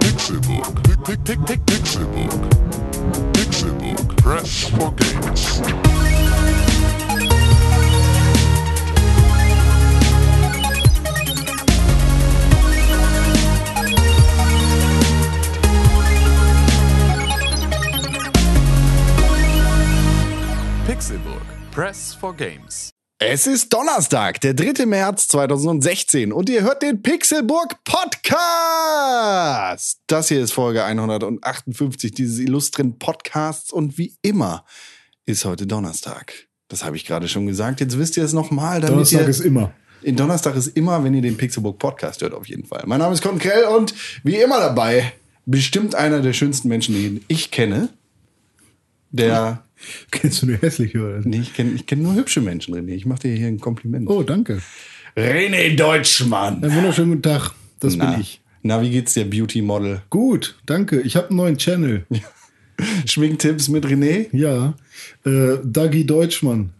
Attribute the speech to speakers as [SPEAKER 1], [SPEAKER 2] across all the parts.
[SPEAKER 1] Pixelburg. Pick, pick, pick, Pixelburg. Pixelburg. Press for games. Pixelburg. Press for games.
[SPEAKER 2] Es ist Donnerstag, der 3. März 2016 und ihr hört den Pixelburg Podcast. Das hier ist Folge 158 dieses illustren Podcasts und wie immer ist heute Donnerstag. Das habe ich gerade schon gesagt. Jetzt wisst ihr es nochmal.
[SPEAKER 3] Donnerstag
[SPEAKER 2] ihr,
[SPEAKER 3] ist immer.
[SPEAKER 2] in Donnerstag ist immer, wenn ihr den Pixelburg Podcast hört, auf jeden Fall. Mein Name ist Con Krell und wie immer dabei bestimmt einer der schönsten Menschen, den ich kenne. Der,
[SPEAKER 3] Kennst du eine hässliche oder?
[SPEAKER 2] nee, ich kenne ich kenn nur hübsche Menschen, René. Ich mache dir hier ein Kompliment.
[SPEAKER 3] Oh, danke.
[SPEAKER 2] René Deutschmann.
[SPEAKER 3] Einen wunderschönen guten Tag. Das bin ich.
[SPEAKER 2] Na, wie geht's dir, Beauty Model?
[SPEAKER 3] Gut, danke. Ich habe einen neuen Channel.
[SPEAKER 2] Schminktipps mit René,
[SPEAKER 3] Ja. Äh, Dagi Deutschmann.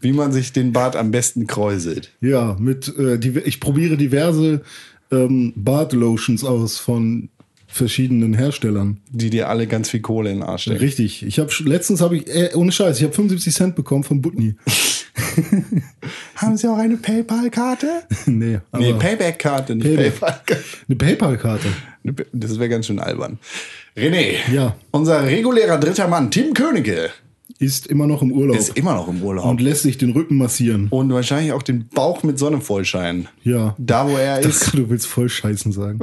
[SPEAKER 2] wie man sich den Bart am besten kräuselt.
[SPEAKER 3] Ja, mit äh, die, ich probiere diverse ähm, Bartlotions aus von verschiedenen Herstellern.
[SPEAKER 2] Die dir alle ganz viel Kohle in den Arsch stecken.
[SPEAKER 3] Richtig. Ich habe letztens habe ich äh, ohne Scheiß, ich habe 75 Cent bekommen von Butni.
[SPEAKER 2] Haben Sie auch eine PayPal-Karte?
[SPEAKER 3] nee, aber
[SPEAKER 2] Nee, Payback-Karte, nicht
[SPEAKER 3] Payback.
[SPEAKER 2] PayPal-Karte.
[SPEAKER 3] eine PayPal Karte.
[SPEAKER 2] Das wäre ganz schön albern. René,
[SPEAKER 3] Ja.
[SPEAKER 2] unser regulärer dritter Mann, Tim Königke,
[SPEAKER 3] Ist immer noch im Urlaub
[SPEAKER 2] ist immer noch im Urlaub.
[SPEAKER 3] Oh. und
[SPEAKER 2] Und,
[SPEAKER 3] lässt sich den Rücken massieren.
[SPEAKER 2] wahrscheinlich auch den Bauch mit Sonne vollscheinen.
[SPEAKER 3] Ja.
[SPEAKER 2] Da, wo er ist.
[SPEAKER 3] Das, du willst voll Scheißen sagen.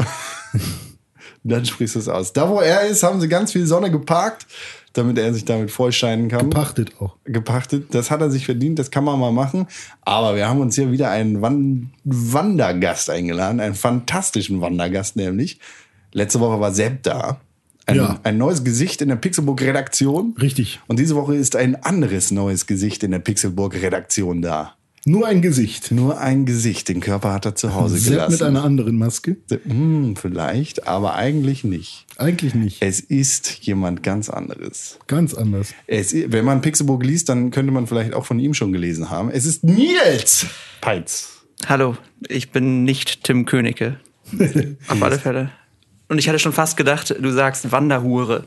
[SPEAKER 2] Dann sprichst du es aus. Da, wo er ist, haben sie ganz viel Sonne geparkt, damit er sich damit vollscheinen kann.
[SPEAKER 3] Pachtet auch.
[SPEAKER 2] Gepachtet. Das hat er sich verdient, das kann man mal machen. Aber wir haben uns hier wieder einen Wan Wandergast eingeladen, einen fantastischen Wandergast nämlich. Letzte Woche war Sepp da. Ein,
[SPEAKER 3] Ja.
[SPEAKER 2] ein neues Gesicht in der Pixelburg-Redaktion.
[SPEAKER 3] Richtig.
[SPEAKER 2] Und diese Woche ist ein anderes neues Gesicht in der Pixelburg-Redaktion da.
[SPEAKER 3] Nur ein Gesicht.
[SPEAKER 2] Nur ein Gesicht, den Körper hat er zu Hause
[SPEAKER 3] Sepp
[SPEAKER 2] gelassen.
[SPEAKER 3] mit einer anderen Maske?
[SPEAKER 2] Sepp- hm, vielleicht, aber eigentlich nicht.
[SPEAKER 3] Eigentlich nicht.
[SPEAKER 2] Es ist jemand ganz anderes.
[SPEAKER 3] Ganz anders.
[SPEAKER 2] Es, i- wenn man Pixelburg liest, dann könnte man vielleicht auch von ihm schon gelesen haben. Es ist Nils Peitz.
[SPEAKER 4] Hallo, ich bin nicht Tim Königke. Auf alle Fälle. Und ich hatte schon fast gedacht, du sagst Wanderhure.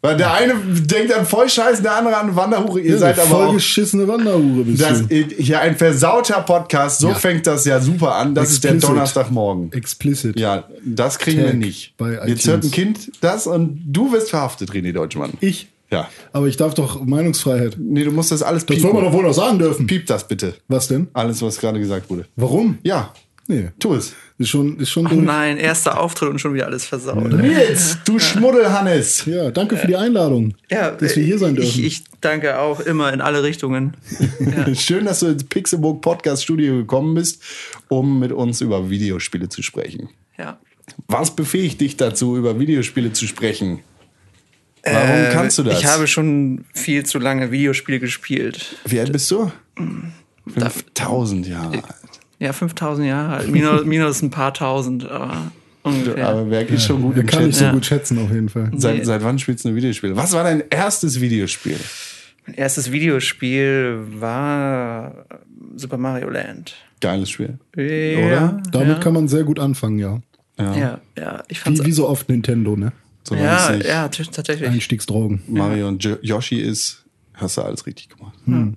[SPEAKER 2] Weil der eine denkt an Vollscheiß, der andere an Wanderhure. Ihr seid aber auch,
[SPEAKER 3] vollgeschissene Wanderhure bist
[SPEAKER 2] das,
[SPEAKER 3] du.
[SPEAKER 2] hier ein versauter Podcast. So
[SPEAKER 3] Ja.
[SPEAKER 2] fängt das ja super an. Das ist der
[SPEAKER 3] Explicit.
[SPEAKER 2] Donnerstagmorgen.
[SPEAKER 3] Explicit.
[SPEAKER 2] Ja, das kriegen wir
[SPEAKER 3] Tag
[SPEAKER 2] nicht.
[SPEAKER 3] bei
[SPEAKER 2] Jetzt
[SPEAKER 3] iTunes.
[SPEAKER 2] hört ein Kind das und du wirst verhaftet, René Deutschmann.
[SPEAKER 3] Ich.
[SPEAKER 2] Ja.
[SPEAKER 3] Aber ich darf doch Meinungsfreiheit.
[SPEAKER 2] Nee, du musst das alles
[SPEAKER 3] Das
[SPEAKER 2] piepen.
[SPEAKER 3] wollen wir doch wohl noch sagen dürfen.
[SPEAKER 2] Piep das bitte.
[SPEAKER 3] Was denn?
[SPEAKER 2] Alles, was gerade gesagt wurde.
[SPEAKER 3] Warum?
[SPEAKER 2] Ja,
[SPEAKER 3] Nee.
[SPEAKER 2] tu es.
[SPEAKER 3] Ist schon, ist schon
[SPEAKER 4] Oh
[SPEAKER 3] durch.
[SPEAKER 4] nein, erster Auftritt und schon wieder alles versaut.
[SPEAKER 2] Nils, du Schmuddelhannes.
[SPEAKER 3] Ja, danke für die Einladung,
[SPEAKER 4] Äh, Ja, äh,
[SPEAKER 3] dass wir hier sein dürfen.
[SPEAKER 4] Ich, ich danke auch immer in alle Richtungen.
[SPEAKER 2] Schön, dass du ins Pixelburg Podcast Studio gekommen bist, um mit uns über Videospiele zu sprechen.
[SPEAKER 4] Ja.
[SPEAKER 2] Was befähigt dich dazu, über Videospiele zu sprechen? Warum
[SPEAKER 4] Äh,
[SPEAKER 2] kannst du das?
[SPEAKER 4] Ich habe schon viel zu lange Videospiele gespielt.
[SPEAKER 2] Wie alt bist du? 5000 Jahre alt.
[SPEAKER 4] Ja, 5000 Jahre alt. Minus, minus ein paar tausend, aber ungefähr.
[SPEAKER 2] Aber wer ist schon gut
[SPEAKER 3] er
[SPEAKER 2] im
[SPEAKER 3] kann
[SPEAKER 2] Chat?
[SPEAKER 3] ich so
[SPEAKER 4] Ja.
[SPEAKER 3] gut schätzen auf jeden Fall.
[SPEAKER 2] Seit, seit wann spielst du Videospiele? Was war dein erstes Videospiel?
[SPEAKER 4] mein erstes Videospiel war Super Mario Land.
[SPEAKER 2] Geiles Spiel.
[SPEAKER 4] Ja,
[SPEAKER 3] Damit
[SPEAKER 4] ja.
[SPEAKER 3] kann man sehr gut anfangen, ja.
[SPEAKER 4] Ja, ja, ich fand's
[SPEAKER 3] Wie, wie so oft Nintendo, ne?
[SPEAKER 2] So
[SPEAKER 4] Ja,
[SPEAKER 2] wenn's nicht
[SPEAKER 4] ja, t- tatsächlich.
[SPEAKER 3] Einstiegsdrogen.
[SPEAKER 2] Mario und jo Yoshi ist, hast du alles richtig gemacht.
[SPEAKER 4] Ja.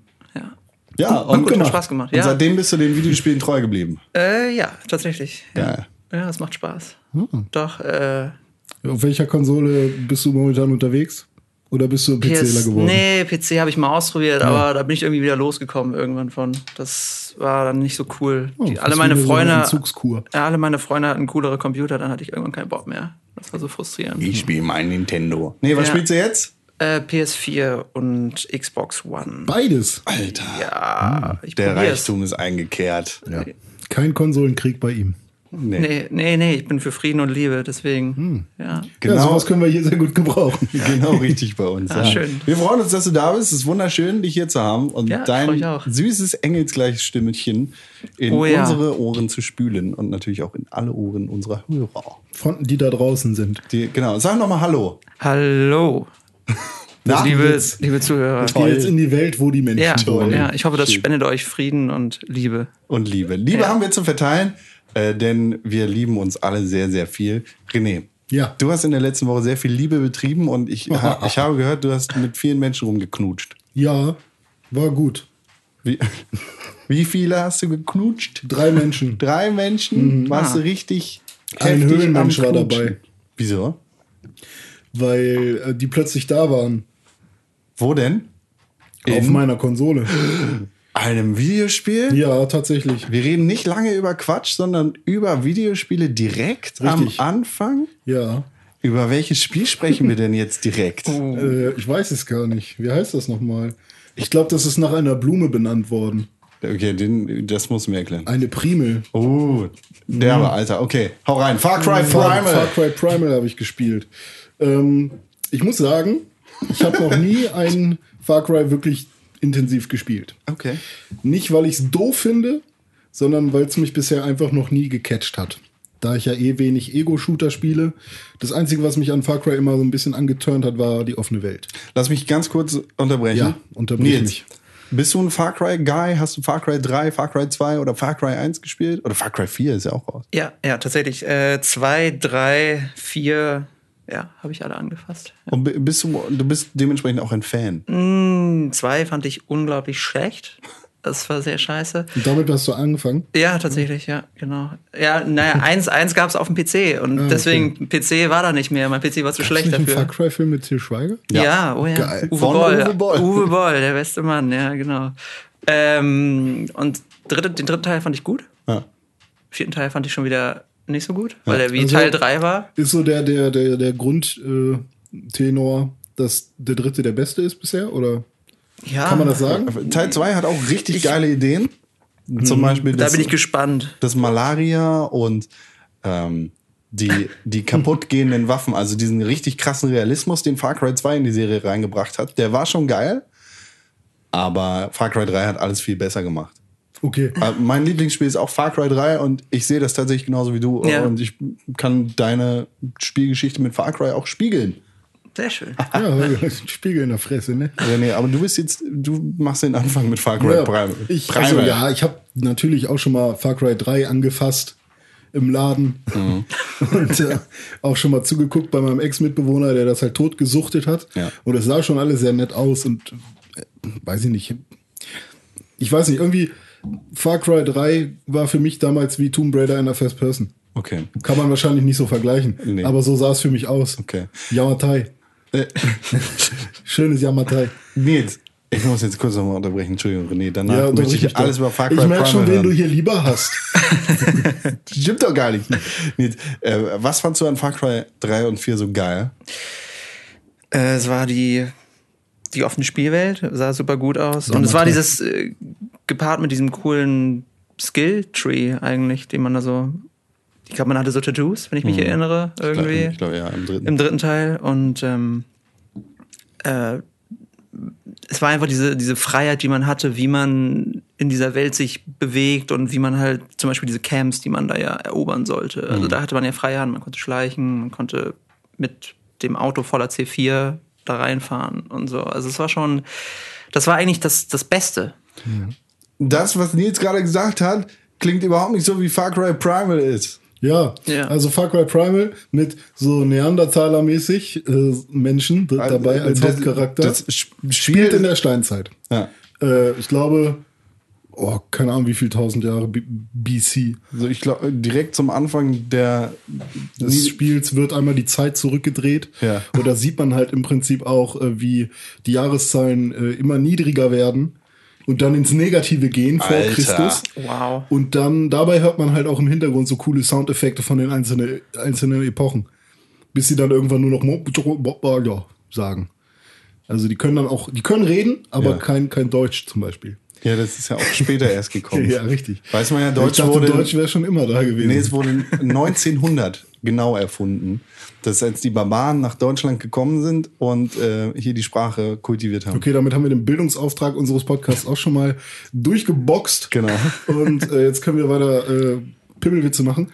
[SPEAKER 2] Ja, und, genau.
[SPEAKER 4] gut, Hm. hat Spaß gemacht, ja.
[SPEAKER 2] und seitdem bist du den Videospielen treu geblieben.
[SPEAKER 4] Äh, ja, tatsächlich. Ja.
[SPEAKER 2] Geil.
[SPEAKER 4] ja, es macht Spaß.
[SPEAKER 2] Hm.
[SPEAKER 4] Doch, äh,
[SPEAKER 3] Auf welcher Konsole bist du momentan unterwegs? Oder bist du PCler
[SPEAKER 4] PS,
[SPEAKER 3] geworden?
[SPEAKER 4] nee, PC habe ich mal ausprobiert, aber da bin ich irgendwie wieder losgekommen irgendwann von. Das war dann nicht so cool.
[SPEAKER 3] Oh,
[SPEAKER 4] Die,
[SPEAKER 3] fast
[SPEAKER 4] alle meine
[SPEAKER 3] wieder so eine
[SPEAKER 4] Freunde,
[SPEAKER 3] Entzugskur.
[SPEAKER 4] ja, alle meine Freunde hatten coolere Computer, dann hatte ich irgendwann keinen Bock mehr. Das war so frustrierend.
[SPEAKER 2] Ich spiele mein Nintendo. Nee, was
[SPEAKER 4] Ja.
[SPEAKER 2] spielst du jetzt?
[SPEAKER 4] Äh, PS4 und Xbox One.
[SPEAKER 3] Beides.
[SPEAKER 2] Alter,
[SPEAKER 4] Ja, ich
[SPEAKER 2] Hm, der
[SPEAKER 4] probier's.
[SPEAKER 2] Reichtum ist eingekehrt.
[SPEAKER 3] Ja. Kein Konsolenkrieg bei ihm.
[SPEAKER 2] Nee.
[SPEAKER 4] Nee, nee, nee, ich bin für Frieden und Liebe, deswegen. Ja.
[SPEAKER 2] Genau,
[SPEAKER 3] Ja, sowas können wir hier sehr gut gebrauchen.
[SPEAKER 2] genau richtig bei uns.
[SPEAKER 4] Ja, Ah, schön.
[SPEAKER 2] Wir freuen uns, dass du da bist. Es ist wunderschön, dich hier zu haben und
[SPEAKER 4] Ja, freu
[SPEAKER 2] dein
[SPEAKER 4] ich auch.
[SPEAKER 2] süßes engelsgleiches Stimmelchen in
[SPEAKER 4] Oh ja.
[SPEAKER 2] unsere Ohren zu spülen und natürlich auch in alle Ohren unserer Hörer.
[SPEAKER 3] Fronten, die da draußen sind.
[SPEAKER 2] Die, genau, sag nochmal Hallo.
[SPEAKER 4] Hallo,
[SPEAKER 2] Na,
[SPEAKER 4] liebe,
[SPEAKER 2] jetzt-
[SPEAKER 4] liebe Zuhörer.
[SPEAKER 3] Geh jetzt in die Welt, wo die Menschen
[SPEAKER 4] Ja,
[SPEAKER 3] wollen.
[SPEAKER 4] ja, ich hoffe, das
[SPEAKER 2] Schön.
[SPEAKER 4] spendet euch Frieden und Liebe.
[SPEAKER 2] und Liebe. Liebe haben wir zu verteilen. äh, denn wir lieben uns alle sehr, sehr viel. René,
[SPEAKER 3] Ja.
[SPEAKER 2] du hast in der letzten Woche sehr viel Liebe betrieben und ich, ha, ich habe gehört, du hast mit vielen Menschen rumgeknutscht.
[SPEAKER 3] Ja, war gut.
[SPEAKER 2] Wie, wie viele hast du geknutscht?
[SPEAKER 3] Drei Menschen.
[SPEAKER 2] Drei Menschen? Warst du richtig
[SPEAKER 3] Ein
[SPEAKER 2] heftig am
[SPEAKER 3] Höhlenmensch war
[SPEAKER 2] Knutschen?
[SPEAKER 3] dabei.
[SPEAKER 2] Wieso?
[SPEAKER 3] weil äh, die plötzlich da waren.
[SPEAKER 2] Wo denn?
[SPEAKER 3] Auf
[SPEAKER 2] In
[SPEAKER 3] meiner Konsole.
[SPEAKER 2] einem Videospiel?
[SPEAKER 3] Ja, tatsächlich.
[SPEAKER 2] Wir reden nicht lange über Quatsch, sondern über Videospiele direkt
[SPEAKER 3] Richtig.
[SPEAKER 2] am Anfang.
[SPEAKER 3] Ja.
[SPEAKER 2] Über welches Spiel sprechen wir denn jetzt direkt?
[SPEAKER 3] Äh, ich weiß es gar nicht. Wie heißt das nochmal? Ich glaube, das ist nach einer Blume benannt worden.
[SPEAKER 2] Okay, den, das muss mir erklären.
[SPEAKER 3] Eine Primel.
[SPEAKER 2] Oh, derbe, Alter. Okay, hau rein. Far Cry
[SPEAKER 3] Far, Far
[SPEAKER 2] Primal.
[SPEAKER 3] Cry Primal habe ich gespielt. Ähm, ich muss sagen, ich habe noch nie einen Far Cry wirklich intensiv gespielt.
[SPEAKER 2] Okay.
[SPEAKER 3] Nicht, weil ich es doof finde, sondern weil es mich bisher einfach noch nie gecatcht hat. Da ich ja eh wenig Ego-Shooter spiele. Das Einzige, was mich an Far Cry immer so ein bisschen angeturnt hat, war die offene Welt.
[SPEAKER 2] Lass mich ganz kurz unterbrechen.
[SPEAKER 3] Ja, unterbrich
[SPEAKER 2] Nils,
[SPEAKER 3] mich.
[SPEAKER 2] Bist du ein Far Cry Guy? Hast du Far Cry 3, Far Cry 2 oder Far Cry 1 gespielt? Oder Far Cry 4 ist ja auch raus.
[SPEAKER 4] Ja, ja, tatsächlich. Äh, zwei, drei, vier, ja, habe ich alle angefasst.
[SPEAKER 2] Und bi- bist du, du bist dementsprechend auch ein Fan.
[SPEAKER 4] Hm, Zwei fand ich unglaublich schlecht. Das war sehr scheiße.
[SPEAKER 3] Und damit hast du angefangen.
[SPEAKER 4] Ja, tatsächlich, ja, genau. Ja, naja, eins, eins gab es auf dem PC und deswegen PC war da nicht mehr. Mein PC war zu schlecht
[SPEAKER 3] Ist nicht ein Far
[SPEAKER 4] dafür.
[SPEAKER 3] Cry-Film mit Til Schweiger?
[SPEAKER 4] Ja. oh ja.
[SPEAKER 3] Geil.
[SPEAKER 4] Uwe,
[SPEAKER 2] Von
[SPEAKER 4] Boll,
[SPEAKER 2] Uwe Boll.
[SPEAKER 4] Uwe Boll, der beste Mann, ja, genau. Ähm, und dritte, den dritten Teil fand ich gut.
[SPEAKER 2] Ja.
[SPEAKER 4] Vierten Teil fand ich schon wieder nicht so gut, weil er wie
[SPEAKER 3] Also-
[SPEAKER 4] Teil 3 war.
[SPEAKER 3] Ist so der, der, der, der Grundtenor, äh, Tenor, dass der dritte der beste ist bisher? Oder
[SPEAKER 4] Ja,
[SPEAKER 3] kann man
[SPEAKER 2] Ah.
[SPEAKER 3] das sagen?
[SPEAKER 2] Teil 2 hat auch richtig geile Ideen. Zum Beispiel
[SPEAKER 4] Mhm. da
[SPEAKER 2] das,
[SPEAKER 4] bin ich gespannt.
[SPEAKER 2] das Malaria und ähm, die, die kaputtgehenden Waffen, also diesen richtig krassen Realismus, den Far Cry 2 in die Serie reingebracht hat, der war schon geil. Aber Far Cry 3 hat alles viel besser gemacht.
[SPEAKER 3] Okay.
[SPEAKER 2] Äh, Mein Lieblingsspiel ist auch Far Cry 3 und ich sehe das tatsächlich genauso wie du.
[SPEAKER 4] Ja.
[SPEAKER 2] Und ich kann deine Spielgeschichte mit Far Cry auch spiegeln.
[SPEAKER 4] Sehr schön.
[SPEAKER 2] Ah.
[SPEAKER 3] Ja, Spiegel in der Fresse, ne?
[SPEAKER 2] René, aber du bist jetzt, du machst den Anfang mit Far Cry
[SPEAKER 3] Ja,
[SPEAKER 2] Primal.
[SPEAKER 3] Ich,
[SPEAKER 2] Primal.
[SPEAKER 3] also, ja, ich habe natürlich auch schon mal Far Cry 3 angefasst im Laden
[SPEAKER 2] Mhm.
[SPEAKER 3] und äh, auch schon mal zugeguckt bei meinem Ex-Mitbewohner, der das halt tot gesuchtet hat.
[SPEAKER 2] Ja.
[SPEAKER 3] Und es sah schon alles sehr nett aus und äh, weiß ich nicht. Ich weiß nicht, irgendwie Far Cry 3 war für mich damals wie Tomb Raider in der First Person.
[SPEAKER 2] Okay.
[SPEAKER 3] Kann man wahrscheinlich nicht so vergleichen,
[SPEAKER 2] Nee.
[SPEAKER 3] aber so sah es für mich aus.
[SPEAKER 2] Okay.
[SPEAKER 3] Yamatai.
[SPEAKER 2] Äh,
[SPEAKER 3] Schönes Yamatai.
[SPEAKER 2] Nils, ich muss jetzt kurz nochmal unterbrechen. Entschuldigung, René. Danach
[SPEAKER 3] Ja,
[SPEAKER 2] möchte
[SPEAKER 3] unterbrich mich
[SPEAKER 2] ich alles
[SPEAKER 3] doch.
[SPEAKER 2] über Far Cry
[SPEAKER 3] Ich merke schon,
[SPEAKER 2] Primal
[SPEAKER 3] wen
[SPEAKER 2] hören.
[SPEAKER 3] du hier lieber hast.
[SPEAKER 2] Stimmt doch gar nicht. Nils, äh, was fandst du an Far Cry 3 und 4 so geil?
[SPEAKER 4] Äh, es war die, die offene Spielwelt, sah super gut aus. Und es war dieses äh, gepaart mit diesem coolen Skill-Tree eigentlich, den man da so. Ich glaube, man hatte so Tattoos, wenn Mhm. ich mich erinnere, irgendwie.
[SPEAKER 2] Ich glaube, ja, im dritten.
[SPEAKER 4] Im dritten Teil. Und ähm, äh, es war einfach diese, diese Freiheit, die man hatte, wie man in dieser Welt sich bewegt und wie man halt zum Beispiel diese Camps, die man da ja erobern sollte. Also da hatte man ja freie Hand, man konnte schleichen, man konnte mit dem Auto voller C4 da reinfahren und so. Also es war schon, das war eigentlich das, das Beste.
[SPEAKER 2] das, was Nils gerade gesagt hat, klingt überhaupt nicht so, wie Far Cry Primal ist.
[SPEAKER 3] Ja,
[SPEAKER 4] Ja.
[SPEAKER 3] also Far Cry Primal mit so Neandertaler-mäßig äh, Menschen d- dabei als
[SPEAKER 2] Also, das,
[SPEAKER 3] Hauptcharakter.
[SPEAKER 2] Das Sp-
[SPEAKER 3] spielt
[SPEAKER 2] Spiel
[SPEAKER 3] in der Steinzeit.
[SPEAKER 2] Ja.
[SPEAKER 3] Äh, ich glaube, oh, keine Ahnung, wie viel tausend Jahre B BC
[SPEAKER 2] Also ich glaube, direkt zum Anfang der
[SPEAKER 3] des Spiels wird einmal die Zeit zurückgedreht.
[SPEAKER 2] Ja.
[SPEAKER 3] Und da sieht man halt im Prinzip auch, äh, wie die Jahreszahlen äh, immer niedriger werden und dann ins Negative gehen vor
[SPEAKER 2] Alter.
[SPEAKER 3] Christus.
[SPEAKER 4] Wow.
[SPEAKER 3] Und dann dabei hört man halt auch im Hintergrund so coole Soundeffekte von den einzelnen, einzelnen Epochen. Bis sie dann irgendwann nur noch Mo- Mo- Mo- Mo- ja, sagen. Also die können dann auch, die können reden, aber
[SPEAKER 2] Ja.
[SPEAKER 3] kein, kein Deutsch zum Beispiel.
[SPEAKER 2] Ja, das ist ja auch später erst gekommen.
[SPEAKER 3] Ja, richtig.
[SPEAKER 2] Weiß man ja, Deutsch
[SPEAKER 3] ich dachte,
[SPEAKER 2] wurde-
[SPEAKER 3] Deutsch wäre schon immer da gewesen.
[SPEAKER 2] Nee, es wurde 1900 genau erfunden. Das ist, als die Barbaren nach Deutschland gekommen sind und äh, hier die Sprache kultiviert haben.
[SPEAKER 3] okay, damit haben wir den Bildungsauftrag unseres Podcasts auch schon mal durchgeboxt.
[SPEAKER 2] Genau.
[SPEAKER 3] Und äh, jetzt können wir weiter äh, Pimmelwitze machen.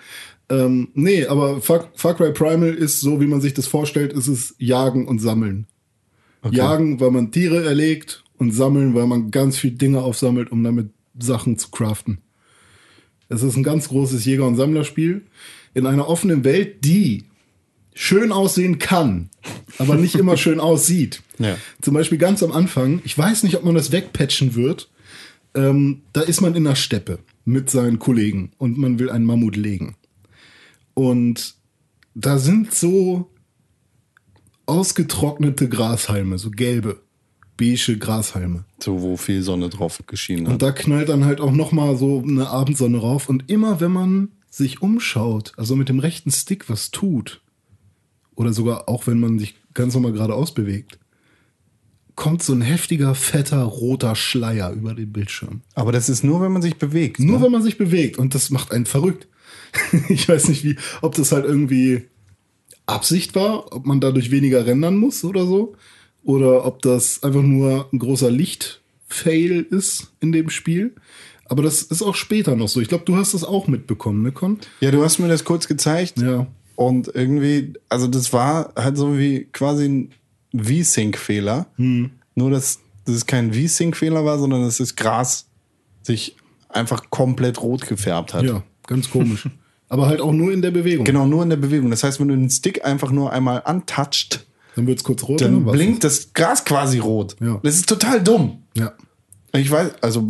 [SPEAKER 3] Ähm, nee, aber Far, Far Cry Primal ist so, wie man sich das vorstellt, es ist Jagen und Sammeln. Jagen, weil man Tiere erlegt und sammeln, weil man ganz viel Dinge aufsammelt, um damit Sachen zu craften. Es ist ein ganz großes Jäger- und Sammlerspiel in einer offenen Welt, die schön aussehen kann, aber nicht immer schön aussieht.
[SPEAKER 2] Ja.
[SPEAKER 3] Zum Beispiel ganz am Anfang, ich weiß nicht, ob man das wegpatchen wird, ähm, da ist man in der Steppe mit seinen Kollegen und man will einen Mammut legen. Und da sind so ausgetrocknete Grashalme, so gelbe, beige Grashalme.
[SPEAKER 2] So, wo viel Sonne drauf geschienen
[SPEAKER 3] Und
[SPEAKER 2] hat.
[SPEAKER 3] da knallt dann halt auch noch mal so eine Abendsonne rauf. Und immer wenn man sich umschaut, also mit dem rechten Stick was tut, oder sogar auch wenn man sich ganz normal geradeaus bewegt, kommt so ein heftiger, fetter, roter Schleier über den Bildschirm.
[SPEAKER 2] Aber das ist nur, wenn man sich bewegt.
[SPEAKER 3] Nur
[SPEAKER 2] ne?
[SPEAKER 3] wenn man sich bewegt. Und das macht einen verrückt. ich weiß nicht, wie, ob das halt irgendwie Absicht war, ob man dadurch weniger rendern muss oder so. Oder ob das einfach nur ein großer Lichtfail ist in dem Spiel. Aber das ist auch später noch so. Ich glaube, du hast das auch mitbekommen, ne, Con?
[SPEAKER 2] Ja, du hast mir das kurz gezeigt.
[SPEAKER 3] Ja.
[SPEAKER 2] Und irgendwie, also das war halt so wie quasi ein V-Sync-Fehler.
[SPEAKER 3] Mhm.
[SPEAKER 2] Nur, dass das kein V-Sync-Fehler war, sondern dass das Gras sich einfach komplett rot gefärbt hat.
[SPEAKER 3] Ja, ganz komisch. Aber halt auch nur in der Bewegung.
[SPEAKER 2] Genau, nur in der Bewegung. Das heißt, wenn du den Stick einfach nur einmal antatscht,
[SPEAKER 3] Dann wird's kurz rot.
[SPEAKER 2] dann
[SPEAKER 3] oder Genau, was?
[SPEAKER 2] blinkt das Gras quasi rot.
[SPEAKER 3] Ja.
[SPEAKER 2] Das ist total dumm.
[SPEAKER 3] Ja.
[SPEAKER 2] Ich weiß, also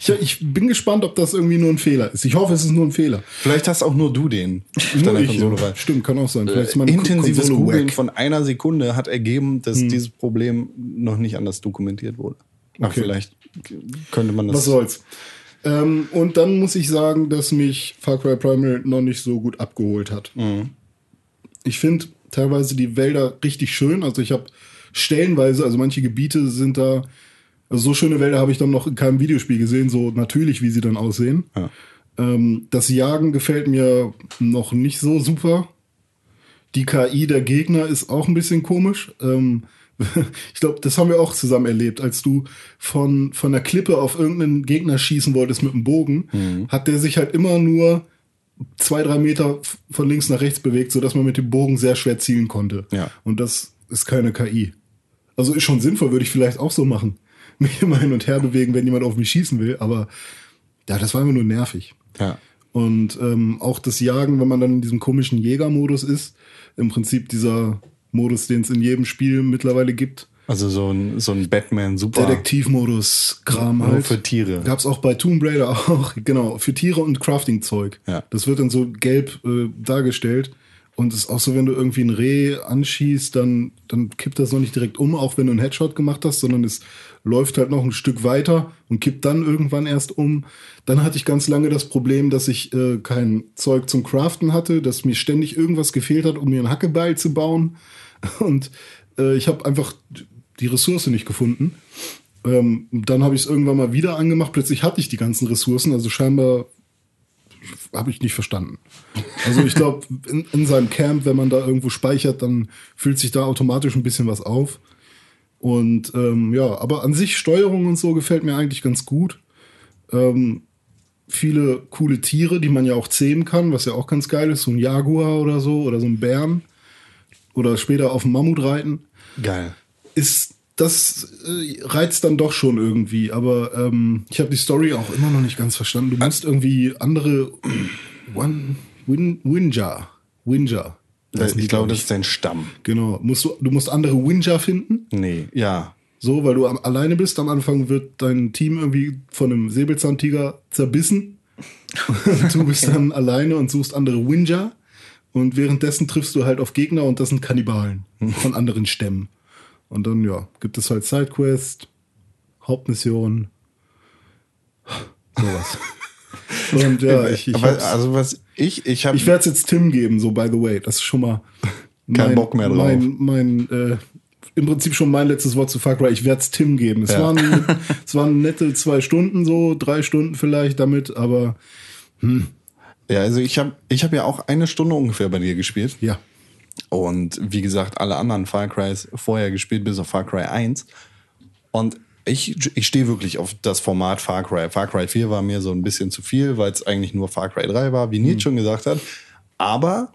[SPEAKER 3] Ich, ich bin gespannt, ob das irgendwie nur ein Fehler ist. Ich hoffe, es ist nur ein Fehler.
[SPEAKER 2] vielleicht hast auch nur du den auf
[SPEAKER 3] Nur
[SPEAKER 2] deiner
[SPEAKER 3] ich,
[SPEAKER 2] Konsole
[SPEAKER 3] ja.
[SPEAKER 2] rein.
[SPEAKER 3] Stimmt, kann auch sein. Vielleicht ist meine Ko-
[SPEAKER 2] Intensives
[SPEAKER 3] Konsole
[SPEAKER 2] Googeln
[SPEAKER 3] wack.
[SPEAKER 2] von einer Sekunde hat ergeben, dass
[SPEAKER 3] Hm.
[SPEAKER 2] dieses Problem noch nicht anders dokumentiert wurde. Ach,
[SPEAKER 3] Okay.
[SPEAKER 2] vielleicht könnte man das.
[SPEAKER 3] Was soll's. Ähm, und dann muss ich sagen, dass mich Far Cry Primal noch nicht so gut abgeholt hat. Ich finde teilweise die Wälder richtig schön. Also ich habe stellenweise, also manche Gebiete sind da, also so schöne Wälder habe ich dann noch in keinem Videospiel gesehen, so natürlich, wie sie dann aussehen.
[SPEAKER 2] Ja.
[SPEAKER 3] Ähm, das Jagen gefällt mir noch nicht so super. Die KI der Gegner ist auch ein bisschen komisch. Ähm, ich glaube, das haben wir auch zusammen erlebt, als du von, von der Klippe auf irgendeinen Gegner schießen wolltest mit dem Bogen, hat der sich halt immer nur zwei, drei Meter f- von links nach rechts bewegt, sodass man mit dem Bogen sehr schwer zielen konnte.
[SPEAKER 2] Ja.
[SPEAKER 3] Und das ist keine KI. Also ist schon sinnvoll, würde ich vielleicht auch so machen. Mich immer hin und her bewegen, wenn jemand auf mich schießen will, aber ja, das war immer nur nervig.
[SPEAKER 2] Ja.
[SPEAKER 3] Und ähm, auch das Jagen, wenn man dann in diesem komischen Jägermodus ist, im Prinzip dieser Modus, den es in jedem Spiel mittlerweile gibt.
[SPEAKER 2] Also so ein, so ein Batman-Super.
[SPEAKER 3] Detektivmodus, Kram
[SPEAKER 2] Nur
[SPEAKER 3] halt.
[SPEAKER 2] für Tiere.
[SPEAKER 3] Gab's auch bei Tomb Raider auch, genau, für Tiere und Crafting-Zeug.
[SPEAKER 2] Ja.
[SPEAKER 3] Das wird dann so gelb äh, dargestellt. Und es ist auch so, wenn du irgendwie ein Reh anschießt, dann, dann kippt das noch nicht direkt um, auch wenn du einen Headshot gemacht hast, sondern es läuft halt noch ein Stück weiter und kippt dann irgendwann erst um. Dann hatte ich ganz lange das Problem, dass ich äh, kein Zeug zum Craften hatte, dass mir ständig irgendwas gefehlt hat, um mir einen Hackebeil zu bauen. Und äh, ich habe einfach die Ressource nicht gefunden. Ähm, dann habe ich es irgendwann mal wieder angemacht. Plötzlich hatte ich die ganzen Ressourcen. Also scheinbar habe ich nicht verstanden. Also ich glaube, in, in seinem Camp, wenn man da irgendwo speichert, dann fühlt sich da automatisch ein bisschen was auf. Und ähm, ja, aber an sich Steuerung und so gefällt mir eigentlich ganz gut. Ähm, viele coole Tiere, die man ja auch zähmen kann, was ja auch ganz geil ist. So ein Jaguar oder so oder so ein Bären. Oder später auf dem Mammut reiten
[SPEAKER 2] Geil.
[SPEAKER 3] ist das äh, reizt dann doch schon irgendwie. Aber ähm, ich habe die Story auch immer noch nicht ganz verstanden. Du musst irgendwie andere One Win, Winja. Winja.
[SPEAKER 2] Das,
[SPEAKER 3] heißen die,
[SPEAKER 2] Äh, ich glaube,
[SPEAKER 3] glaub
[SPEAKER 2] das ist dein Stamm.
[SPEAKER 3] Genau. Musst du, du musst andere Winja finden.
[SPEAKER 2] Nee. Ja.
[SPEAKER 3] So, weil du am, alleine bist. Am Anfang wird dein Team irgendwie von einem Säbelzahntiger zerbissen. Und du bist dann alleine und suchst andere Winja. Und währenddessen triffst du halt auf Gegner und das sind Kannibalen von anderen Stämmen. Und dann, ja, gibt es halt Sidequest, Hauptmission, sowas. und ja, ich, ich,
[SPEAKER 2] Aber,
[SPEAKER 3] hab's-
[SPEAKER 2] also was ich, ich habe
[SPEAKER 3] ich werde es jetzt Tim geben, so by the way. Das ist schon mal
[SPEAKER 2] Kein Bock mehr drauf.
[SPEAKER 3] Mein, mein äh, im Prinzip schon mein letztes Wort zu Far Cry. Ich werde es Tim geben. Es,
[SPEAKER 2] Ja.
[SPEAKER 3] waren, es waren nette zwei Stunden so, drei Stunden vielleicht damit, aber
[SPEAKER 2] ja, also ich habe ich habe ja auch eine Stunde ungefähr bei dir gespielt.
[SPEAKER 3] ja.
[SPEAKER 2] Und wie gesagt, alle anderen Far Crys vorher gespielt, bis auf Far Cry 1. Und ich, ich stehe wirklich auf das Format Far Cry. Far Cry 4 war mir so ein bisschen zu viel, weil es eigentlich nur Far Cry 3 war, wie Nils schon gesagt hat. Aber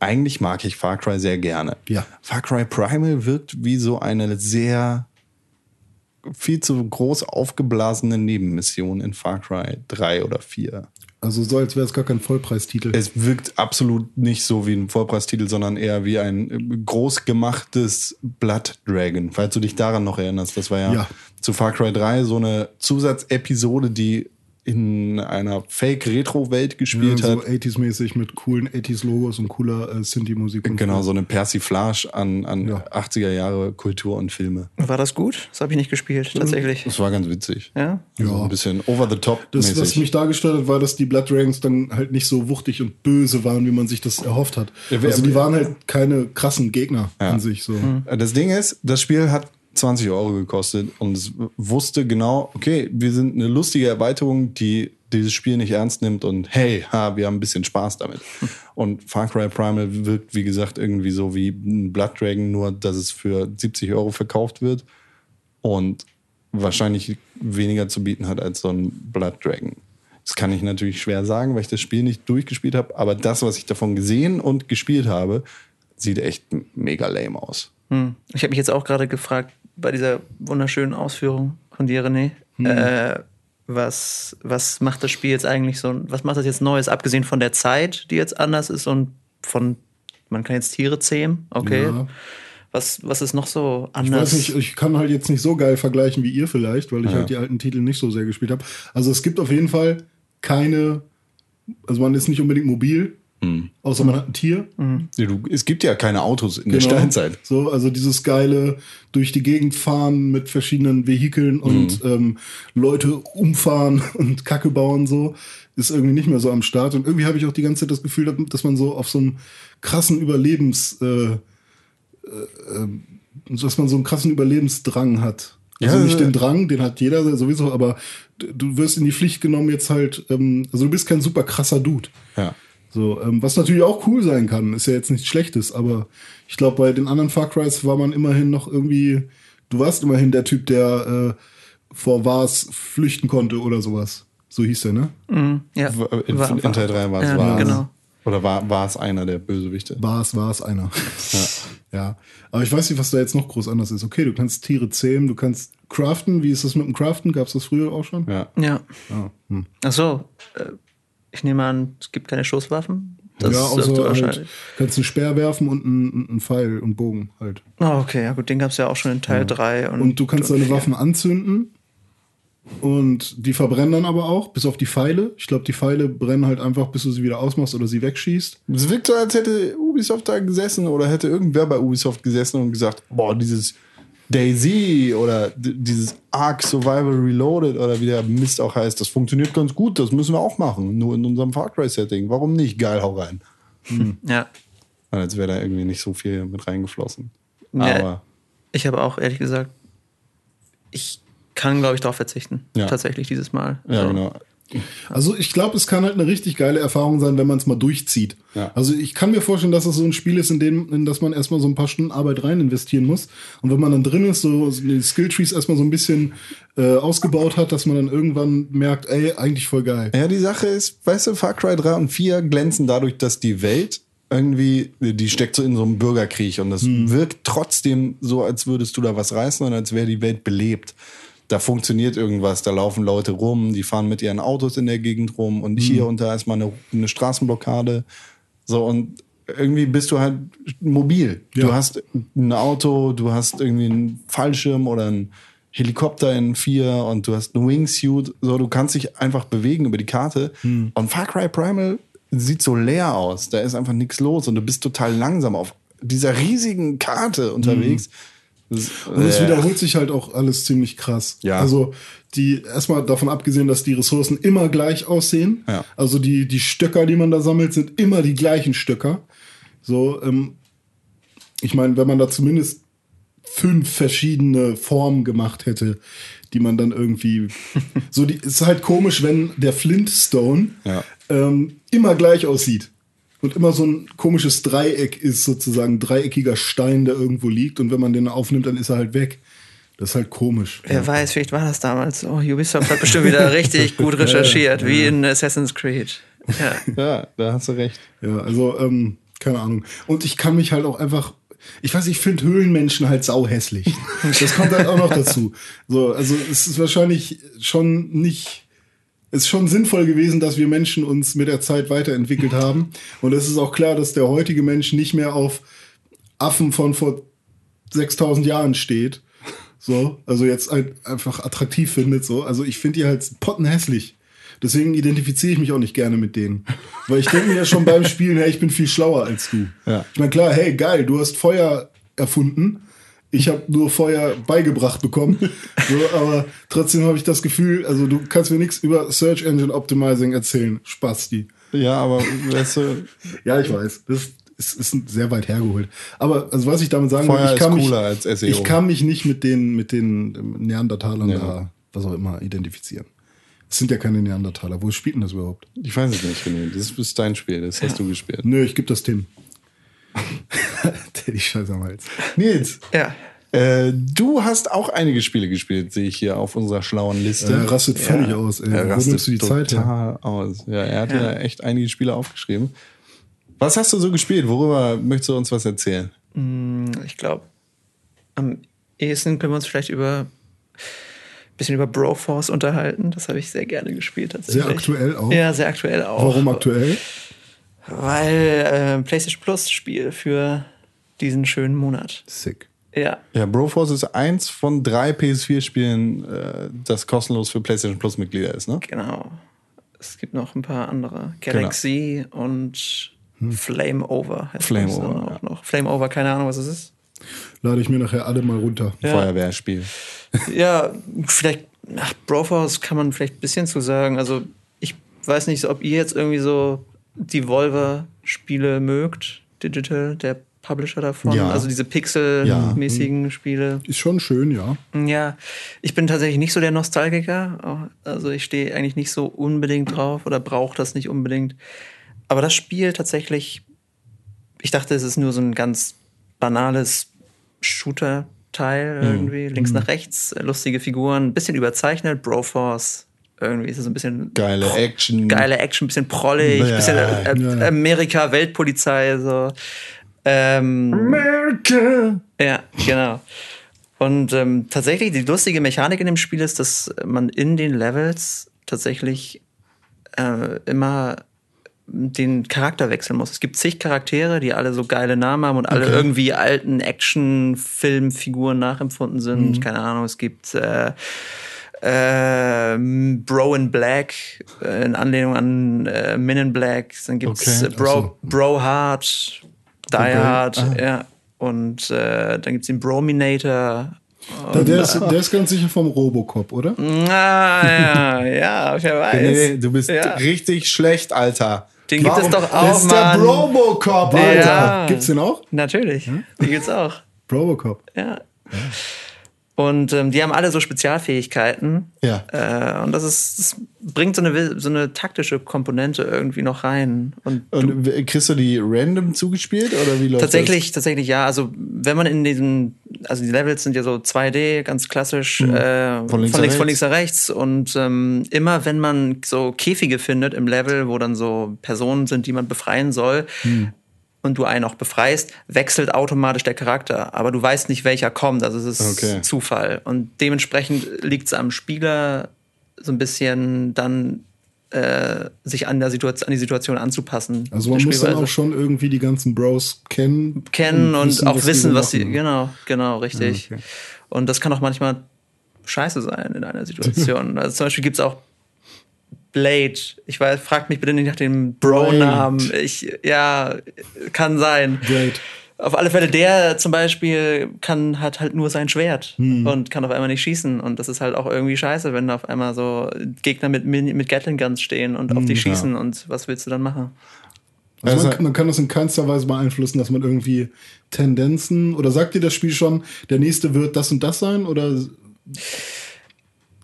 [SPEAKER 2] eigentlich mag ich Far Cry sehr gerne.
[SPEAKER 3] Ja.
[SPEAKER 2] Far Cry Primal wirkt wie so eine sehr viel zu groß aufgeblasene Nebenmission in Far Cry 3 oder 4.
[SPEAKER 3] Also so, als wäre es gar kein Vollpreistitel.
[SPEAKER 2] Es wirkt absolut nicht so wie ein Vollpreistitel, sondern eher wie ein äh, großgemachtes Blood Dragon, falls du dich daran noch erinnerst. Das war ja,
[SPEAKER 3] Ja.
[SPEAKER 2] zu Far Cry 3 so eine Zusatzepisode, die in einer Fake-Retro-Welt
[SPEAKER 3] Ja,
[SPEAKER 2] gespielt
[SPEAKER 3] so
[SPEAKER 2] hat.
[SPEAKER 3] 80s-mäßig Also, mit coolen 80s-Logos und cooler äh, Synthie-Musik. und
[SPEAKER 2] Genau, so eine Persiflage an, an
[SPEAKER 3] Ja.
[SPEAKER 2] 80er Jahre Kultur und Filme.
[SPEAKER 4] War das gut? Das habe ich nicht gespielt, tatsächlich.
[SPEAKER 2] Das war ganz witzig.
[SPEAKER 4] Mhm. Ja?
[SPEAKER 2] Also
[SPEAKER 3] Ja.
[SPEAKER 2] ein bisschen over the top.
[SPEAKER 3] Das, was
[SPEAKER 2] mäßig.
[SPEAKER 3] mich dargestellt hat, war, dass die Blood Dragons dann halt nicht so wuchtig und böse waren, wie man sich das erhofft hat.
[SPEAKER 2] Ja, wir-
[SPEAKER 3] Also die waren halt keine krassen Gegner an sich. So.
[SPEAKER 2] Äh, Das Ding ist, das Spiel hat 20 Euro gekostet und es wusste genau, okay, wir sind eine lustige Erweiterung, die dieses Spiel nicht ernst nimmt und hey, ha, wir haben ein bisschen Spaß damit. Und Far Cry Primal wirkt, wie gesagt, irgendwie so wie ein Blood Dragon, nur dass es für 70 Euro verkauft wird und wahrscheinlich weniger zu bieten hat als so ein Blood Dragon. Das kann ich natürlich schwer sagen, weil ich das Spiel nicht durchgespielt habe, aber das, was ich davon gesehen und gespielt habe, sieht echt mega lame aus.
[SPEAKER 4] Hm. Ich habe mich jetzt auch gerade gefragt, bei dieser wunderschönen Ausführung von dir, René,
[SPEAKER 3] Hm.
[SPEAKER 4] äh, was, was macht das Spiel jetzt eigentlich so, was macht das jetzt Neues, abgesehen von der Zeit, die jetzt anders ist und von, man kann jetzt Tiere zähmen, okay.
[SPEAKER 3] Ja.
[SPEAKER 4] Was, was ist noch so
[SPEAKER 3] Ich weiß
[SPEAKER 4] anders?
[SPEAKER 3] nicht, ich kann halt jetzt nicht so geil vergleichen wie ihr vielleicht, weil ich halt die alten Titel nicht so sehr gespielt habe. Also es gibt auf jeden Fall keine, also man ist nicht unbedingt mobil, außer man hat ein Tier.
[SPEAKER 2] Ja, du, es gibt ja keine Autos in der
[SPEAKER 3] Genau.
[SPEAKER 2] Steinzeit.
[SPEAKER 3] So, also dieses geile durch die Gegend fahren mit verschiedenen Vehikeln
[SPEAKER 2] Mhm.
[SPEAKER 3] und ähm, Leute umfahren und Kacke bauen so ist irgendwie nicht mehr so am Start und irgendwie habe ich auch die ganze Zeit das Gefühl, dass man so auf so einem krassen Überlebens, äh, äh, ähm, dass man so einen krassen Überlebensdrang hat. Also
[SPEAKER 2] Ja,
[SPEAKER 3] nicht
[SPEAKER 2] ja.
[SPEAKER 3] den Drang, den hat jeder sowieso, aber d- du wirst in die Pflicht genommen jetzt halt, ähm, also du bist kein super krasser Dude.
[SPEAKER 2] Ja.
[SPEAKER 3] So, ähm, was natürlich auch cool sein kann, ist ja jetzt nichts Schlechtes, aber ich glaube, bei den anderen Far Crys war man immerhin noch irgendwie, du warst immerhin der Typ, der äh, vor Wars flüchten konnte oder sowas. So hieß der, ne?
[SPEAKER 4] Mhm, ja.
[SPEAKER 2] In, in
[SPEAKER 4] War- war-
[SPEAKER 2] Teil 3 war es.
[SPEAKER 4] Ja,
[SPEAKER 2] war es-
[SPEAKER 4] genau.
[SPEAKER 2] Oder war, war es einer der Bösewichte?
[SPEAKER 3] Wars, Wars einer. Ja. Aber ich weiß nicht, was da jetzt noch groß anders ist. Okay, du kannst Tiere zähmen, du kannst craften. Wie ist das mit dem Craften? Gab es das früher auch schon?
[SPEAKER 2] Ja.
[SPEAKER 4] Ja.
[SPEAKER 3] Ah, hm.
[SPEAKER 4] Ach so, äh, ich nehme an, es gibt keine Schusswaffen. Das
[SPEAKER 3] ja,
[SPEAKER 4] dürfte
[SPEAKER 3] außer halt,
[SPEAKER 4] wahrscheinlich-
[SPEAKER 3] kannst einen Speer werfen und einen, und einen Pfeil und Bogen halt.
[SPEAKER 4] Ah, okay, ja gut, den gab es ja auch schon in Teil 3. Und,
[SPEAKER 3] Und du kannst
[SPEAKER 4] und
[SPEAKER 3] deine
[SPEAKER 4] vier.
[SPEAKER 3] Waffen anzünden. Und die verbrennen dann aber auch, bis auf die Pfeile. Ich glaube, die Pfeile brennen halt einfach, bis du sie wieder ausmachst oder sie wegschießt.
[SPEAKER 2] Es wirkt so, als hätte Ubisoft da gesessen oder hätte irgendwer bei Ubisoft gesessen und gesagt, boah, dieses Daisy oder d- dieses Ark Survival Reloaded oder wie der Mist auch heißt, das funktioniert ganz gut, das müssen wir auch machen. Nur in unserem Far Cry Setting. Warum nicht? Geil, hau rein.
[SPEAKER 4] Ja.
[SPEAKER 2] Als wäre da irgendwie nicht so viel mit reingeflossen.
[SPEAKER 4] Nee.
[SPEAKER 2] Aber
[SPEAKER 4] Ich habe auch ehrlich gesagt, ich kann, glaube ich, darauf verzichten.
[SPEAKER 2] Ja.
[SPEAKER 4] Tatsächlich dieses Mal.
[SPEAKER 2] ja,
[SPEAKER 4] So.
[SPEAKER 2] genau.
[SPEAKER 3] Also ich glaube, es kann halt eine richtig geile Erfahrung sein, wenn man es mal durchzieht.
[SPEAKER 2] Ja.
[SPEAKER 3] Also ich kann mir vorstellen, dass es so ein Spiel ist, in dem in das man erstmal so ein paar Stunden Arbeit rein investieren muss. Und wenn man dann drin ist, so so die Skilltrees erstmal so ein bisschen äh, ausgebaut hat, dass man dann irgendwann merkt, ey, eigentlich voll geil.
[SPEAKER 2] Ja, die Sache ist, weißt du, Far Cry 3 und 4 glänzen dadurch, dass die Welt irgendwie, die steckt so in so einem Bürgerkrieg und das wirkt trotzdem so, als würdest du da was reißen und als wäre die Welt belebt. Da funktioniert irgendwas, da laufen Leute rum, die fahren mit ihren Autos in der Gegend rum und hier und da ist mal eine, eine Straßenblockade. So und irgendwie bist du halt mobil. Du
[SPEAKER 3] Ja.
[SPEAKER 2] hast ein Auto, du hast irgendwie einen Fallschirm oder einen Helikopter in vier und du hast einen Wingsuit. So, du kannst dich einfach bewegen über die Karte. Und Far Cry Primal sieht so leer aus. Da ist einfach nichts los und du bist total langsam auf dieser riesigen Karte unterwegs. Das-
[SPEAKER 3] Und es
[SPEAKER 2] äh,
[SPEAKER 3] wiederholt sich halt auch alles ziemlich krass.
[SPEAKER 2] Ja.
[SPEAKER 3] Also die erstmal davon abgesehen, dass die Ressourcen immer gleich aussehen.
[SPEAKER 2] Ja.
[SPEAKER 3] Also die die Stöcker, die man da sammelt, sind immer die gleichen Stöcker. So, ähm, ich meine, wenn man da zumindest fünf verschiedene Formen gemacht hätte, die man dann irgendwie so die ist halt komisch, wenn der Flintstone
[SPEAKER 2] Ja.
[SPEAKER 3] ähm, immer gleich aussieht. Und immer so ein komisches Dreieck ist, sozusagen ein dreieckiger Stein, der irgendwo liegt. Und wenn man den aufnimmt, dann ist er halt weg. Das ist halt komisch.
[SPEAKER 4] Wer weiß, vielleicht war das damals. Oh, Ubisoft hat bestimmt wieder richtig gut recherchiert, wie in Assassin's Creed. Ja.
[SPEAKER 2] Ja, da hast du recht.
[SPEAKER 3] Ja, also, ähm, keine Ahnung. Und ich kann mich halt auch einfach. Ich weiß, ich finde Höhlenmenschen halt sauhässlich. Das kommt halt auch noch dazu. So, also es ist wahrscheinlich schon nicht ist schon sinnvoll gewesen, dass wir Menschen uns mit der Zeit weiterentwickelt haben. Und es ist auch klar, dass der heutige Mensch nicht mehr auf Affen von vor 6000 Jahren steht. So, also jetzt ein, einfach attraktiv findet. So, also ich finde die halt pottenhässlich. Deswegen identifiziere ich mich auch nicht gerne mit denen. Weil ich denke mir ja schon beim Spielen, hey, ich bin viel schlauer als du.
[SPEAKER 2] Ja.
[SPEAKER 3] Ich meine, klar, hey, geil, du hast Feuer erfunden. Ich habe nur Feuer beigebracht bekommen. So, aber trotzdem habe ich das Gefühl, also du kannst mir nichts über Search Engine Optimizing erzählen. Spasti.
[SPEAKER 2] Ja, aber weißt du,
[SPEAKER 3] Ja, ich weiß. Das ist, ist sehr weit hergeholt. Aber also was ich damit sagen
[SPEAKER 2] Feuer
[SPEAKER 3] will, ich kann,
[SPEAKER 2] ist
[SPEAKER 3] mich,
[SPEAKER 2] cooler als
[SPEAKER 4] E
[SPEAKER 2] SEO.
[SPEAKER 3] ich kann mich nicht mit den, mit den ähm, Neandertalern
[SPEAKER 2] Ja.
[SPEAKER 3] da, was auch immer, identifizieren. Es sind ja keine Neandertaler. Wo spielt denn das überhaupt?
[SPEAKER 2] ich weiß es nicht, René. Das ist dein Spiel, das hast du gespielt.
[SPEAKER 3] Nö, ich gebe das Tim. Der die Scheiße am Hals. Nils.
[SPEAKER 4] Ja.
[SPEAKER 2] Äh, du hast auch einige Spiele gespielt, sehe ich hier auf unserer schlauen Liste.
[SPEAKER 3] Der rastet völlig aus, ey.
[SPEAKER 2] Er
[SPEAKER 3] Wo nimmst du die
[SPEAKER 2] total
[SPEAKER 3] Zeit her?
[SPEAKER 2] aus. Ja, er hat ja. echt einige Spiele aufgeschrieben. Was hast du so gespielt? Worüber möchtest du uns was erzählen?
[SPEAKER 4] Ich glaube, am ehesten können wir uns vielleicht über ein bisschen über Broforce unterhalten. Das habe ich sehr gerne gespielt. tatsächlich.
[SPEAKER 3] Sehr aktuell auch?
[SPEAKER 4] Ja, sehr aktuell auch.
[SPEAKER 3] Warum aktuell?
[SPEAKER 4] Weil äh, PlayStation Plus Spiel für diesen schönen Monat.
[SPEAKER 3] Sick.
[SPEAKER 4] Ja.
[SPEAKER 2] Ja, Broforce ist eins von drei PS4-Spielen, äh, das kostenlos für PlayStation Plus-Mitglieder ist, ne?
[SPEAKER 4] Genau. Es gibt noch ein paar andere.
[SPEAKER 2] Genau.
[SPEAKER 4] Galaxy und Flame Over. heißt
[SPEAKER 2] Hm. Flame
[SPEAKER 4] das dann
[SPEAKER 2] Over,
[SPEAKER 4] auch noch. Flame Over, keine Ahnung, was es ist.
[SPEAKER 3] Lade ich mir nachher alle mal runter.
[SPEAKER 4] Ja.
[SPEAKER 2] Feuerwehrspiel.
[SPEAKER 4] Ja, vielleicht, ach, Broforce kann man vielleicht ein bisschen zu sagen. Also, ich weiß nicht, ob ihr jetzt irgendwie so Devolver-Spiele mögt. Digital, der Publisher davon.
[SPEAKER 2] Ja. Hm.
[SPEAKER 4] Also diese Pixel-mäßigen Spiele.
[SPEAKER 3] Ist schon schön, ja.
[SPEAKER 4] Ja, ich bin tatsächlich nicht so der Nostalgiker. Also ich stehe eigentlich nicht so unbedingt drauf oder brauche das nicht unbedingt. Aber das Spiel tatsächlich, ich dachte, es ist nur so ein ganz banales Shooter-Teil
[SPEAKER 2] Hm,
[SPEAKER 4] irgendwie, links nach rechts, lustige Figuren, ein bisschen überzeichnet, Broforce. Irgendwie ist es ein bisschen
[SPEAKER 2] Geile Action.
[SPEAKER 4] geile Action, bisschen prollig,
[SPEAKER 2] Ja,
[SPEAKER 4] bisschen äh,
[SPEAKER 3] ja, ja.
[SPEAKER 4] Amerika, Weltpolizei, so. Ähm,
[SPEAKER 2] America.
[SPEAKER 4] ja, genau. Und ähm, tatsächlich, die lustige Mechanik in dem Spiel ist, dass man in den Levels tatsächlich äh, immer den Charakter wechseln muss. Es gibt zig Charaktere, die alle so geile Namen haben und alle
[SPEAKER 3] Okay.
[SPEAKER 4] irgendwie alten Action-Filmfiguren nachempfunden
[SPEAKER 3] Mhm.
[SPEAKER 4] sind. Keine Ahnung, es gibt äh, äh, Bro in Black äh, in Anlehnung an äh, Men in Black. Dann gibt's
[SPEAKER 2] Okay,
[SPEAKER 4] äh, Bro,
[SPEAKER 3] ach so.
[SPEAKER 4] Bro Hard, Die Hard, ja. Und äh, dann gibt's den Brominator.
[SPEAKER 3] Der, der, ist, der ist ganz sicher vom Robocop,
[SPEAKER 4] Mhm.
[SPEAKER 3] oder?
[SPEAKER 4] Ah, ja, ja, wer weiß.
[SPEAKER 2] Nee, nee, du bist
[SPEAKER 4] ja.
[SPEAKER 2] richtig schlecht, Alter.
[SPEAKER 4] Den gibt es doch
[SPEAKER 3] Das
[SPEAKER 4] auch,
[SPEAKER 3] ist
[SPEAKER 4] Mann.
[SPEAKER 3] der Robocop, Alter.
[SPEAKER 4] Ja.
[SPEAKER 3] Gibt's den auch?
[SPEAKER 4] Natürlich,
[SPEAKER 2] Hm?
[SPEAKER 4] die gibt's auch.
[SPEAKER 3] Robocop.
[SPEAKER 4] Ja. Und ähm, die haben alle so Spezialfähigkeiten.
[SPEAKER 2] Ja.
[SPEAKER 4] Äh, und das ist, das bringt so eine, wi- so eine taktische Komponente irgendwie noch rein. Und
[SPEAKER 2] Und w- kriegst du die random zugespielt oder wie läuft
[SPEAKER 4] tatsächlich, tatsächlich ja. Also wenn man in diesem, also die Levels sind ja so 2D, ganz klassisch, äh,
[SPEAKER 2] Hm. Von
[SPEAKER 4] von,
[SPEAKER 2] links
[SPEAKER 4] links
[SPEAKER 2] nach
[SPEAKER 4] von, links,
[SPEAKER 2] rechts.
[SPEAKER 4] von links nach rechts. Und ähm, immer wenn man so Käfige findet im Level, wo dann so Personen sind, die man befreien soll,
[SPEAKER 2] Hm.
[SPEAKER 4] und du einen auch befreist, wechselt automatisch der Charakter. Aber du weißt nicht, welcher kommt. Also es ist
[SPEAKER 2] Okay.
[SPEAKER 4] Zufall. Und dementsprechend liegt es am Spieler so ein bisschen dann äh, sich an, der Situation, an die Situation anzupassen.
[SPEAKER 3] Also man
[SPEAKER 4] Der
[SPEAKER 3] muss dann
[SPEAKER 4] Spielweise
[SPEAKER 3] auch schon irgendwie die ganzen Bros kennen.
[SPEAKER 4] kennen und, auch wissen, was sie.
[SPEAKER 3] machen.
[SPEAKER 4] Genau, genau, richtig. Und das kann auch manchmal scheiße sein in einer Situation. also zum Beispiel gibt es auch Blade. Ich weiß, fragt mich bitte nicht nach dem Bro-Namen. Ich, ja, kann sein.
[SPEAKER 3] Blade.
[SPEAKER 4] Auf alle Fälle, der zum Beispiel kann, hat halt nur sein Schwert und kann auf einmal nicht schießen. Und das ist halt auch irgendwie scheiße, wenn da auf einmal so Gegner mit, Min- mit Gatling Guns stehen und auf dich schießen. Und was willst du dann machen?
[SPEAKER 3] Also
[SPEAKER 2] Also-
[SPEAKER 3] man, kann- man kann das in keinster Weise beeinflussen, dass man irgendwie Tendenzen oder sagt dir das Spiel schon, der nächste wird das und das sein oder
[SPEAKER 4] Ich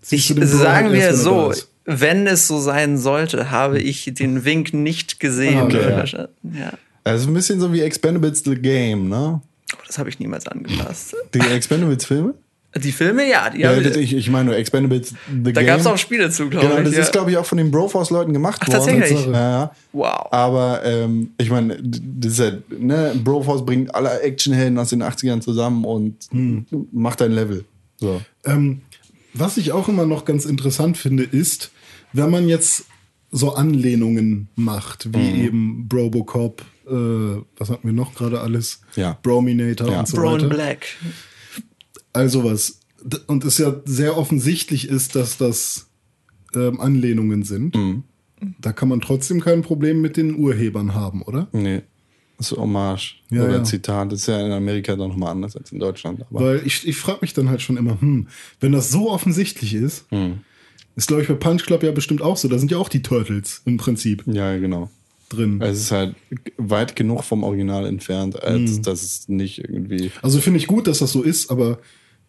[SPEAKER 3] Siehst du den Bro
[SPEAKER 4] sagen
[SPEAKER 3] halt
[SPEAKER 4] wir
[SPEAKER 3] erst, wenn er da
[SPEAKER 4] so,
[SPEAKER 3] ist?
[SPEAKER 4] wenn es so sein sollte, habe ich den Wink nicht gesehen.
[SPEAKER 3] Ah, okay,
[SPEAKER 4] ja.
[SPEAKER 2] das? Das ist ein bisschen so wie Expendables The Game, ne?
[SPEAKER 4] Oh, das habe ich niemals angepasst.
[SPEAKER 2] Die Expendables-Filme?
[SPEAKER 4] Die Filme, ja, die
[SPEAKER 2] Ja,
[SPEAKER 4] haben,
[SPEAKER 2] das- ich, ich meine nur Expendables The
[SPEAKER 4] da
[SPEAKER 2] Game.
[SPEAKER 4] gab es auch Spiele zu, glaube
[SPEAKER 2] Genau,
[SPEAKER 4] ich.
[SPEAKER 2] das
[SPEAKER 4] ja.
[SPEAKER 2] ist, glaube ich, auch von den Broforce-Leuten gemacht worden.
[SPEAKER 4] tatsächlich?
[SPEAKER 2] Ja, ja.
[SPEAKER 4] Wow.
[SPEAKER 2] Aber ähm, ich meine, d- das ist halt, ne, Broforce bringt alle Actionhelden aus den 80ern zusammen und
[SPEAKER 4] Hm.
[SPEAKER 2] macht ein Level. So.
[SPEAKER 3] Ähm, was ich auch immer noch ganz interessant finde, ist, wenn man jetzt so Anlehnungen macht, wie eben Brobocop, äh, was hatten wir noch gerade alles?
[SPEAKER 2] Ja.
[SPEAKER 3] Brominator
[SPEAKER 2] Ja.
[SPEAKER 3] und so
[SPEAKER 4] Brown
[SPEAKER 3] weiter.
[SPEAKER 4] Black.
[SPEAKER 3] All sowas. Also D- Und es ja sehr offensichtlich ist, dass das ähm, Anlehnungen sind.
[SPEAKER 4] Mhm.
[SPEAKER 3] Da kann man trotzdem kein Problem mit den Urhebern haben, oder?
[SPEAKER 2] Nee. Das ist Hommage
[SPEAKER 3] Ja,
[SPEAKER 2] oder
[SPEAKER 3] ja.
[SPEAKER 2] Zitat. Das ist ja in Amerika dann nochmal anders als in Deutschland. Aber
[SPEAKER 3] Weil ich, ich frage mich dann halt schon immer, hm, wenn das so offensichtlich ist,
[SPEAKER 4] Mhm.
[SPEAKER 3] ist, glaube ich, bei Punch Club ja bestimmt auch so. Da sind ja auch die Turtles im Prinzip
[SPEAKER 2] ja, genau.
[SPEAKER 3] drin.
[SPEAKER 4] Also
[SPEAKER 2] Es ist halt weit genug vom Original entfernt, als
[SPEAKER 3] Mhm.
[SPEAKER 2] dass es nicht irgendwie.
[SPEAKER 3] Also finde ich gut, dass das so ist, aber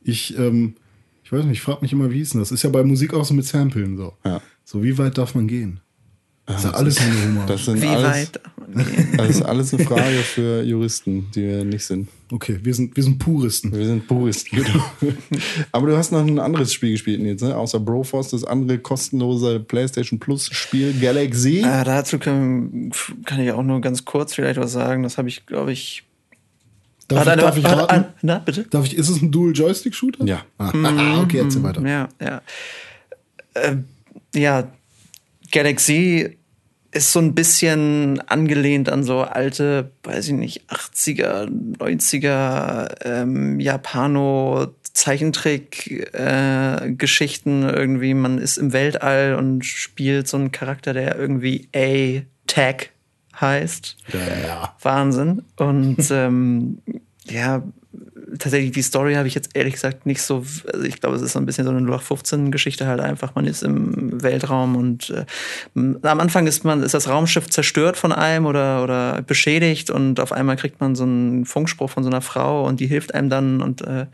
[SPEAKER 3] ich, ähm, ich weiß nicht, ich frage mich immer, wie ist denn das? Ist ja bei Musik auch so mit Samplen so.
[SPEAKER 2] Ja.
[SPEAKER 3] So, wie weit darf man gehen? Ist ja alles eine Hommage.
[SPEAKER 2] ähm, Das sind
[SPEAKER 4] Wie
[SPEAKER 2] alles,
[SPEAKER 4] weit darf man gehen?
[SPEAKER 2] das ist alles eine Frage für Juristen, die wir nicht sind.
[SPEAKER 3] Okay, wir sind, wir sind Puristen.
[SPEAKER 2] Wir sind Puristen. Genau. Aber du hast noch ein anderes Spiel gespielt, Nils, ne? Außer Broforce, das andere kostenlose PlayStation Plus Spiel Galaxy.
[SPEAKER 3] Äh.
[SPEAKER 4] Ja, dazu kann, kann ich auch nur ganz kurz vielleicht was sagen. Das habe ich, glaube ich.
[SPEAKER 3] Darf,
[SPEAKER 4] Hat
[SPEAKER 3] ich,
[SPEAKER 4] einer-
[SPEAKER 3] darf ich
[SPEAKER 4] hat-
[SPEAKER 3] raten?
[SPEAKER 4] hat- Na, bitte?
[SPEAKER 3] Darf ich, ist es ein Dual-Joystick-Shooter?
[SPEAKER 2] Ja.
[SPEAKER 3] Ah, ah, okay, erzähl weiter.
[SPEAKER 4] Ja, ja. Ähm, ja, Galaxy ist so ein bisschen angelehnt an so alte, weiß ich nicht, 80er, 90er ähm, Japano-Zeichentrick-Geschichten äh, irgendwie. Man ist im Weltall und spielt so einen Charakter, der irgendwie A-Tag heißt. Wahnsinn. Und ähm, ja, tatsächlich die Story habe ich jetzt ehrlich gesagt nicht so. Also ich glaube, es ist so ein bisschen so eine 0815-Geschichte halt einfach. Man ist im Weltraum und äh, m- am Anfang ist man ist das Raumschiff zerstört von einem oder oder beschädigt und auf einmal kriegt man so einen Funkspruch von so einer Frau und die hilft einem dann und äh,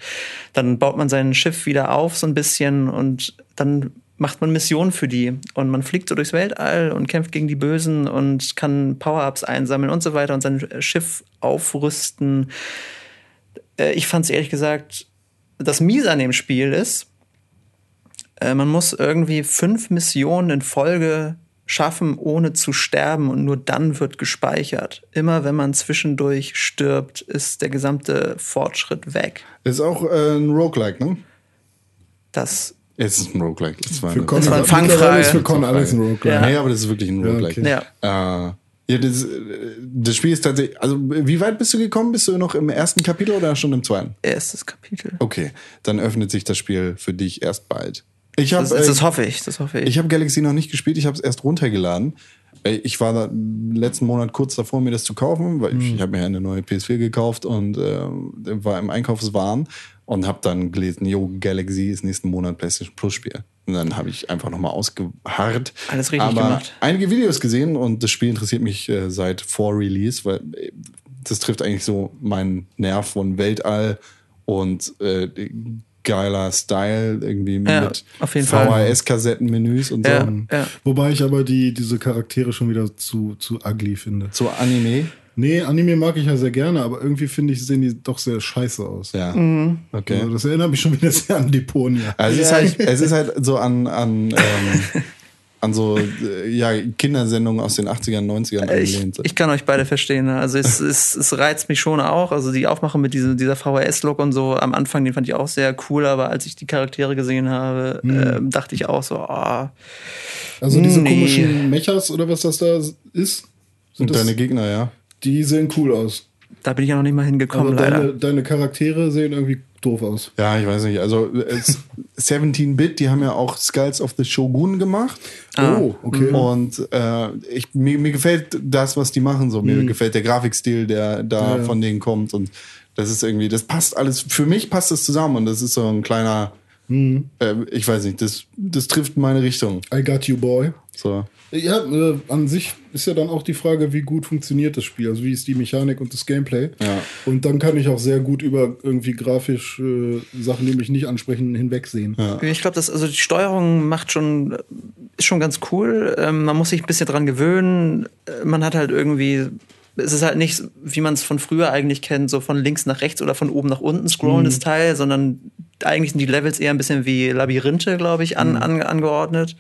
[SPEAKER 4] dann baut man sein Schiff wieder auf so ein bisschen und dann macht man Missionen für die und man fliegt so durchs Weltall und kämpft gegen die Bösen und kann Power-ups einsammeln und so weiter und sein Schiff aufrüsten. Äh, Ich fand es ehrlich gesagt, das Miese an dem Spiel ist, äh, man muss irgendwie fünf Missionen in Folge schaffen, ohne zu sterben und nur dann wird gespeichert. Immer wenn man zwischendurch stirbt, ist der gesamte Fortschritt weg.
[SPEAKER 2] Ist auch äh, ein Roguelike, ne?
[SPEAKER 4] Das
[SPEAKER 2] Es ist ein Roguelike. Es war
[SPEAKER 3] Für
[SPEAKER 2] eine-
[SPEAKER 3] Con
[SPEAKER 4] Das war eine
[SPEAKER 3] mittlerweile
[SPEAKER 4] Fangfrage.
[SPEAKER 3] ist für Con alles ein Roguelike.
[SPEAKER 4] Ja.
[SPEAKER 2] Nee, aber das ist wirklich ein Roguelike.
[SPEAKER 4] Ja, okay.
[SPEAKER 2] Ja. Äh, ja, das, äh, das Spiel ist tatsächlich. Also, wie weit bist du gekommen? Bist du noch im ersten Kapitel oder schon im zweiten?
[SPEAKER 4] erstes Kapitel.
[SPEAKER 2] Okay, dann öffnet sich das Spiel für dich erst bald. Ich äh, habe
[SPEAKER 4] Das, das hoffe ich, das hoffe ich.
[SPEAKER 2] ich habe Galaxy noch nicht gespielt, ich habe es erst runtergeladen. Äh, Ich war da letzten Monat kurz davor, mir das zu kaufen, weil
[SPEAKER 4] Mhm.
[SPEAKER 2] ich, ich habe mir ja eine neue PS4 gekauft und äh, war im Einkaufswahn und habe dann gelesen, jo, Galaxy ist nächsten Monat PlayStation Plus Spiel. Und dann habe ich einfach nochmal ausgeharrt.
[SPEAKER 4] Alles richtig
[SPEAKER 2] Aber
[SPEAKER 4] gemacht.
[SPEAKER 2] einige Videos gesehen und das Spiel interessiert mich äh, seit vor Release, weil äh, das trifft eigentlich so meinen Nerv von Weltall und äh, geiler Style irgendwie
[SPEAKER 4] Ja,
[SPEAKER 2] mit
[SPEAKER 4] auf jeden Fall.
[SPEAKER 2] VHS-Kassettenmenüs und
[SPEAKER 4] ja,
[SPEAKER 2] so.
[SPEAKER 4] ja.
[SPEAKER 3] Hm. Wobei ich aber die, diese Charaktere schon wieder zu, zu ugly finde.
[SPEAKER 2] So Anime.
[SPEAKER 3] Nee, Anime mag ich ja sehr gerne, aber irgendwie finde ich, sehen die doch sehr scheiße aus.
[SPEAKER 2] Ja.
[SPEAKER 3] Also
[SPEAKER 2] Okay.
[SPEAKER 3] das erinnert mich schon wieder sehr an Deponia.
[SPEAKER 2] Also es, ist halt, es ist halt so an, an, ähm, an so äh, ja, Kindersendungen aus den 80ern, 90ern
[SPEAKER 4] Äh, Ich,
[SPEAKER 2] angelehnt.
[SPEAKER 4] ich kann euch beide verstehen. ne? Also es, es, es reizt mich schon auch. Also die Aufmachung mit diesem, dieser VHS-Look und so am Anfang, den fand ich auch sehr cool, aber als ich die Charaktere gesehen habe, ähm, dachte ich auch so, ah,
[SPEAKER 3] Also diese
[SPEAKER 4] Nee.
[SPEAKER 3] komischen Mechas oder was das da ist, sind
[SPEAKER 2] und
[SPEAKER 3] das,
[SPEAKER 2] deine Gegner, ja.
[SPEAKER 3] die sehen cool aus.
[SPEAKER 4] da bin ich ja noch nicht mal
[SPEAKER 3] Aber
[SPEAKER 4] hingekommen, leider.
[SPEAKER 3] deine, deine Charaktere sehen irgendwie doof aus.
[SPEAKER 2] Ja, ich weiß nicht. Also äh, es- 17-Bit, die haben ja auch Skulls of the Shogun gemacht.
[SPEAKER 3] Oh, okay.
[SPEAKER 2] Und äh, ich, mir, mir gefällt das, was die machen. So. Mir gefällt der Grafikstil, der da
[SPEAKER 3] Hm. Ja.
[SPEAKER 2] von denen kommt. Und das ist irgendwie, das passt alles, für mich passt das zusammen. Und das ist so ein kleiner,
[SPEAKER 3] Hm.
[SPEAKER 2] äh, ich weiß nicht, das, das trifft meine Richtung.
[SPEAKER 3] I got you, boy.
[SPEAKER 2] So.
[SPEAKER 3] Ja, äh, an sich ist ja dann auch die Frage, wie gut funktioniert das Spiel, also wie ist die Mechanik und das Gameplay.
[SPEAKER 2] Ja.
[SPEAKER 3] Und dann kann ich auch sehr gut über irgendwie grafisch äh, Sachen, die mich nicht ansprechen, hinwegsehen.
[SPEAKER 4] Ich glaube, das also die Steuerung macht schon äh, ist schon ganz cool. Ähm, man muss sich ein bisschen dran gewöhnen. Äh, Man hat halt irgendwie es ist halt nicht, wie man es von früher eigentlich kennt, so von links nach rechts oder von oben nach unten scrollendes Teil, sondern eigentlich sind die Levels eher ein bisschen wie Labyrinthe, glaube ich, an, an, angeordnet.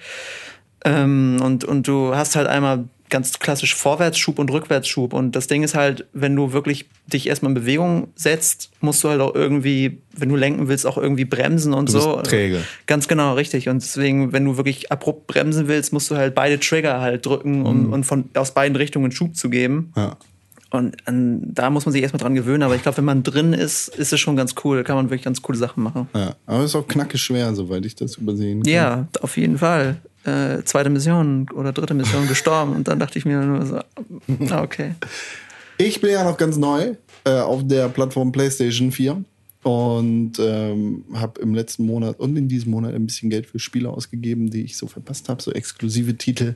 [SPEAKER 4] Ähm, und, und du hast halt einmal ganz klassisch Vorwärtsschub und Rückwärtsschub. Und das Ding ist halt, wenn du wirklich dich erstmal in Bewegung setzt, musst du halt auch irgendwie, wenn du lenken willst, auch irgendwie bremsen und
[SPEAKER 2] Du bist
[SPEAKER 4] so.
[SPEAKER 2] träge.
[SPEAKER 4] Ganz genau, richtig. Und deswegen, wenn du wirklich abrupt bremsen willst, musst du halt beide Trigger halt drücken, um, und von, aus beiden Richtungen Schub zu geben.
[SPEAKER 2] Mhm. Ja.
[SPEAKER 4] Und ähm, da muss man sich erstmal dran gewöhnen. Aber ich glaube, wenn man drin ist, ist es schon ganz cool. Da kann man wirklich ganz coole Sachen machen.
[SPEAKER 2] ja. Aber es ist auch knackig schwer, soweit ich das übersehen kann.
[SPEAKER 4] Ja, auf jeden Fall. Äh, zweite Mission oder dritte Mission gestorben. Und dann dachte ich mir nur so, ah, okay.
[SPEAKER 2] Ich bin ja noch ganz neu äh, auf der Plattform PlayStation 4 und ähm, habe im letzten Monat und in diesem Monat ein bisschen Geld für Spiele ausgegeben, die ich so verpasst habe, so exklusive Titel.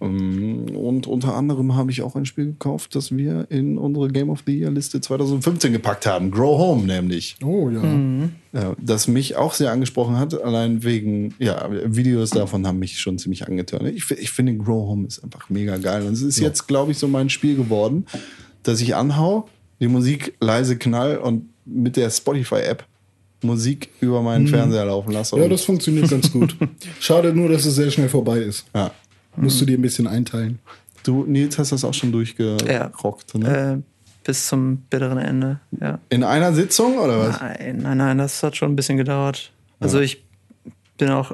[SPEAKER 2] Ähm, Und unter anderem habe ich auch ein Spiel gekauft, das wir in unsere Game of the Year Liste 2015 gepackt haben. Grow Home nämlich.
[SPEAKER 3] Oh ja.
[SPEAKER 2] Ja, das mich auch sehr angesprochen hat, allein wegen, ja, Videos davon haben mich schon ziemlich angetönt. Ich, fi- ich finde, Grow Home ist einfach mega geil. Und es ist jetzt, glaube ich, so mein Spiel geworden, dass ich anhau, die Musik leise knall und mit der Spotify-App Musik über meinen Fernseher laufen lasse.
[SPEAKER 3] Mhm. Ja,
[SPEAKER 2] Und-
[SPEAKER 3] das funktioniert ganz gut. Schade nur, dass es sehr schnell vorbei ist.
[SPEAKER 2] ja.
[SPEAKER 3] Musst du dir ein bisschen einteilen.
[SPEAKER 2] Du, Nils, hast das auch schon durchgerockt, ne?
[SPEAKER 4] Äh, bis zum bitteren Ende. Ja.
[SPEAKER 2] In einer Sitzung oder was?
[SPEAKER 4] Nein, nein, nein, das hat schon ein bisschen gedauert. Also ich bin auch,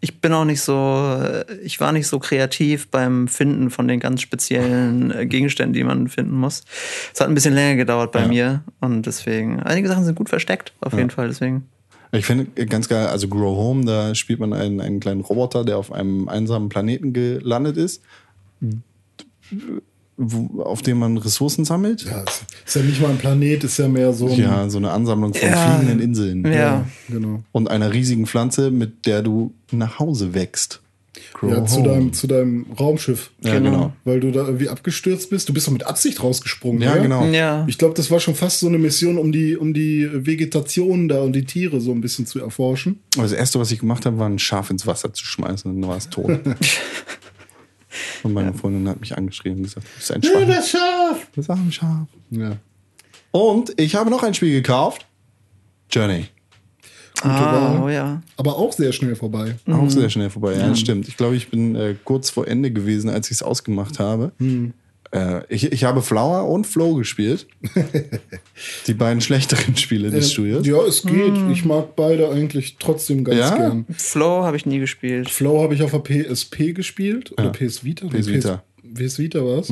[SPEAKER 4] ich bin auch nicht so, äh, ich war nicht so kreativ beim Finden von den ganz speziellen äh, Gegenständen, die man finden muss. Es hat ein bisschen länger gedauert bei
[SPEAKER 2] Ja.
[SPEAKER 4] mir und deswegen, einige Sachen sind gut versteckt, auf jeden Fall, deswegen.
[SPEAKER 2] Ich finde äh, ganz geil, also Grow Home, da spielt man einen, einen kleinen Roboter, der auf einem einsamen Planeten gelandet ist, wo, auf dem man Ressourcen sammelt.
[SPEAKER 3] Ja, es ist ja nicht mal ein Planet, ist ja mehr so ein.
[SPEAKER 2] Ja, so eine Ansammlung von
[SPEAKER 4] Ja.
[SPEAKER 2] fliegenden Inseln
[SPEAKER 4] Ja.
[SPEAKER 3] Genau.
[SPEAKER 2] und einer riesigen Pflanze, mit der du nach Hause wächst. Grow
[SPEAKER 3] Ja, zu
[SPEAKER 2] Home.
[SPEAKER 3] deinem, zu deinem Raumschiff.
[SPEAKER 2] ja, genau.
[SPEAKER 4] genau.
[SPEAKER 3] Weil du da irgendwie abgestürzt bist. Du bist doch mit Absicht rausgesprungen,
[SPEAKER 2] Ja,
[SPEAKER 3] oder?
[SPEAKER 2] genau.
[SPEAKER 4] Ja.
[SPEAKER 3] Ich glaube, das war schon fast so eine Mission, um die, um die Vegetation da und die Tiere so ein bisschen zu erforschen.
[SPEAKER 2] Aber Das erste, was ich gemacht habe, war ein Schaf ins Wasser zu schmeißen und dann war es tot. und meine Freundin hat mich angeschrieben und gesagt, das ist ein Schwein.
[SPEAKER 3] das Schaf!
[SPEAKER 2] Das ist auch ein Schaf.
[SPEAKER 3] Ja.
[SPEAKER 2] Und ich habe noch ein Spiel gekauft. Journey.
[SPEAKER 4] ah, oh ja.
[SPEAKER 3] Aber auch sehr schnell vorbei.
[SPEAKER 2] Auch sehr schnell vorbei. Ja, stimmt. Ich glaube, ich bin äh, kurz vor Ende gewesen, als ich es ausgemacht habe.
[SPEAKER 3] Mhm.
[SPEAKER 2] Äh, ich, ich habe Flower und Flow gespielt. die beiden schlechteren Spiele des Studios.
[SPEAKER 3] Ja, es geht.
[SPEAKER 4] Hm.
[SPEAKER 3] Ich mag beide eigentlich trotzdem ganz
[SPEAKER 2] Ja?
[SPEAKER 3] gern.
[SPEAKER 4] Flow habe ich nie gespielt.
[SPEAKER 3] Flow habe ich auf der PSP gespielt. Oder
[SPEAKER 2] Ja.
[SPEAKER 3] PS Vita? Nee,
[SPEAKER 2] PS Vita. Mhm.
[SPEAKER 3] PS, PS Vita war es.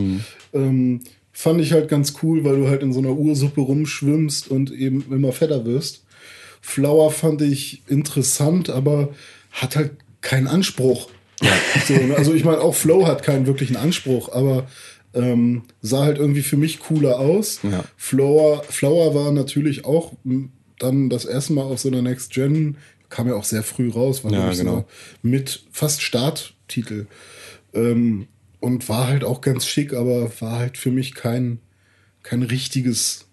[SPEAKER 3] Ähm, fand ich halt ganz cool, weil du halt in so einer Ursuppe rumschwimmst und eben immer fetter wirst. Flower fand ich interessant, aber hat halt keinen Anspruch. So, ne? also ich meine, auch Flow hat keinen wirklichen Anspruch, aber ähm, sah halt irgendwie für mich cooler aus.
[SPEAKER 2] Ja.
[SPEAKER 3] Flower, Flower war natürlich auch m, dann das erste Mal auf so einer Next Gen, kam ja auch sehr früh raus, war
[SPEAKER 2] Ja,
[SPEAKER 3] glaub ich,
[SPEAKER 2] genau.
[SPEAKER 3] so mit fast Starttitel. Ähm, und war halt auch ganz schick, aber war halt für mich kein, kein richtiges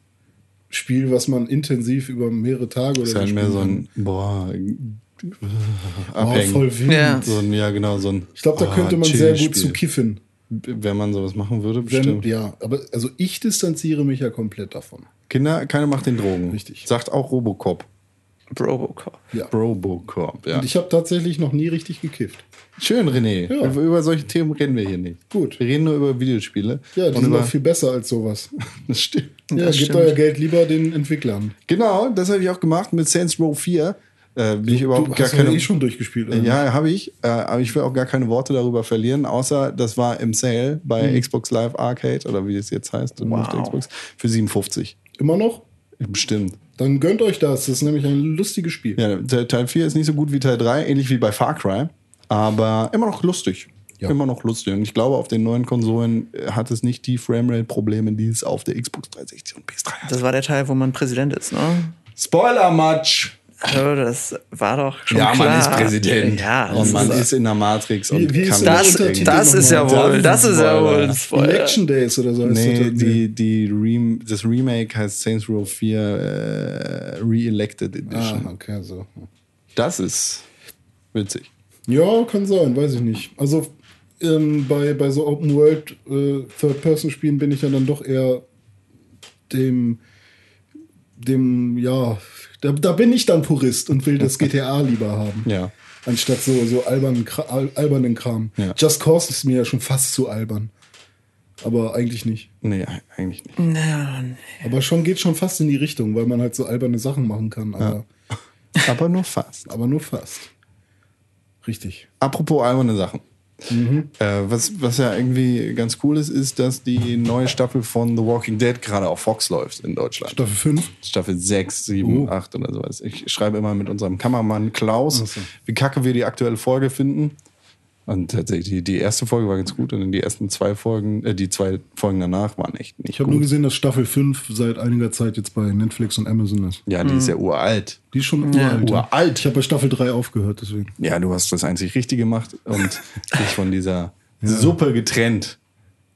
[SPEAKER 3] Spiel, was man intensiv über mehrere Tage oder
[SPEAKER 2] ist halt
[SPEAKER 3] so
[SPEAKER 2] mehr
[SPEAKER 3] spielen
[SPEAKER 2] so
[SPEAKER 3] kann.
[SPEAKER 2] ein, boah, äh,
[SPEAKER 3] oh,
[SPEAKER 2] abhängen.
[SPEAKER 3] voll wild.
[SPEAKER 4] Ja.
[SPEAKER 2] so ein, ja, genau, so ein.
[SPEAKER 3] Ich glaube, da
[SPEAKER 2] oh,
[SPEAKER 3] könnte man sehr gut
[SPEAKER 2] Chill-Spiel.
[SPEAKER 3] zu kiffen.
[SPEAKER 2] Wenn man sowas machen würde,
[SPEAKER 3] Wenn,
[SPEAKER 2] bestimmt.
[SPEAKER 3] ja, aber also ich distanziere mich ja komplett davon.
[SPEAKER 2] Kinder, keine macht den Drogen.
[SPEAKER 3] Richtig.
[SPEAKER 2] Sagt auch Robocop.
[SPEAKER 4] Robocop.
[SPEAKER 3] Ja.
[SPEAKER 2] Robocop, ja.
[SPEAKER 3] Und ich habe tatsächlich noch nie richtig gekifft.
[SPEAKER 2] Schön, René.
[SPEAKER 3] Ja.
[SPEAKER 2] Über, über solche Themen reden wir hier nicht.
[SPEAKER 3] Gut.
[SPEAKER 2] Wir reden nur über Videospiele.
[SPEAKER 3] Ja, die
[SPEAKER 2] Und
[SPEAKER 3] sind
[SPEAKER 2] über
[SPEAKER 3] doch viel besser als sowas.
[SPEAKER 2] Das stimmt.
[SPEAKER 3] Ja,
[SPEAKER 4] Das
[SPEAKER 3] gebt
[SPEAKER 4] stimmt.
[SPEAKER 3] euer Geld lieber den Entwicklern.
[SPEAKER 2] Genau, das habe ich auch gemacht mit Saints Row 4. Äh, bin ich überhaupt
[SPEAKER 3] du
[SPEAKER 2] gar
[SPEAKER 3] hast ja
[SPEAKER 2] keine.
[SPEAKER 3] eh schon durchgespielt. oder?
[SPEAKER 2] ja, habe ich. Äh, aber ich will auch gar keine Worte darüber verlieren, außer das war im Sale bei
[SPEAKER 3] Mhm.
[SPEAKER 2] Xbox Live Arcade oder wie es jetzt heißt, und nicht
[SPEAKER 4] Wow.
[SPEAKER 2] Xbox, für 57.
[SPEAKER 3] Immer noch?
[SPEAKER 2] Bestimmt.
[SPEAKER 3] Dann gönnt euch das. Das ist nämlich ein lustiges Spiel.
[SPEAKER 2] Ja, Te- Teil 4 ist nicht so gut wie Teil 3, ähnlich wie bei Far Cry, aber immer noch lustig.
[SPEAKER 3] Ja.
[SPEAKER 2] Immer noch lustig. Und ich glaube, auf den neuen Konsolen äh, hat es nicht die Framerate-Probleme, die es auf der Xbox 360 und PS3 hat.
[SPEAKER 4] Das war der Teil, wo man Präsident ist, ne?
[SPEAKER 2] Spoiler-Match!
[SPEAKER 4] Also, das war doch schon
[SPEAKER 2] Ja,
[SPEAKER 4] klar.
[SPEAKER 2] man ist Präsident.
[SPEAKER 4] Ja,
[SPEAKER 2] und
[SPEAKER 4] das
[SPEAKER 2] man
[SPEAKER 4] ist-
[SPEAKER 2] ist in der Matrix
[SPEAKER 3] Wie-
[SPEAKER 2] und
[SPEAKER 3] wie ist
[SPEAKER 2] kann
[SPEAKER 3] der
[SPEAKER 4] Das,
[SPEAKER 2] nichts
[SPEAKER 3] Untertitel
[SPEAKER 2] ändern.
[SPEAKER 4] das ist ja
[SPEAKER 2] nochmal.
[SPEAKER 4] wohl, das ist ja wohl ein Spoiler.
[SPEAKER 3] Election Days oder so. heißt
[SPEAKER 2] Nee,
[SPEAKER 3] das.
[SPEAKER 2] die, die Rem das Remake heißt Saints Row 4 äh, Re-Elected Edition.
[SPEAKER 3] Ah, okay, so.
[SPEAKER 2] Das ist witzig.
[SPEAKER 3] Ja, kann sein, weiß ich nicht. Also ähm, bei, bei so Open World äh, Third-Person-Spielen bin ich ja dann doch eher dem, dem, ja, da, da bin ich dann Purist und will das GTA lieber haben.
[SPEAKER 2] Ja.
[SPEAKER 3] Anstatt so, so albernen, Kra- al- albernen Kram.
[SPEAKER 2] Ja.
[SPEAKER 3] Just Cause ist mir ja schon fast zu albern. Aber eigentlich nicht.
[SPEAKER 2] Nee, e- eigentlich nicht.
[SPEAKER 4] Naja,
[SPEAKER 3] Aber schon geht schon fast in die Richtung, weil man halt so alberne Sachen machen kann. Aber,
[SPEAKER 2] Aber nur fast.
[SPEAKER 3] aber nur fast. Richtig.
[SPEAKER 2] Apropos alberne Sachen.
[SPEAKER 3] Mhm.
[SPEAKER 2] Äh, was, was ja irgendwie ganz cool ist, ist, dass die neue Staffel von The Walking Dead gerade auf Fox läuft in Deutschland.
[SPEAKER 3] Staffel Uh. 5.
[SPEAKER 2] Staffel 6, 7, 8 oder sowas. Ich schreibe immer mit unserem Kameramann Klaus, wie kacke wir die aktuelle Folge finden. Und tatsächlich, die, die erste Folge war ganz gut und die ersten zwei Folgen, äh, die zwei Folgen danach waren echt nicht
[SPEAKER 3] Ich habe nur
[SPEAKER 2] gut.
[SPEAKER 3] gesehen, dass Staffel 5 seit einiger Zeit jetzt bei Netflix und Amazon ist.
[SPEAKER 2] ja, die ist ja uralt.
[SPEAKER 3] Die ist schon uralt. Ja.
[SPEAKER 2] Uralt.
[SPEAKER 3] Ich habe bei Staffel 3 aufgehört, deswegen.
[SPEAKER 2] Ja, du hast das einzig richtig gemacht und dich von dieser Suppe getrennt.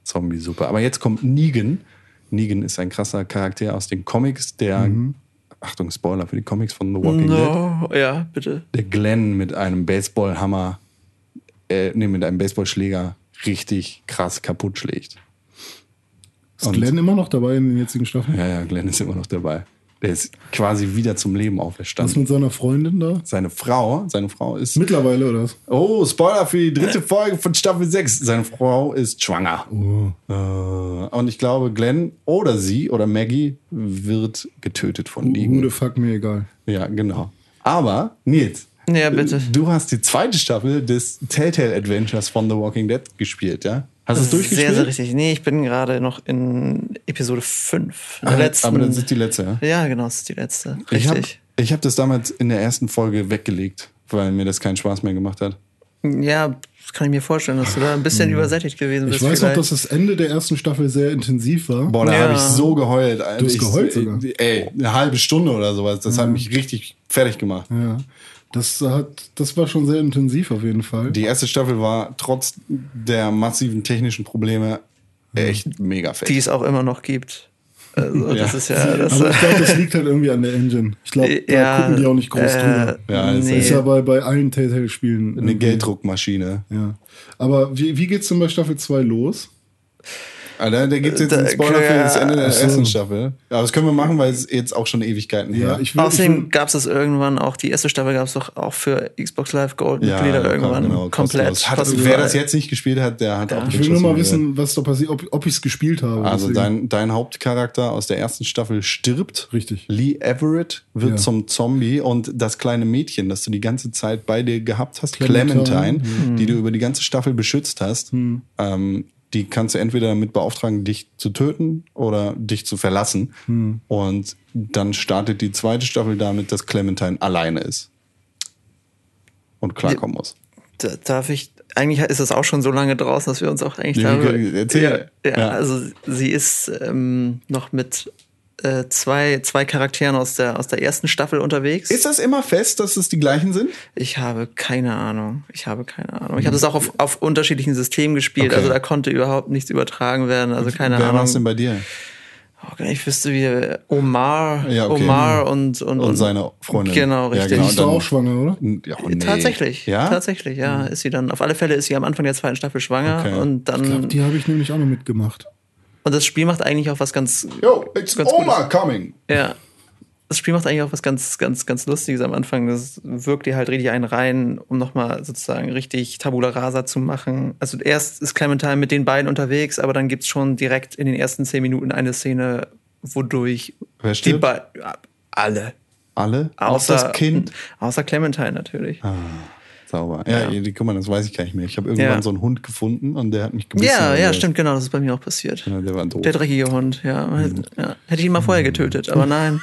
[SPEAKER 2] Zombie-Suppe. Aber jetzt kommt Negan. Negan ist ein krasser Charakter aus den Comics, der,
[SPEAKER 3] Mhm.
[SPEAKER 2] Achtung, Spoiler für die Comics von The Walking Dead.
[SPEAKER 4] no. ja, bitte.
[SPEAKER 2] der Glenn mit einem Baseballhammer, äh, nee, mit einem Baseballschläger richtig krass kaputt schlägt.
[SPEAKER 3] Ist
[SPEAKER 2] Und-
[SPEAKER 3] Glenn immer noch dabei in den jetzigen Staffeln?
[SPEAKER 2] Ja, ja, Glenn ist immer noch dabei. Der ist quasi wieder zum Leben
[SPEAKER 3] Was
[SPEAKER 2] auferstanden.
[SPEAKER 3] mit seiner Freundin da?
[SPEAKER 2] Seine Frau, seine Frau ist.
[SPEAKER 3] Mittlerweile, oder was?
[SPEAKER 2] Oh, Spoiler für die dritte Folge von Staffel 6. Seine Frau ist schwanger.
[SPEAKER 3] Oh,
[SPEAKER 2] Äh, und ich glaube, Glenn oder sie oder Maggie wird getötet von
[SPEAKER 3] Who
[SPEAKER 2] Negan.
[SPEAKER 3] the fuck, mir egal.
[SPEAKER 2] Ja, genau. Aber, Nils.
[SPEAKER 4] Ja, bitte.
[SPEAKER 2] Du hast die zweite Staffel des Telltale Adventures von The Walking Dead gespielt, ja? Hast du es durchgespielt?
[SPEAKER 4] Sehr, sehr richtig. Nee, ich bin gerade noch in Episode 5.
[SPEAKER 2] Ah, Aber das ist die letzte, ja?
[SPEAKER 4] ja, genau, das ist die letzte.
[SPEAKER 2] Ich hab-
[SPEAKER 4] Richtig.
[SPEAKER 2] Ich habe hab das damals in der ersten Folge weggelegt, weil mir das keinen Spaß mehr gemacht hat.
[SPEAKER 4] Ja, das kann ich mir vorstellen, dass du da ein
[SPEAKER 2] Hm.
[SPEAKER 4] bisschen übersättigt gewesen
[SPEAKER 3] Ich
[SPEAKER 4] bist.
[SPEAKER 3] weiß noch,
[SPEAKER 4] vielleicht.
[SPEAKER 3] dass das Ende der ersten Staffel sehr intensiv war.
[SPEAKER 2] Boah, da
[SPEAKER 4] Ja.
[SPEAKER 2] habe ich so geheult. Alter.
[SPEAKER 3] Du hast
[SPEAKER 2] ich,
[SPEAKER 3] geheult sogar? Mhm.
[SPEAKER 2] Ey, eine halbe Stunde oder sowas. Das hat mich richtig fertig gemacht.
[SPEAKER 3] Ja, das, hat, das war schon sehr intensiv auf jeden Fall.
[SPEAKER 2] Die erste Staffel war trotz der massiven technischen Probleme echt mega fett.
[SPEAKER 4] die es auch immer noch gibt. Also,
[SPEAKER 2] Ja.
[SPEAKER 4] das ist ja. Das,
[SPEAKER 3] Aber ich glaube, das liegt halt irgendwie an der Engine. Ich glaube, da
[SPEAKER 4] Ja,
[SPEAKER 3] gucken die auch nicht groß
[SPEAKER 4] äh,
[SPEAKER 3] drüber.
[SPEAKER 2] Ja,
[SPEAKER 4] nee.
[SPEAKER 3] Ist ja bei, bei allen Telltale-Spielen.
[SPEAKER 2] eine
[SPEAKER 3] irgendwie.
[SPEAKER 2] Gelddruckmaschine.
[SPEAKER 3] Ja. Aber wie, wie geht's denn bei Staffel 2 los?
[SPEAKER 2] Alter, Ah, da gibt es jetzt
[SPEAKER 4] Da-
[SPEAKER 2] einen Spoiler für das Ende der
[SPEAKER 3] Ach so.
[SPEAKER 2] ersten Staffel. Aber das können wir machen, weil es jetzt auch schon Ewigkeiten her.
[SPEAKER 3] ich
[SPEAKER 4] außerdem gab es das irgendwann auch, die erste Staffel gab es doch auch für Xbox Live Gold-Mitglieder irgendwann
[SPEAKER 2] genau,
[SPEAKER 4] komplett.
[SPEAKER 2] kostenlos. Hat,
[SPEAKER 4] kostenfrei.
[SPEAKER 2] wer das jetzt nicht gespielt hat, der hat auch
[SPEAKER 3] ich will nur mal wissen, was da passiert, ob, ob ich es gespielt habe.
[SPEAKER 2] Also dein,
[SPEAKER 3] Deswegen-
[SPEAKER 2] dein Hauptcharakter aus der ersten Staffel stirbt.
[SPEAKER 3] Richtig.
[SPEAKER 2] Lee Everett wird
[SPEAKER 3] Ja.
[SPEAKER 2] zum Zombie und das kleine Mädchen, das du die ganze Zeit bei dir gehabt hast, Clementine,
[SPEAKER 3] Clementine, Hm.
[SPEAKER 2] die du über die ganze Staffel beschützt hast, ähm, die kannst du entweder damit beauftragen, dich zu töten oder dich zu verlassen.
[SPEAKER 3] Hm.
[SPEAKER 2] Und dann startet die zweite Staffel damit, dass Clementine alleine ist und klarkommen muss.
[SPEAKER 4] Da- Darf ich, eigentlich ist das auch schon so lange draußen, dass wir uns auch eigentlich
[SPEAKER 2] Ja,
[SPEAKER 4] darüber.
[SPEAKER 2] wir- erzähl.
[SPEAKER 4] Ja, ja,
[SPEAKER 2] Ja.
[SPEAKER 4] also sie ist ähm, noch mit äh, zwei, zwei Charakteren aus der, aus der ersten Staffel unterwegs.
[SPEAKER 2] Ist das immer fest, dass es die gleichen sind?
[SPEAKER 4] Ich habe keine Ahnung. Ich habe keine Ahnung. Ich habe das auch auf, auf unterschiedlichen Systemen
[SPEAKER 2] Hm.
[SPEAKER 4] gespielt.
[SPEAKER 2] Okay.
[SPEAKER 4] Also da konnte überhaupt nichts übertragen werden. Also keine
[SPEAKER 2] Wer war es denn
[SPEAKER 4] Ahnung.
[SPEAKER 2] bei dir?
[SPEAKER 4] Oh, gar nicht, ich wüsste wie Omar,
[SPEAKER 2] Ja, okay. Hm.
[SPEAKER 4] Omar und, und,
[SPEAKER 2] Und seine Freundin.
[SPEAKER 4] Genau,
[SPEAKER 2] Ja,
[SPEAKER 4] richtig.
[SPEAKER 2] genau.
[SPEAKER 3] Bist du
[SPEAKER 2] dann-
[SPEAKER 3] auch schwanger, oder?
[SPEAKER 2] Ja, oh, nee.
[SPEAKER 4] Tatsächlich,
[SPEAKER 2] Ja? Hm.
[SPEAKER 4] tatsächlich, ja, ist sie dann. Auf alle Fälle ist sie am Anfang der zweiten Staffel schwanger
[SPEAKER 2] Okay.
[SPEAKER 4] und dann
[SPEAKER 3] Ich glaube, die habe ich nämlich auch noch mitgemacht.
[SPEAKER 4] Und das Spiel macht eigentlich auch was ganz.
[SPEAKER 2] Yo, it's
[SPEAKER 4] Ganz
[SPEAKER 2] Oma coming.
[SPEAKER 4] Ja. Das Spiel macht eigentlich auch was ganz, ganz, ganz Lustiges am Anfang. Das wirkt dir halt richtig einen rein, um nochmal sozusagen richtig Tabula Rasa zu machen. Also erst ist Clementine mit den beiden unterwegs, aber dann gibt's schon direkt in den ersten zehn Minuten eine Szene, wodurch
[SPEAKER 2] Wer
[SPEAKER 4] die
[SPEAKER 2] stirbt?
[SPEAKER 4] beiden. Alle.
[SPEAKER 2] Alle?
[SPEAKER 4] Außer,
[SPEAKER 2] das Kind? Ah,
[SPEAKER 4] Außer Clementine natürlich.
[SPEAKER 2] Sauber. Ja,
[SPEAKER 4] Ja.
[SPEAKER 2] guck mal, das weiß ich gar nicht mehr. Ich habe irgendwann
[SPEAKER 4] Ja.
[SPEAKER 2] so einen Hund gefunden und der hat mich gebissen.
[SPEAKER 4] ja, ja,
[SPEAKER 2] Also,
[SPEAKER 4] stimmt, genau. Das ist bei mir auch passiert.
[SPEAKER 2] Ja, der war doof.
[SPEAKER 4] Der dreckige Hund, ja. ja. Hätte ich ihn mal vorher getötet, aber nein.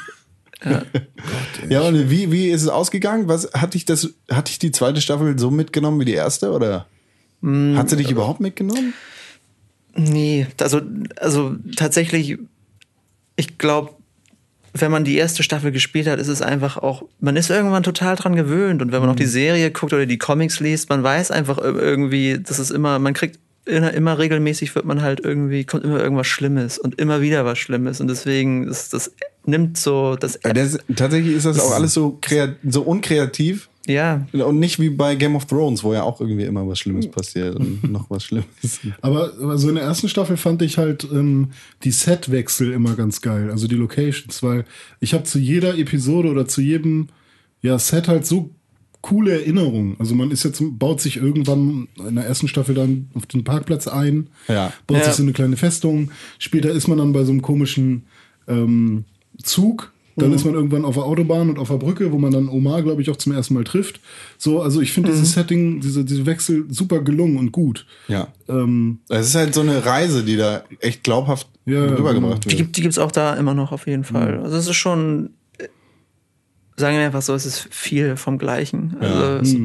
[SPEAKER 2] ja, und wie, wie ist es ausgegangen? Was, hat, dich das, hat dich die zweite Staffel so mitgenommen wie die erste? Oder
[SPEAKER 4] Mm.
[SPEAKER 2] hat sie dich überhaupt mitgenommen?
[SPEAKER 4] Nee, also, also tatsächlich, ich glaube, wenn man die erste Staffel gespielt hat, ist es einfach auch, man ist irgendwann total dran gewöhnt. Und wenn man auch die Serie guckt oder die Comics liest, man weiß einfach ir- irgendwie, dass es immer, man kriegt immer, immer regelmäßig wird man halt irgendwie, kommt immer irgendwas Schlimmes und immer wieder was Schlimmes. Und deswegen ist das nimmt so das,
[SPEAKER 2] Ja, das, tatsächlich ist das auch alles so, kreat, so unkreativ.
[SPEAKER 4] ja,
[SPEAKER 2] Und nicht wie bei Game of Thrones, wo ja auch irgendwie immer was
[SPEAKER 4] Mm.
[SPEAKER 2] Schlimmes passiert und noch was Schlimmes.
[SPEAKER 3] Aber so also in der ersten Staffel fand ich halt ähm, die Setwechsel immer ganz geil, also die Locations, weil ich habe zu jeder Episode oder zu jedem ja, Set halt so coole Erinnerung. Also man ist jetzt, baut sich irgendwann in der ersten Staffel dann auf den Parkplatz ein,
[SPEAKER 2] Ja.
[SPEAKER 3] baut
[SPEAKER 4] Ja.
[SPEAKER 3] sich so eine kleine Festung. Später ist man dann bei so einem komischen ähm, Zug. Dann ist man irgendwann auf der Autobahn und auf der Brücke, wo man dann Omar, glaube ich, auch zum ersten Mal trifft. So, also ich finde dieses Setting, diese, diese Wechsel super gelungen und gut.
[SPEAKER 2] Ja.
[SPEAKER 3] Ähm,
[SPEAKER 2] Es ist halt so eine Reise, die da echt glaubhaft
[SPEAKER 3] Ja, genau.
[SPEAKER 2] rübergebracht
[SPEAKER 4] Die
[SPEAKER 2] wird.
[SPEAKER 4] gibt es auch da immer noch auf jeden Fall. Also es ist schon, äh, sagen wir einfach so, es ist viel vom Gleichen. Also, es,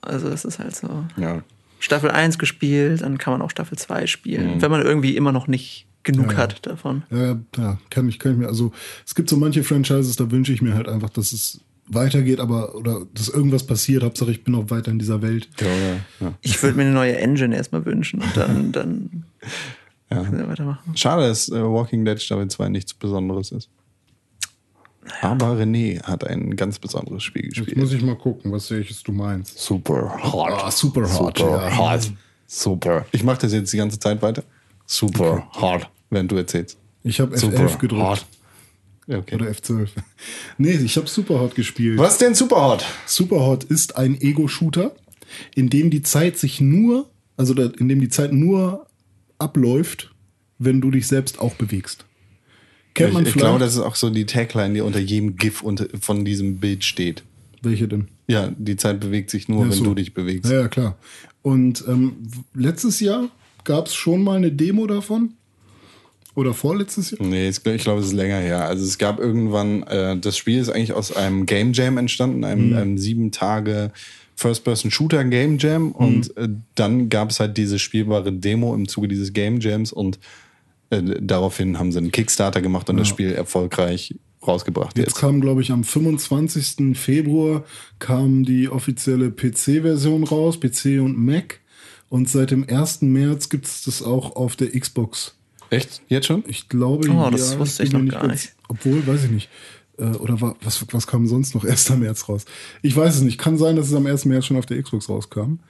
[SPEAKER 4] also es ist halt so.
[SPEAKER 2] Ja.
[SPEAKER 4] Staffel 1 gespielt, dann kann man auch Staffel 2 spielen, wenn man irgendwie immer noch nicht genug hat davon.
[SPEAKER 3] Ja, ja, kann ich, kann ich mir. Also es gibt so manche Franchises, da wünsche ich mir halt einfach, dass es weitergeht, aber oder dass irgendwas passiert. Hauptsache, ich bin auch weiter in dieser Welt.
[SPEAKER 2] Ja, ja, ja.
[SPEAKER 4] Ich würde mir eine neue Engine erstmal wünschen und dann, dann können wir weitermachen.
[SPEAKER 2] Schade, dass äh, Walking Dead Staffel 2 nichts Besonderes ist. Aber René hat ein ganz besonderes Spiel
[SPEAKER 3] Jetzt
[SPEAKER 2] gespielt.
[SPEAKER 3] muss ich mal gucken, was welches du meinst.
[SPEAKER 2] Super hard.
[SPEAKER 3] Ah, super hard,
[SPEAKER 2] Super
[SPEAKER 3] ja.
[SPEAKER 2] hard. Super. Ich mache das jetzt die ganze Zeit weiter. Super hard, wenn du erzählst.
[SPEAKER 3] Ich habe
[SPEAKER 2] Super
[SPEAKER 3] F11 gedrückt.
[SPEAKER 2] hard. Okay.
[SPEAKER 3] Oder F12. nee, ich habe Superhot gespielt.
[SPEAKER 2] Was denn super hard?
[SPEAKER 3] Superhot ist ein Ego-Shooter, in dem die Zeit sich nur, also da- in dem die Zeit nur abläuft, wenn du dich selbst auch bewegst. Kennt
[SPEAKER 2] Ich,
[SPEAKER 3] man
[SPEAKER 2] ich
[SPEAKER 3] vielleicht?
[SPEAKER 2] glaube, das ist auch so die Tagline, die unter jedem GIF unter, von diesem Bild steht.
[SPEAKER 3] welche denn?
[SPEAKER 2] Ja, die Zeit bewegt sich nur,
[SPEAKER 3] Ja,
[SPEAKER 2] wenn
[SPEAKER 3] so.
[SPEAKER 2] du dich bewegst.
[SPEAKER 3] Ja, ja klar. Und ähm, w- letztes Jahr gab es schon mal eine Demo davon? Oder vorletztes Jahr?
[SPEAKER 2] Nee, ich, glaub- ich glaube, es ist länger her. Also es gab irgendwann, äh, das Spiel ist eigentlich aus einem Game Jam entstanden,
[SPEAKER 3] Mhm.
[SPEAKER 2] einem, einem sieben Tage First-Person-Shooter Game Jam.
[SPEAKER 3] Mhm.
[SPEAKER 2] Und äh, dann gab es halt diese spielbare Demo im Zuge dieses Game Jams und äh, daraufhin haben sie einen Kickstarter gemacht und das Spiel erfolgreich rausgebracht.
[SPEAKER 3] Jetzt
[SPEAKER 2] jetzt.
[SPEAKER 3] kam, glaube ich, am 25. Februar kam die offizielle PC-Version raus, PC und Mac. Und seit dem 1. März gibt es das auch auf der Xbox.
[SPEAKER 2] Echt? Jetzt schon?
[SPEAKER 3] Ich glaube,
[SPEAKER 4] Oh, das wusste ich
[SPEAKER 3] bin mir
[SPEAKER 4] noch gar
[SPEAKER 3] ganz-
[SPEAKER 4] nicht.
[SPEAKER 3] Obwohl, weiß ich nicht. Äh, Oder war, was, was kam sonst noch 1. März raus? Ich weiß es nicht. Kann sein, dass es am 1. März schon auf der Xbox rauskam.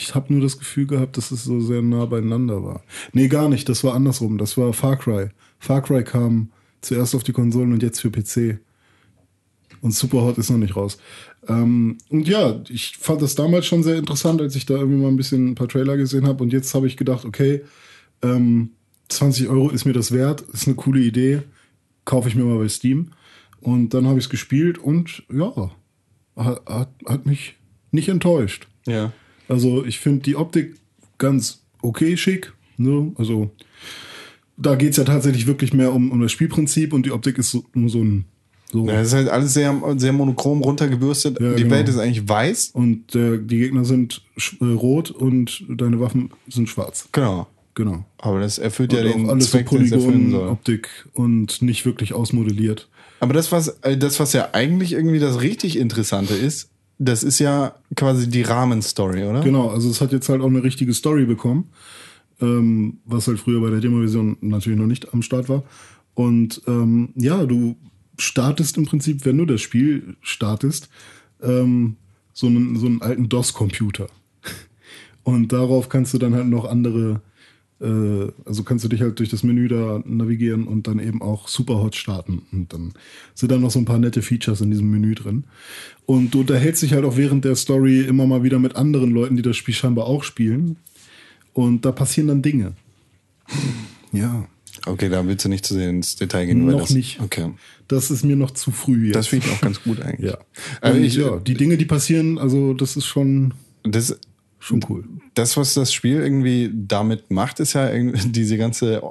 [SPEAKER 3] Ich habe nur das Gefühl gehabt, dass es so sehr nah beieinander war. Nee, gar nicht. Das war andersrum. Das war Far Cry. Far Cry kam zuerst auf die Konsolen und jetzt für PC. Und Superhot ist noch nicht raus. Ähm, und ja, ich fand das damals schon sehr interessant, als ich da irgendwie mal ein bisschen ein paar Trailer gesehen habe. Und jetzt habe ich gedacht, okay, ähm, 20 Euro ist mir das wert, ist eine coole Idee, kaufe ich mir mal bei Steam. Und dann habe ich es gespielt und ja, hat, hat, hat mich nicht enttäuscht.
[SPEAKER 2] Ja.
[SPEAKER 3] Also ich finde die Optik ganz okay schick. Ne? Also da geht es ja tatsächlich wirklich mehr um, um das Spielprinzip und die Optik ist so, nur so ein... So.
[SPEAKER 2] Ja, es ist halt alles sehr, sehr monochrom runtergebürstet.
[SPEAKER 3] Ja,
[SPEAKER 2] die
[SPEAKER 3] genau.
[SPEAKER 2] Welt ist eigentlich weiß.
[SPEAKER 3] Und äh, die Gegner sind sch- äh, rot und deine Waffen sind schwarz.
[SPEAKER 2] Genau.
[SPEAKER 3] Genau.
[SPEAKER 2] Aber das erfüllt ja
[SPEAKER 3] Und auch
[SPEAKER 2] den
[SPEAKER 3] alles so
[SPEAKER 2] Zweck, den es erfüllen soll.
[SPEAKER 3] Polygon-Optik und nicht wirklich ausmodelliert.
[SPEAKER 2] Aber das was, äh, das, was ja eigentlich irgendwie das richtig Interessante ist, das ist ja quasi die Rahmenstory, oder?
[SPEAKER 3] Genau, also es hat jetzt halt auch eine richtige Story bekommen, ähm, was halt früher bei der Demo-Version natürlich noch nicht am Start war. Und ähm, ja, du startest im Prinzip, wenn du das Spiel startest, ähm, so, einen, so einen alten DOS-Computer. Und darauf kannst du dann halt noch andere, äh, also kannst du dich halt durch das Menü da navigieren und dann eben auch Superhot starten. Und dann sind dann noch so ein paar nette Features in diesem Menü drin. Und du unterhältst dich halt auch während der Story immer mal wieder mit anderen Leuten, die das Spiel scheinbar auch spielen. Und da passieren dann Dinge. Ja,
[SPEAKER 2] Okay, da willst du nicht zu sehr ins Detail gehen. weil
[SPEAKER 3] Noch
[SPEAKER 2] das,
[SPEAKER 3] nicht.
[SPEAKER 2] Okay.
[SPEAKER 3] das ist mir noch zu früh jetzt.
[SPEAKER 2] Das finde ich auch ganz gut eigentlich.
[SPEAKER 3] ja.
[SPEAKER 2] Also
[SPEAKER 3] Und
[SPEAKER 2] ich,
[SPEAKER 3] ja, die Dinge, die passieren, also das ist schon,
[SPEAKER 2] das,
[SPEAKER 3] schon cool.
[SPEAKER 2] das, was das Spiel irgendwie damit macht, ist ja irgendwie diese ganze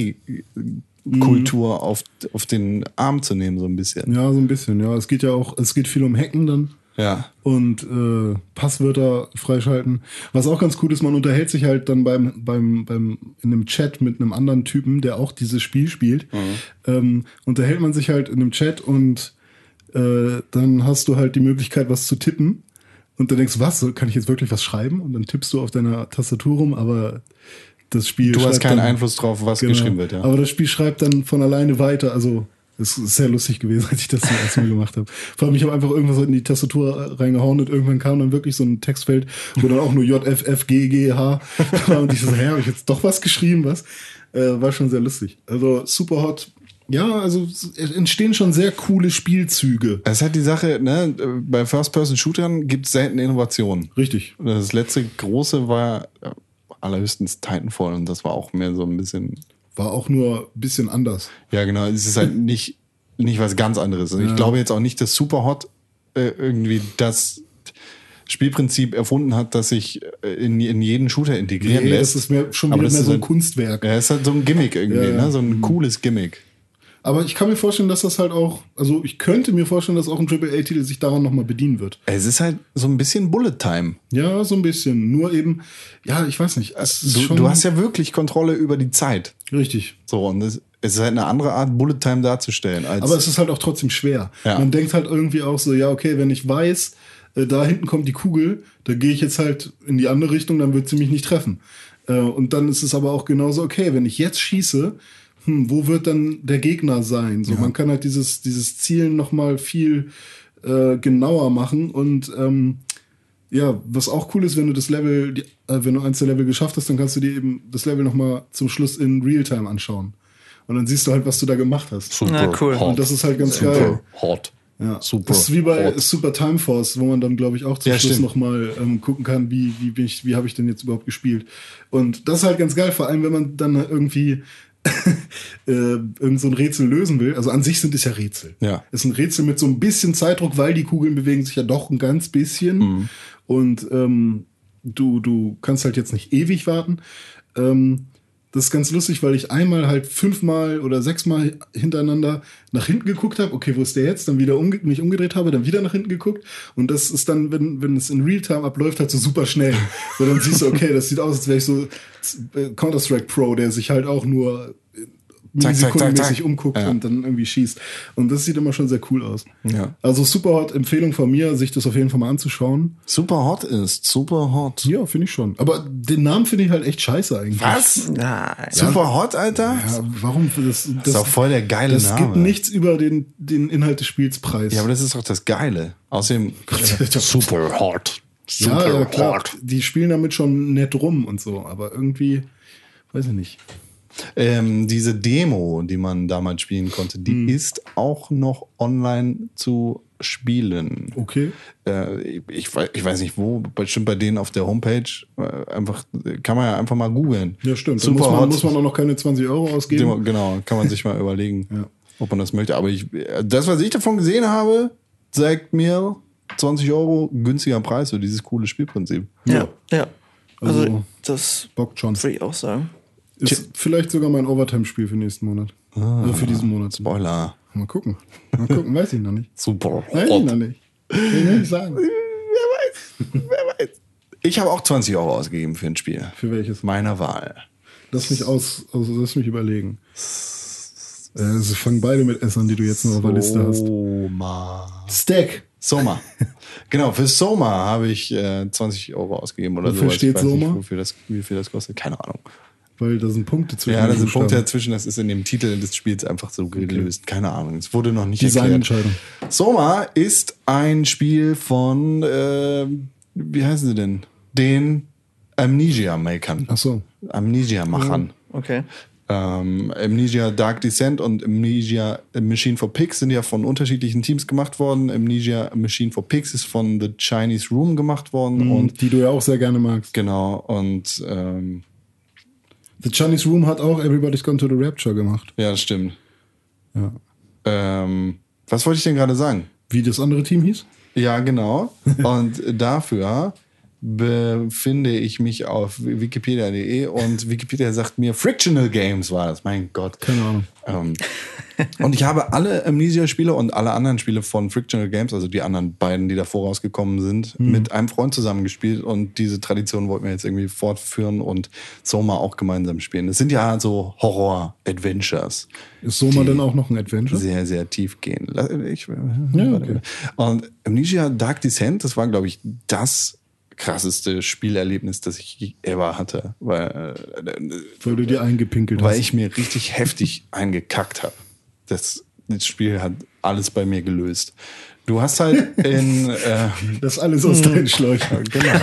[SPEAKER 2] Piraterie-Kultur
[SPEAKER 3] Mhm.
[SPEAKER 2] auf, auf den Arm zu nehmen, so ein bisschen.
[SPEAKER 3] Ja, so ein bisschen. Ja, es geht ja auch, es geht viel um Hacken dann.
[SPEAKER 2] Ja.
[SPEAKER 3] und äh, Passwörter freischalten. Was auch ganz cool ist, man unterhält sich halt dann beim, beim, beim, in einem Chat mit einem anderen Typen, der auch dieses Spiel spielt.
[SPEAKER 2] Mhm.
[SPEAKER 3] Ähm, unterhält man sich halt in einem Chat und äh, dann hast du halt die Möglichkeit, was zu tippen. Und dann denkst du, was, so, kann ich jetzt wirklich was schreiben? Und dann tippst du auf deiner Tastatur rum, aber das Spiel.
[SPEAKER 2] Du hast
[SPEAKER 3] schreibt
[SPEAKER 2] keinen
[SPEAKER 3] dann-
[SPEAKER 2] Einfluss drauf, was
[SPEAKER 3] Genau.
[SPEAKER 2] geschrieben wird, ja.
[SPEAKER 3] Aber das Spiel schreibt dann von alleine weiter. Also es ist sehr lustig gewesen, als ich das zum ersten Mal gemacht habe. Vor allem, ich habe einfach irgendwas in die Tastatur reingehauen und irgendwann kam dann wirklich so ein Textfeld, wo dann auch nur JFFGGH war. Und ich so, hä, habe ich jetzt doch was geschrieben, was? Äh, war schon sehr lustig. Also Superhot ja, also es entstehen schon sehr coole Spielzüge.
[SPEAKER 2] Es hat die Sache, ne, bei First-Person-Shootern gibt es selten Innovationen.
[SPEAKER 3] Richtig.
[SPEAKER 2] Das letzte große war äh, allerhöchstens Titanfall und das war auch mehr so ein bisschen.
[SPEAKER 3] War auch nur ein bisschen anders.
[SPEAKER 2] Ja, genau, es ist halt nicht, nicht was ganz anderes. Und Ich glaube jetzt auch nicht, dass Superhot äh, irgendwie das Spielprinzip erfunden hat, das sich äh, in, in jeden Shooter integrieren
[SPEAKER 3] Nee,
[SPEAKER 2] lässt.
[SPEAKER 3] das ist mir schon
[SPEAKER 2] Aber
[SPEAKER 3] wieder mehr
[SPEAKER 2] das ist
[SPEAKER 3] so ein
[SPEAKER 2] halt-
[SPEAKER 3] Kunstwerk.
[SPEAKER 2] Ja, es ist halt so ein Gimmick irgendwie,
[SPEAKER 3] Ja, Mhm. ja.
[SPEAKER 2] ne? so ein cooles Gimmick.
[SPEAKER 3] Aber ich kann mir vorstellen, dass das halt auch, also ich könnte mir vorstellen, dass auch ein AAA-Titel sich daran nochmal bedienen wird.
[SPEAKER 2] Es ist halt so ein bisschen Bullet Time.
[SPEAKER 3] Ja, so ein bisschen. Nur eben, ja, ich weiß nicht. Es ist
[SPEAKER 2] Du,
[SPEAKER 3] schon
[SPEAKER 2] du hast ja wirklich Kontrolle über die Zeit.
[SPEAKER 3] richtig.
[SPEAKER 2] So, und es, es ist halt eine andere Art, Bullet Time darzustellen. Als,
[SPEAKER 3] Aber es ist halt auch trotzdem schwer.
[SPEAKER 2] Ja.
[SPEAKER 3] Man denkt halt irgendwie auch so, ja, okay, wenn ich weiß, äh, da hinten kommt die Kugel, da gehe ich jetzt halt in die andere Richtung, dann wird sie mich nicht treffen. Äh, und dann ist es aber auch genauso, okay, wenn ich jetzt schieße, hm, wo wird dann der Gegner sein? So, man kann halt dieses, dieses Zielen nochmal viel äh, genauer machen und ähm, ja, was auch cool ist, wenn du das Level, die, äh, wenn du eins der Level geschafft hast, dann kannst du dir eben das Level nochmal zum Schluss in Realtime anschauen. Und dann siehst du halt, was du da gemacht hast.
[SPEAKER 4] Na, cool.
[SPEAKER 3] Und das ist halt ganz
[SPEAKER 2] super
[SPEAKER 3] geil.
[SPEAKER 2] hot.
[SPEAKER 3] Ja.
[SPEAKER 2] Super.
[SPEAKER 3] Das ist wie bei
[SPEAKER 2] hot.
[SPEAKER 3] Super Time Force, wo man dann, glaube ich, auch zum
[SPEAKER 2] Ja,
[SPEAKER 3] Schluss
[SPEAKER 2] stimmt.
[SPEAKER 3] nochmal ähm, gucken kann, wie, wie, bin ich, wie habe ich denn jetzt überhaupt gespielt. Und das ist halt ganz geil, vor allem, wenn man dann irgendwie äh, irgend so ein Rätsel lösen will. Also an sich sind es ja Rätsel.
[SPEAKER 2] Ja.
[SPEAKER 3] Es ist ein Rätsel mit so ein bisschen Zeitdruck, weil die Kugeln bewegen sich ja doch ein ganz bisschen.
[SPEAKER 2] Mhm.
[SPEAKER 3] Und ähm, du, du kannst halt jetzt nicht ewig warten. Ähm, das ist ganz lustig, weil ich einmal halt fünfmal oder sechsmal hintereinander nach hinten geguckt habe. Okay, wo ist der jetzt? Dann wieder umge mich umgedreht habe, dann wieder nach hinten geguckt. Und das ist dann, wenn, wenn es in Realtime abläuft, halt so super schnell. So, dann siehst du, okay, das sieht aus, als wäre ich so äh, Counter-Strike Pro, der sich halt auch nur
[SPEAKER 2] Zack, zack, zack,
[SPEAKER 3] millisekundenmäßig
[SPEAKER 2] zack.
[SPEAKER 3] umguckt
[SPEAKER 2] Ja.
[SPEAKER 3] und dann irgendwie schießt. Und das sieht immer schon sehr cool aus.
[SPEAKER 2] Ja.
[SPEAKER 3] Also Superhot, Empfehlung von mir, sich das auf jeden Fall mal anzuschauen.
[SPEAKER 2] super hot ist. Super hot.
[SPEAKER 3] Ja, finde ich schon. Aber den Namen finde ich halt echt scheiße eigentlich.
[SPEAKER 2] Was?
[SPEAKER 4] Nein.
[SPEAKER 2] Super hot, Alter?
[SPEAKER 3] Ja, warum? Das, das,
[SPEAKER 2] ist auch voll der geile
[SPEAKER 3] Das
[SPEAKER 2] Name.
[SPEAKER 3] gibt nichts über den, den Inhalt des Spiels preis.
[SPEAKER 2] Ja, aber das ist doch das Geile. Außerdem,
[SPEAKER 1] Super hot.
[SPEAKER 3] ja, ja, klar. Die spielen damit schon nett rum und so, aber irgendwie, weiß ich nicht.
[SPEAKER 2] ähm, diese Demo, die man damals spielen konnte, die
[SPEAKER 3] Hm.
[SPEAKER 2] ist auch noch online zu spielen.
[SPEAKER 3] Okay.
[SPEAKER 2] äh, ich, wei- ich weiß nicht wo, bestimmt bei denen auf der Homepage, äh, einfach, kann man ja einfach mal googeln.
[SPEAKER 3] Ja, stimmt. Dann
[SPEAKER 2] Super
[SPEAKER 3] muss, man,
[SPEAKER 2] hot.
[SPEAKER 3] muss man auch noch keine 20 Euro ausgeben.
[SPEAKER 2] Dem- Genau, kann man sich mal überlegen,
[SPEAKER 3] Ja.
[SPEAKER 2] ob man das möchte. Aber ich, äh, das, was ich davon gesehen habe, sagt mir 20 Euro günstiger Preis für dieses coole Spielprinzip.
[SPEAKER 4] Ja, ja. Also,
[SPEAKER 3] Also-
[SPEAKER 4] das
[SPEAKER 3] Bockt schon.
[SPEAKER 4] würde ich auch sagen.
[SPEAKER 3] Ist vielleicht sogar mein Overtime-Spiel für nächsten Monat.
[SPEAKER 2] Ah.
[SPEAKER 3] also für diesen Monat.
[SPEAKER 2] Spoiler.
[SPEAKER 3] Mal gucken. Mal gucken, weiß ich noch nicht.
[SPEAKER 2] Super.
[SPEAKER 3] Weiß ich noch nicht. Kann ich noch nicht sagen.
[SPEAKER 2] Ich habe auch 20 Euro ausgegeben für ein Spiel.
[SPEAKER 3] Für welches?
[SPEAKER 2] Meiner Wahl.
[SPEAKER 3] Lass mich aus, also lass mich überlegen. Äh, Also fangen beide mit S an, die du jetzt noch auf der Liste hast.
[SPEAKER 2] Soma.
[SPEAKER 3] Stack.
[SPEAKER 2] Soma. genau, für Soma habe ich äh, 20 Euro ausgegeben oder so.
[SPEAKER 3] Wofür steht
[SPEAKER 2] ich weiß
[SPEAKER 3] Soma?
[SPEAKER 2] Nicht, wofür das, wie viel das kostet. Keine Ahnung.
[SPEAKER 3] Weil da sind Punkte zwischen.
[SPEAKER 2] Ja, da
[SPEAKER 3] den
[SPEAKER 2] sind Punkte
[SPEAKER 3] Buchstaben.
[SPEAKER 2] dazwischen, das ist in dem Titel des Spiels einfach so gelöst. Keine Ahnung, es wurde noch nicht
[SPEAKER 3] Designentscheidung.
[SPEAKER 2] erklärt. Soma ist ein Spiel von, äh, wie heißen sie denn? Den Amnesia-Makern.
[SPEAKER 3] Ach so.
[SPEAKER 2] Amnesia-Machern.
[SPEAKER 4] Okay.
[SPEAKER 2] Ähm, Amnesia Dark Descent und Amnesia Machine for Pigs sind ja von unterschiedlichen Teams gemacht worden. Amnesia Machine for Pigs ist von The Chinese Room gemacht worden und
[SPEAKER 3] Und die du ja auch sehr gerne magst.
[SPEAKER 2] genau und ähm,
[SPEAKER 3] The Chinese Room hat auch Everybody's Gone to the Rapture gemacht.
[SPEAKER 2] ja, das stimmt.
[SPEAKER 3] Ja.
[SPEAKER 2] Ähm, was wollte ich denn gerade sagen?
[SPEAKER 3] Wie das andere Team hieß?
[SPEAKER 2] Ja, genau. Und dafür befinde ich mich auf wikipedia.de und Wikipedia sagt mir, Frictional Games war das, mein Gott.
[SPEAKER 3] Keine Ahnung.
[SPEAKER 2] Ähm, und ich habe alle Amnesia-Spiele und alle anderen Spiele von Frictional Games, also die anderen beiden, die davor rausgekommen sind,
[SPEAKER 3] Mhm.
[SPEAKER 2] mit einem Freund zusammengespielt und diese Tradition wollten wir jetzt irgendwie fortführen und Soma auch gemeinsam spielen. Das sind ja so Horror-Adventures
[SPEAKER 3] Ist Soma denn auch noch ein Adventure?
[SPEAKER 2] sehr, sehr tief gehen. La- Ich, äh,
[SPEAKER 3] okay.
[SPEAKER 2] Und Amnesia Dark Descent, das war, glaube ich, das krasseste Spielerlebnis, das ich ever hatte, weil, äh,
[SPEAKER 3] Weil du dir eingepinkelt
[SPEAKER 2] weil
[SPEAKER 3] hast.
[SPEAKER 2] ich mir richtig heftig eingekackt habe. Das, das Spiel hat alles bei mir gelöst. Du hast halt in, äh,
[SPEAKER 3] Das ist alles aus deinen Schläuchen.
[SPEAKER 2] genau.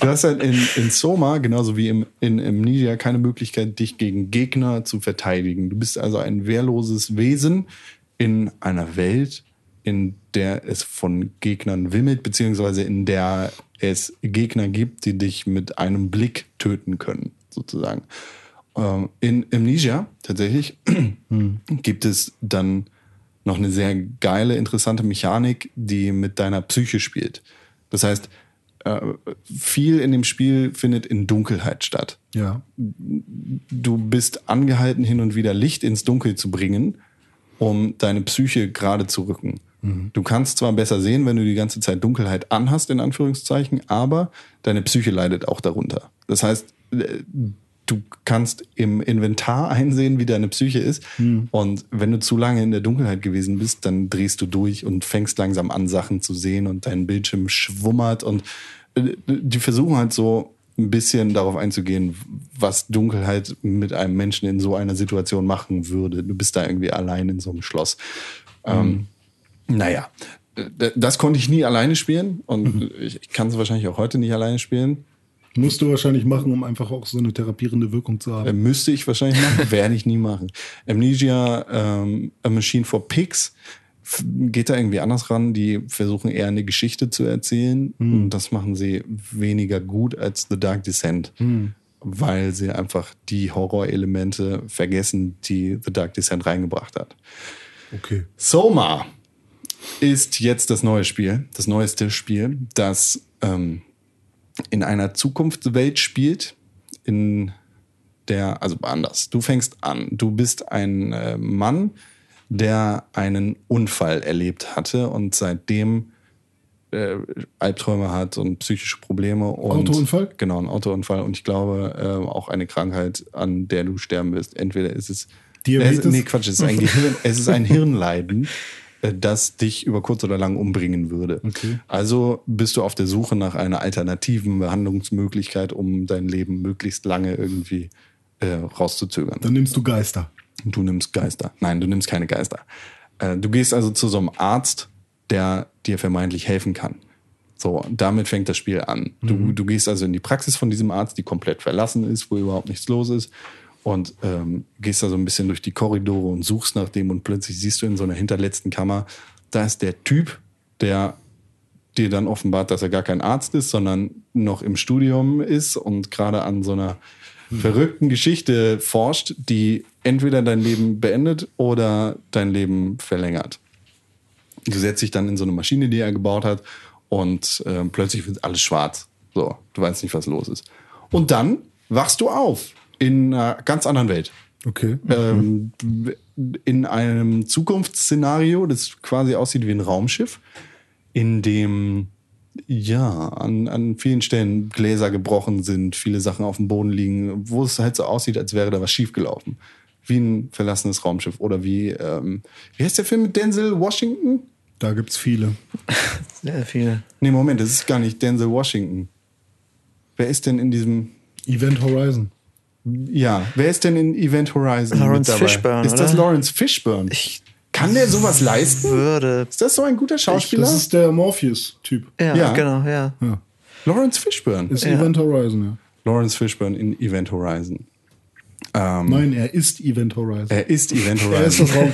[SPEAKER 2] du hast halt in, in Soma, genauso wie im, in Amnesia, keine Möglichkeit, dich gegen Gegner zu verteidigen. Du bist also ein wehrloses Wesen in einer Welt, in der es von Gegnern wimmelt, beziehungsweise in der es Gegner gibt, die dich mit einem Blick töten können, sozusagen. Ähm, in Amnesia tatsächlich gibt es dann noch eine sehr geile, interessante Mechanik, die mit deiner Psyche spielt. Das heißt, äh, viel in dem Spiel findet in Dunkelheit statt.
[SPEAKER 3] Ja.
[SPEAKER 2] Du bist angehalten, hin und wieder Licht ins Dunkel zu bringen, um deine Psyche gerade zu rücken. Du kannst zwar besser sehen, wenn du die ganze Zeit Dunkelheit anhast, in Anführungszeichen, aber deine Psyche leidet auch darunter. Das heißt, äh, du kannst im Inventar einsehen, wie deine Psyche ist. Und wenn du zu lange in der Dunkelheit gewesen bist, dann drehst du durch und fängst langsam an, Sachen zu sehen und dein Bildschirm schwummert. Und äh, die versuchen halt so ein bisschen darauf einzugehen, was Dunkelheit mit einem Menschen in so einer Situation machen würde. Du bist da irgendwie allein in so einem Schloss. Ähm, naja, d- das konnte ich nie alleine spielen und ich ich kann es wahrscheinlich auch heute nicht alleine spielen.
[SPEAKER 3] Musst du wahrscheinlich machen, um einfach auch so eine therapierende Wirkung zu
[SPEAKER 2] Äh,
[SPEAKER 3] haben.
[SPEAKER 2] Müsste ich wahrscheinlich machen, werde ich nie machen. Amnesia, ähm, A Machine for Pigs f- geht da irgendwie anders ran. Die versuchen eher eine Geschichte zu erzählen und das machen sie weniger gut als The Dark Descent, weil sie einfach die Horrorelemente vergessen, die The Dark Descent reingebracht hat.
[SPEAKER 3] Okay.
[SPEAKER 2] Soma ist jetzt das neue Spiel, das neueste Spiel, das ähm, in einer Zukunftswelt spielt, in der, also anders. Du fängst an. Du bist ein äh, Mann, der einen Unfall erlebt hatte und seitdem äh, Albträume hat und psychische Probleme. Und,
[SPEAKER 3] Autounfall?
[SPEAKER 2] Genau, ein Autounfall und ich glaube äh, auch eine Krankheit, an der du sterben wirst. Entweder ist es
[SPEAKER 3] Diabetes?
[SPEAKER 2] Es, nee, Quatsch, es ist ein Gehirn, es ist ein Hirnleiden, äh, das dich über kurz oder lang umbringen würde.
[SPEAKER 3] Okay.
[SPEAKER 2] Also bist du auf der Suche nach einer alternativen Behandlungsmöglichkeit, um dein Leben möglichst lange irgendwie äh, rauszuzögern.
[SPEAKER 3] Dann nimmst du Geister.
[SPEAKER 2] Du nimmst Geister. Nein, du nimmst keine Geister. Äh, Du gehst also zu so einem Arzt, der dir vermeintlich helfen kann. So, und damit fängt das Spiel an. Du, du gehst also in die Praxis von diesem Arzt, die komplett verlassen ist, wo überhaupt nichts los ist. Und ähm, gehst da so ein bisschen durch die Korridore und suchst nach dem und plötzlich siehst du in so einer hinterletzten Kammer, da ist der Typ, der dir dann offenbart, dass er gar kein Arzt ist, sondern noch im Studium ist und gerade an so einer verrückten Geschichte forscht, die entweder dein Leben beendet oder dein Leben verlängert. Du setzt dich dann in so eine Maschine, die er gebaut hat, und äh, plötzlich wird alles schwarz. So, du weißt nicht, was los ist. Und dann wachst du auf in einer ganz anderen Welt
[SPEAKER 3] Okay.
[SPEAKER 2] ähm,
[SPEAKER 4] Mhm.
[SPEAKER 2] in einem Zukunftsszenario, das quasi aussieht wie ein Raumschiff, in dem ja an, an vielen Stellen Gläser gebrochen sind, viele Sachen auf dem Boden liegen, wo es halt so aussieht, als wäre da was schiefgelaufen. Wie ein verlassenes Raumschiff oder wie, ähm, wie heißt der Film mit Denzel Washington?
[SPEAKER 3] Da gibt's viele.
[SPEAKER 4] Sehr viele.
[SPEAKER 2] Nee, Moment, das ist gar nicht Denzel Washington. Wer ist denn in diesem
[SPEAKER 3] Event Horizon.
[SPEAKER 2] Ja, wer ist denn in Event Horizon?
[SPEAKER 4] Lawrence
[SPEAKER 2] mit dabei?
[SPEAKER 4] Fishburne,
[SPEAKER 2] Ist das
[SPEAKER 4] oder?
[SPEAKER 2] Lawrence Fishburne? Kann der sowas leisten?
[SPEAKER 4] Würde.
[SPEAKER 2] Ist das so ein guter Schauspieler?
[SPEAKER 3] Das ist der Morpheus-Typ.
[SPEAKER 4] Ja,
[SPEAKER 2] Ja.
[SPEAKER 4] genau, ja.
[SPEAKER 3] Ja.
[SPEAKER 2] Lawrence Fishburne.
[SPEAKER 3] Ist
[SPEAKER 4] Ja.
[SPEAKER 3] Event Horizon, ja.
[SPEAKER 2] Lawrence Fishburne in Event Horizon. Ähm.
[SPEAKER 3] Nein, er ist Event Horizon.
[SPEAKER 2] Er ist Event Horizon.
[SPEAKER 3] Er ist das Raum.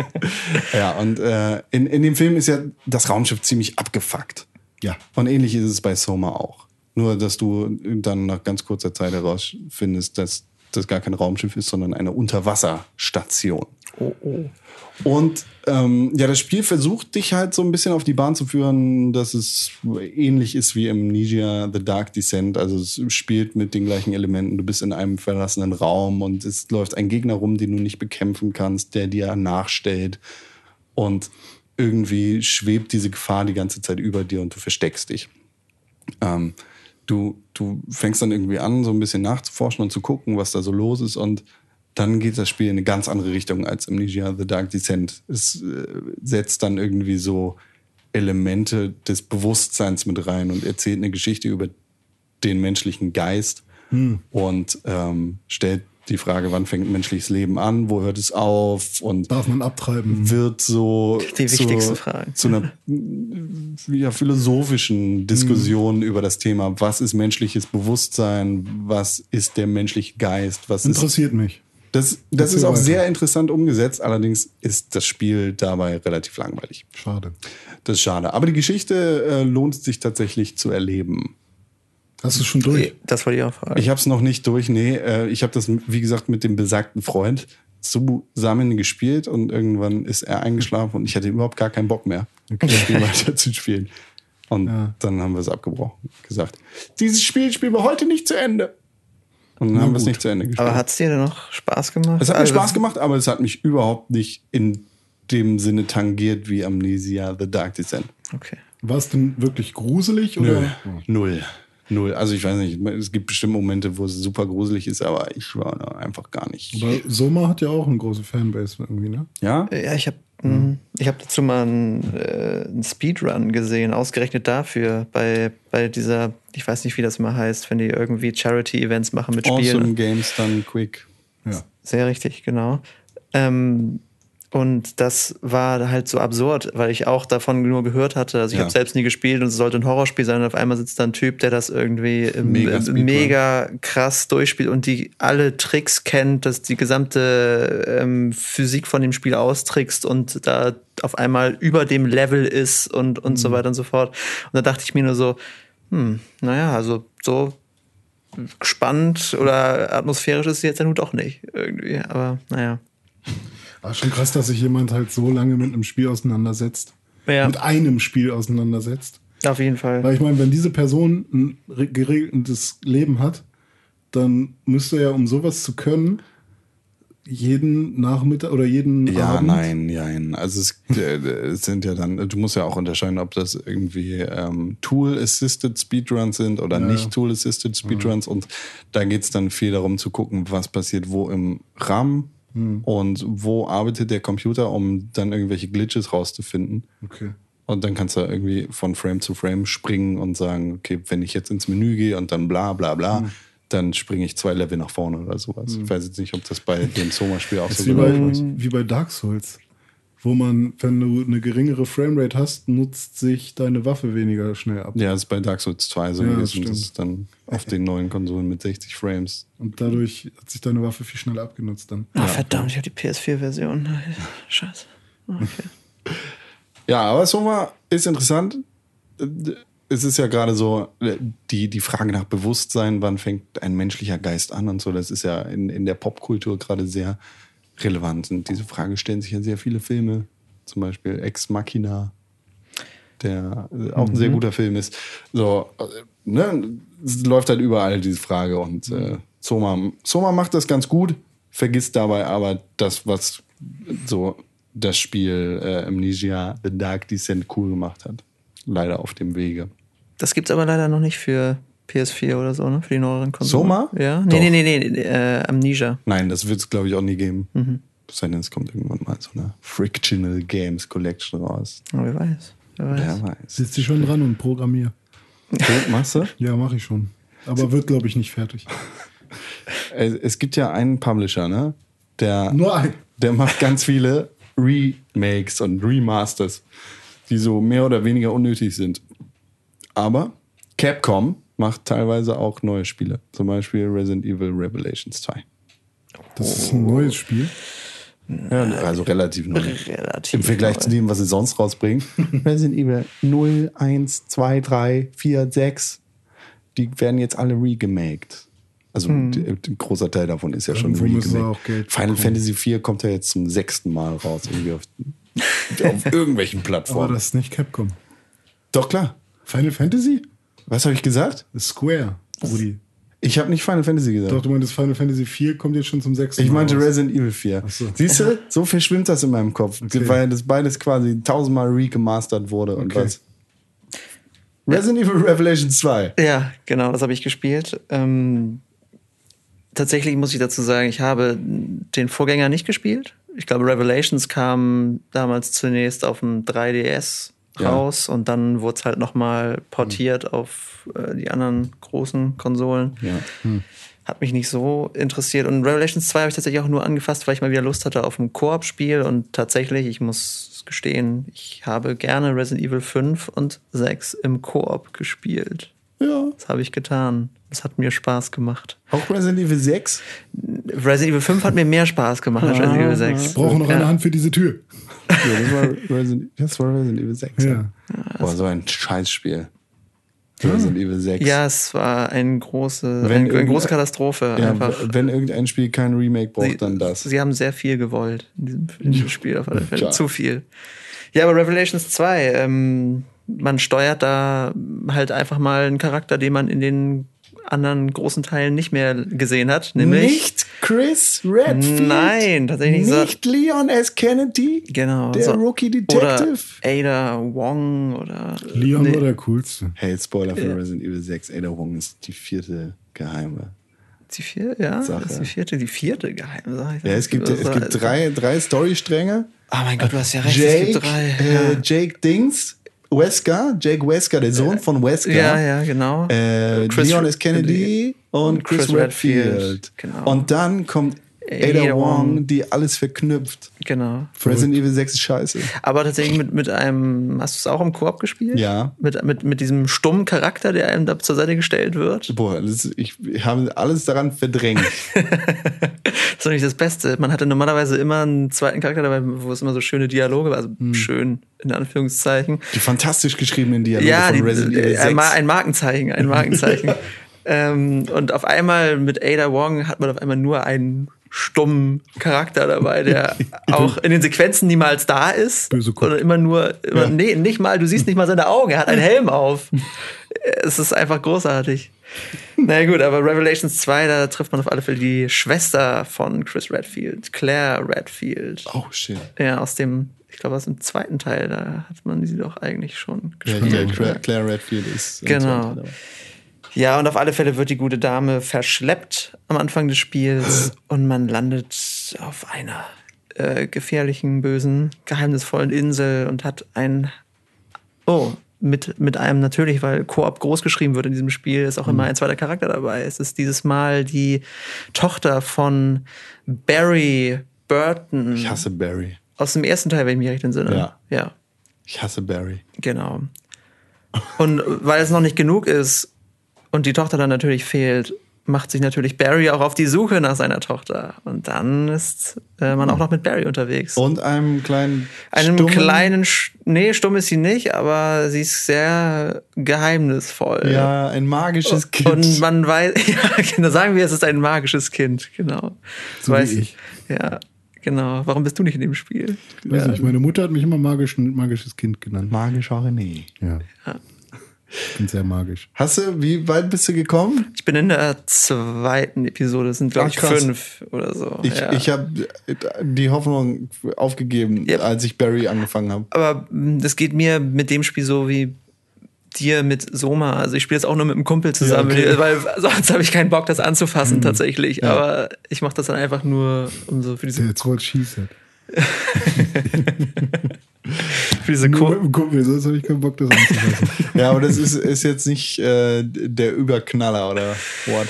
[SPEAKER 2] ja, und äh, in, in dem Film ist ja das Raumschiff ziemlich abgefuckt.
[SPEAKER 3] ja.
[SPEAKER 2] Und ähnlich ist es bei Soma auch. Nur, dass du dann nach ganz kurzer Zeit herausfindest, dass das gar kein Raumschiff ist, sondern eine Unterwasserstation. Und ähm, ja, das Spiel versucht dich halt so ein bisschen auf die Bahn zu führen, dass es ähnlich ist wie im Nigia The Dark Descent. Also es spielt mit den gleichen Elementen. Du bist in einem verlassenen Raum und es läuft ein Gegner rum, den du nicht bekämpfen kannst, der dir nachstellt. Und irgendwie schwebt diese Gefahr die ganze Zeit über dir und du versteckst dich. Ähm, du, du fängst dann irgendwie an, so ein bisschen nachzuforschen und zu gucken, was da so los ist. Und dann geht das Spiel in eine ganz andere Richtung als Amnesia The Dark Descent. Es äh, setzt dann irgendwie so Elemente des Bewusstseins mit rein und erzählt eine Geschichte über den menschlichen Geist und ähm, stellt die Frage, wann fängt menschliches Leben an, wo hört es auf und
[SPEAKER 3] Darf man abtreiben?
[SPEAKER 2] wird so
[SPEAKER 4] Die
[SPEAKER 2] zu-
[SPEAKER 4] wichtigsten Fragen.
[SPEAKER 2] zu einer ja, philosophischen Diskussion
[SPEAKER 4] Mhm.
[SPEAKER 2] über das Thema, was ist menschliches Bewusstsein, was ist der menschliche Geist, was ist
[SPEAKER 3] Interessiert mich.
[SPEAKER 2] das, das
[SPEAKER 3] Erzähl
[SPEAKER 2] ist auch
[SPEAKER 3] weiter.
[SPEAKER 2] sehr interessant umgesetzt, allerdings ist das Spiel dabei relativ langweilig.
[SPEAKER 3] Schade.
[SPEAKER 2] Das ist schade. Aber die Geschichte äh, lohnt sich tatsächlich zu erleben.
[SPEAKER 3] Hast du schon
[SPEAKER 2] Äh,
[SPEAKER 3] durch?
[SPEAKER 4] Das wollte ich auch fragen.
[SPEAKER 2] Ich habe es noch nicht durch, nee. Äh, ich habe das, wie gesagt, mit dem besagten Freund zusammen gespielt und irgendwann ist er eingeschlafen und ich hatte überhaupt gar keinen Bock mehr, das Spiel weiter zu spielen. Und
[SPEAKER 3] Ja.
[SPEAKER 2] dann haben wir es abgebrochen, gesagt, dieses Spiel spielen wir heute nicht zu Ende. Und dann haben wir es
[SPEAKER 3] gut.
[SPEAKER 2] nicht zu Ende gespielt.
[SPEAKER 4] aber hat es dir denn noch Spaß gemacht?
[SPEAKER 2] Es hat
[SPEAKER 4] Also,
[SPEAKER 2] mir Spaß gemacht, aber es hat mich überhaupt nicht in dem Sinne tangiert wie Amnesia The Dark Descent.
[SPEAKER 4] Okay.
[SPEAKER 3] War es denn wirklich gruselig? Oder?
[SPEAKER 2] Null. Null. Also ich weiß nicht, es gibt bestimmt Momente, wo es super gruselig ist, aber ich war da einfach gar nicht.
[SPEAKER 3] Aber Soma hat ja auch eine große Fanbase irgendwie, ne?
[SPEAKER 2] Ja?
[SPEAKER 4] Ja, ich habe
[SPEAKER 2] Mhm.
[SPEAKER 4] ich hab dazu mal einen, äh, einen Speedrun gesehen, ausgerechnet dafür, bei, bei dieser, ich weiß nicht, wie das mal heißt, wenn die irgendwie Charity-Events machen mit Spielen.
[SPEAKER 2] Awesome Games dann quick.
[SPEAKER 3] Ja.
[SPEAKER 4] Sehr richtig, genau. Ähm, und das war halt so absurd, weil ich auch davon nur gehört hatte. Also ich
[SPEAKER 2] Ja.
[SPEAKER 4] habe selbst nie gespielt und es sollte ein Horrorspiel sein und auf einmal sitzt da ein Typ, der das irgendwie im-
[SPEAKER 2] Mega
[SPEAKER 4] im-
[SPEAKER 2] Speedrun.
[SPEAKER 4] Äh, mega krass durchspielt und die alle Tricks kennt, dass die gesamte ähm, Physik von dem Spiel austrickst und da auf einmal über dem Level ist und, und
[SPEAKER 2] Mhm.
[SPEAKER 4] so weiter und so fort. Und da dachte ich mir nur so, hm, naja, also so spannend oder atmosphärisch ist sie jetzt ja nun doch nicht irgendwie. Aber naja.
[SPEAKER 3] Ah, schon krass, dass sich jemand halt so lange mit einem Spiel auseinandersetzt.
[SPEAKER 4] Ja.
[SPEAKER 3] Mit einem Spiel auseinandersetzt.
[SPEAKER 4] Auf jeden Fall.
[SPEAKER 3] Weil ich meine, wenn diese Person ein re- geregeltes Leben hat, dann müsste er, um sowas zu können, jeden Nachmittag oder jeden
[SPEAKER 2] Ja,
[SPEAKER 3] Abend. Hm.
[SPEAKER 2] nein, nein. Also es, äh, es sind ja dann, du musst ja auch unterscheiden, ob das irgendwie ähm, Tool-Assisted Speedruns sind oder nicht Tool-Assisted
[SPEAKER 3] Hm.
[SPEAKER 2] Speedruns. Und da geht's dann viel darum zu gucken, was passiert wo im RAM
[SPEAKER 3] Hm.
[SPEAKER 2] und wo arbeitet der Computer, um dann irgendwelche Glitches rauszufinden.
[SPEAKER 3] Okay.
[SPEAKER 2] Und dann kannst du irgendwie von Frame zu Frame springen und sagen, okay, wenn ich jetzt ins Menü gehe und dann bla bla bla,
[SPEAKER 3] Mhm.
[SPEAKER 2] dann springe ich zwei Level nach vorne oder sowas. Ich weiß jetzt nicht, ob das bei dem Soma-Spiel auch
[SPEAKER 3] Das
[SPEAKER 2] so
[SPEAKER 3] ist wie
[SPEAKER 2] genau
[SPEAKER 3] bei,
[SPEAKER 2] ist.
[SPEAKER 3] wie bei Dark Souls, wo man, wenn du eine geringere Framerate hast, nutzt sich deine Waffe weniger schnell ab.
[SPEAKER 2] Ja, das ist bei Dark Souls 2 so
[SPEAKER 3] Ja, das
[SPEAKER 2] gewesen. Das
[SPEAKER 3] stimmt.
[SPEAKER 2] ist dann auf den neuen Konsolen mit 60 Frames.
[SPEAKER 3] Und dadurch hat sich deine Waffe viel schneller abgenutzt dann.
[SPEAKER 4] Ah, verdammt, ich habe die PS4-Version. Scheiße. Okay.
[SPEAKER 2] Ja, aber Soma ist interessant. Es ist ja gerade so, die, die Frage nach Bewusstsein, wann fängt ein menschlicher Geist an und so, das ist ja in, in der Popkultur gerade sehr relevant. Und diese Frage stellen sich ja sehr viele Filme. Zum Beispiel Ex Machina, der äh, auch ein sehr guter Film ist. So, äh, ne, es läuft halt überall diese Frage und äh, Soma, Soma macht das ganz gut, vergisst dabei aber das, was so das Spiel äh, Amnesia The Dark Descent cool gemacht hat. Leider auf dem Wege.
[SPEAKER 4] Das gibt's aber leider noch nicht für PS4 oder so, ne? Für die neueren Konsolen.
[SPEAKER 2] Soma?
[SPEAKER 4] Ja.
[SPEAKER 2] Doch.
[SPEAKER 4] Nee, nee, nee, nee, nee, äh, Amnesia.
[SPEAKER 2] Nein, das wird es, glaube ich, auch nie geben. Es sei denn, es kommt irgendwann mal so eine Frictional Games Collection raus.
[SPEAKER 4] Oh, wer weiß. Wer weiß.
[SPEAKER 2] Wer weiß.
[SPEAKER 3] Sitzt ich schon dran und programmier.
[SPEAKER 2] So, machst du?
[SPEAKER 3] Ja, mache ich schon. Aber wird, glaube ich, nicht fertig.
[SPEAKER 2] Es es gibt ja einen Publisher, ne? Der
[SPEAKER 3] Nur ein.
[SPEAKER 2] der macht ganz viele Remakes und Remasters, die so mehr oder weniger unnötig sind. Aber Capcom macht teilweise auch neue Spiele. Zum Beispiel Resident Evil Revelations 2.
[SPEAKER 3] Das ist ein neues Spiel.
[SPEAKER 2] also relativ neu.
[SPEAKER 4] Relativ
[SPEAKER 2] Im Vergleich zu dem, was sie sonst rausbringen. Resident Evil 0, 1, 2, 3, 4, 6. Die werden jetzt alle regemaked. Also die- ein großer Teil davon ist ja schon
[SPEAKER 3] Irgendwo Hm. müssen sie
[SPEAKER 2] regemaked.
[SPEAKER 3] auch Geld
[SPEAKER 2] Final Fantasy IV kommt ja jetzt zum sechsten Mal raus. Irgendwie auf, auf irgendwelchen
[SPEAKER 3] Aber
[SPEAKER 2] Plattformen.
[SPEAKER 3] das ist nicht Capcom.
[SPEAKER 2] Doch klar.
[SPEAKER 3] Final Fantasy?
[SPEAKER 2] Was habe ich gesagt?
[SPEAKER 3] Ist Square, Rudi.
[SPEAKER 2] Ich habe nicht Final Fantasy gesagt.
[SPEAKER 3] Doch, du meintest Final Fantasy 4 kommt jetzt schon zum sechsten
[SPEAKER 2] ich meinte
[SPEAKER 3] Mal raus.
[SPEAKER 2] Resident Evil 4.
[SPEAKER 3] so.
[SPEAKER 2] Siehst du, so verschwimmt das in meinem Kopf,
[SPEAKER 3] Okay.
[SPEAKER 2] weil das beides quasi tausendmal regemastert wurde und
[SPEAKER 3] Okay.
[SPEAKER 2] was. Resident Evil Revelation 2.
[SPEAKER 4] Ja, genau, das habe ich gespielt. Ähm, tatsächlich muss ich dazu sagen, ich habe den Vorgänger nicht gespielt. Ich glaube, Revelations kam damals zunächst auf dem 3DS
[SPEAKER 2] Ja. Hm.
[SPEAKER 4] raus und dann wurde es halt nochmal portiert auf äh, die anderen großen Konsolen.
[SPEAKER 2] Ja. Hm.
[SPEAKER 4] hat mich nicht so interessiert. Und Revelations 2 habe ich tatsächlich auch nur angefasst, weil ich mal wieder Lust hatte auf ein Koop-Spiel. Und tatsächlich, ich muss es gestehen, ich habe gerne Resident Evil 5 und 6 im Koop gespielt.
[SPEAKER 2] Ja.
[SPEAKER 4] Das habe ich getan. Das hat mir Spaß gemacht.
[SPEAKER 2] Auch Resident Evil 6?
[SPEAKER 4] Resident Evil 5 hat mir mehr Spaß gemacht als Resident Evil 6.
[SPEAKER 3] Ich brauche noch eine Hand für diese Tür.
[SPEAKER 2] Ja, das war Resident, das war Resident Evil 6.
[SPEAKER 3] Ja.
[SPEAKER 2] Boah, so ein Scheißspiel. Resident Evil 6.
[SPEAKER 4] Ja, es war eine große,
[SPEAKER 2] Wenn
[SPEAKER 4] eine, eine große
[SPEAKER 2] irgendein-
[SPEAKER 4] Katastrophe.
[SPEAKER 2] Ja,
[SPEAKER 4] einfach.
[SPEAKER 2] w- wenn irgendein Spiel kein Remake braucht,
[SPEAKER 4] Sie-
[SPEAKER 2] dann das.
[SPEAKER 4] Sie haben sehr viel gewollt in diesem, in diesem Spiel. Auf alle Fälle.
[SPEAKER 2] Klar.
[SPEAKER 4] Zu viel. Ja, aber Revelations 2, ähm, man steuert da halt einfach mal einen Charakter, den man in den anderen großen Teilen nicht mehr gesehen hat. Nämlich.
[SPEAKER 2] Chris Redfield.
[SPEAKER 4] Nein, tatsächlich so-
[SPEAKER 2] Leon S. Kennedy.
[SPEAKER 4] Genau.
[SPEAKER 2] Der Rookie Detective.
[SPEAKER 4] Oder Ada Wong oder.
[SPEAKER 3] Leon
[SPEAKER 4] Nee.
[SPEAKER 3] war der coolste.
[SPEAKER 2] Hey, Spoiler für Resident Evil 6. Ada Wong ist die vierte Geheime.
[SPEAKER 4] Die vierte, ja,
[SPEAKER 2] Sache.
[SPEAKER 4] ist die vierte, die vierte Geheimsache. Also,
[SPEAKER 2] Ja, es gibt, es gibt drei, drei Storystränge.
[SPEAKER 4] Ah mein Gott, du hast ja recht, es
[SPEAKER 2] Jake,
[SPEAKER 4] gibt drei.
[SPEAKER 2] äh, Jake Dings, Wesker, Jake Wesker, der Sohn von Wesker.
[SPEAKER 4] Äh, ja. ja, ja, genau.
[SPEAKER 2] Äh,
[SPEAKER 4] Chris
[SPEAKER 2] Leon S. Kennedy und Chris, Redfield.
[SPEAKER 4] Genau.
[SPEAKER 2] Und dann kommt Ada,
[SPEAKER 4] Ada
[SPEAKER 2] Wong,
[SPEAKER 4] Wong.
[SPEAKER 2] die alles verknüpft.
[SPEAKER 4] genau.
[SPEAKER 2] Resident Evil 6 ist scheiße.
[SPEAKER 4] Aber tatsächlich mit, mit einem, hast du es auch im Koop gespielt?
[SPEAKER 2] Ja.
[SPEAKER 4] Mit, mit, mit diesem stummen Charakter, der einem da zur Seite gestellt wird.
[SPEAKER 2] Boah, das, ist- ich habe alles daran verdrängt.
[SPEAKER 4] Das ist doch nicht das Beste. Man hatte normalerweise immer einen zweiten Charakter dabei, wo es immer so schöne Dialoge war. Also
[SPEAKER 2] Hm.
[SPEAKER 4] schön, in Anführungszeichen.
[SPEAKER 2] Die fantastisch geschriebenen Dialoge
[SPEAKER 4] ja,
[SPEAKER 2] von
[SPEAKER 4] die,
[SPEAKER 2] Resident Evil
[SPEAKER 4] äh,
[SPEAKER 2] 6.
[SPEAKER 4] ein, Ma- ein Markenzeichen, ein Markenzeichen. ähm, und auf einmal mit Ada Wong hat man auf einmal nur einen stummen Charakter dabei, der auch in den Sequenzen niemals da ist.
[SPEAKER 3] Böse guckt.
[SPEAKER 4] oder immer nur, immer, nee, nicht mal, du siehst nicht mal seine Augen, er hat einen Helm auf. es ist einfach großartig. Na gut, aber Revelations 2, da trifft man auf alle Fälle die Schwester von Chris Redfield, Claire Redfield.
[SPEAKER 2] oh, shit.
[SPEAKER 4] Ja, aus dem, ich glaube, aus dem zweiten Teil, da hat man sie doch eigentlich schon
[SPEAKER 2] Ja,
[SPEAKER 4] gespielt.
[SPEAKER 2] ja,
[SPEAKER 4] oder?
[SPEAKER 2] Claire, Claire Redfield ist. im
[SPEAKER 4] Genau.
[SPEAKER 2] zweiten Teil
[SPEAKER 4] Ja, und auf alle Fälle wird die gute Dame verschleppt am Anfang des Spiels und man landet auf einer äh, gefährlichen, bösen, geheimnisvollen Insel und hat ein. Oh, mit, mit einem natürlich, weil Koop groß geschrieben wird in diesem Spiel, ist auch immer ein zweiter Charakter dabei. Es ist dieses Mal die Tochter von Barry Burton
[SPEAKER 2] Ich hasse Barry.
[SPEAKER 4] aus dem ersten Teil, wenn ich mich recht entsinne.
[SPEAKER 2] Ja.
[SPEAKER 4] ja.
[SPEAKER 2] Ich hasse Barry.
[SPEAKER 4] Genau. Und weil es noch nicht genug ist und die Tochter dann natürlich fehlt, macht sich natürlich Barry auch auf die Suche nach seiner Tochter. Und dann ist äh, man auch noch mit Barry unterwegs.
[SPEAKER 2] Und einem kleinen.
[SPEAKER 4] Einem
[SPEAKER 2] stummen-
[SPEAKER 4] kleinen, Sch- nee, stumm ist sie nicht, aber sie ist sehr geheimnisvoll.
[SPEAKER 2] Ja, ein magisches Kind.
[SPEAKER 4] Und man weiß, ja, genau, sagen wir, es ist ein magisches Kind, genau.
[SPEAKER 3] So wie ich.
[SPEAKER 4] Ja, genau. Warum bist du nicht in dem Spiel?
[SPEAKER 3] Weiß nicht, meine Mutter hat mich immer magisch, magisches Kind genannt.
[SPEAKER 2] Magischer René.
[SPEAKER 3] Ja. Bin sehr magisch.
[SPEAKER 2] Hast du, wie weit bist du gekommen?
[SPEAKER 4] Ich bin in der zweiten Episode, es sind, glaube
[SPEAKER 2] Ach,
[SPEAKER 4] ich,
[SPEAKER 2] krass.
[SPEAKER 4] fünf oder so.
[SPEAKER 2] Ich,
[SPEAKER 4] ja.
[SPEAKER 2] ich habe die Hoffnung aufgegeben,
[SPEAKER 4] Ja.
[SPEAKER 2] als ich Barry angefangen habe.
[SPEAKER 4] aber mh, das geht mir mit dem Spiel so wie dir mit Soma. Also ich spiele jetzt auch nur mit einem Kumpel zusammen,
[SPEAKER 2] Ja, okay.
[SPEAKER 4] weil sonst habe ich keinen Bock, das anzufassen tatsächlich. Aber ich mache das dann einfach nur, um so für
[SPEAKER 3] Der
[SPEAKER 4] diese,
[SPEAKER 3] jetzt what she said.
[SPEAKER 4] für diese
[SPEAKER 3] Nur mit
[SPEAKER 4] Co
[SPEAKER 3] dem Kumpel, sonst habe ich keinen Bock, das anzufassen.
[SPEAKER 2] Ja, aber das ist, ist jetzt nicht äh, der Überknaller oder what?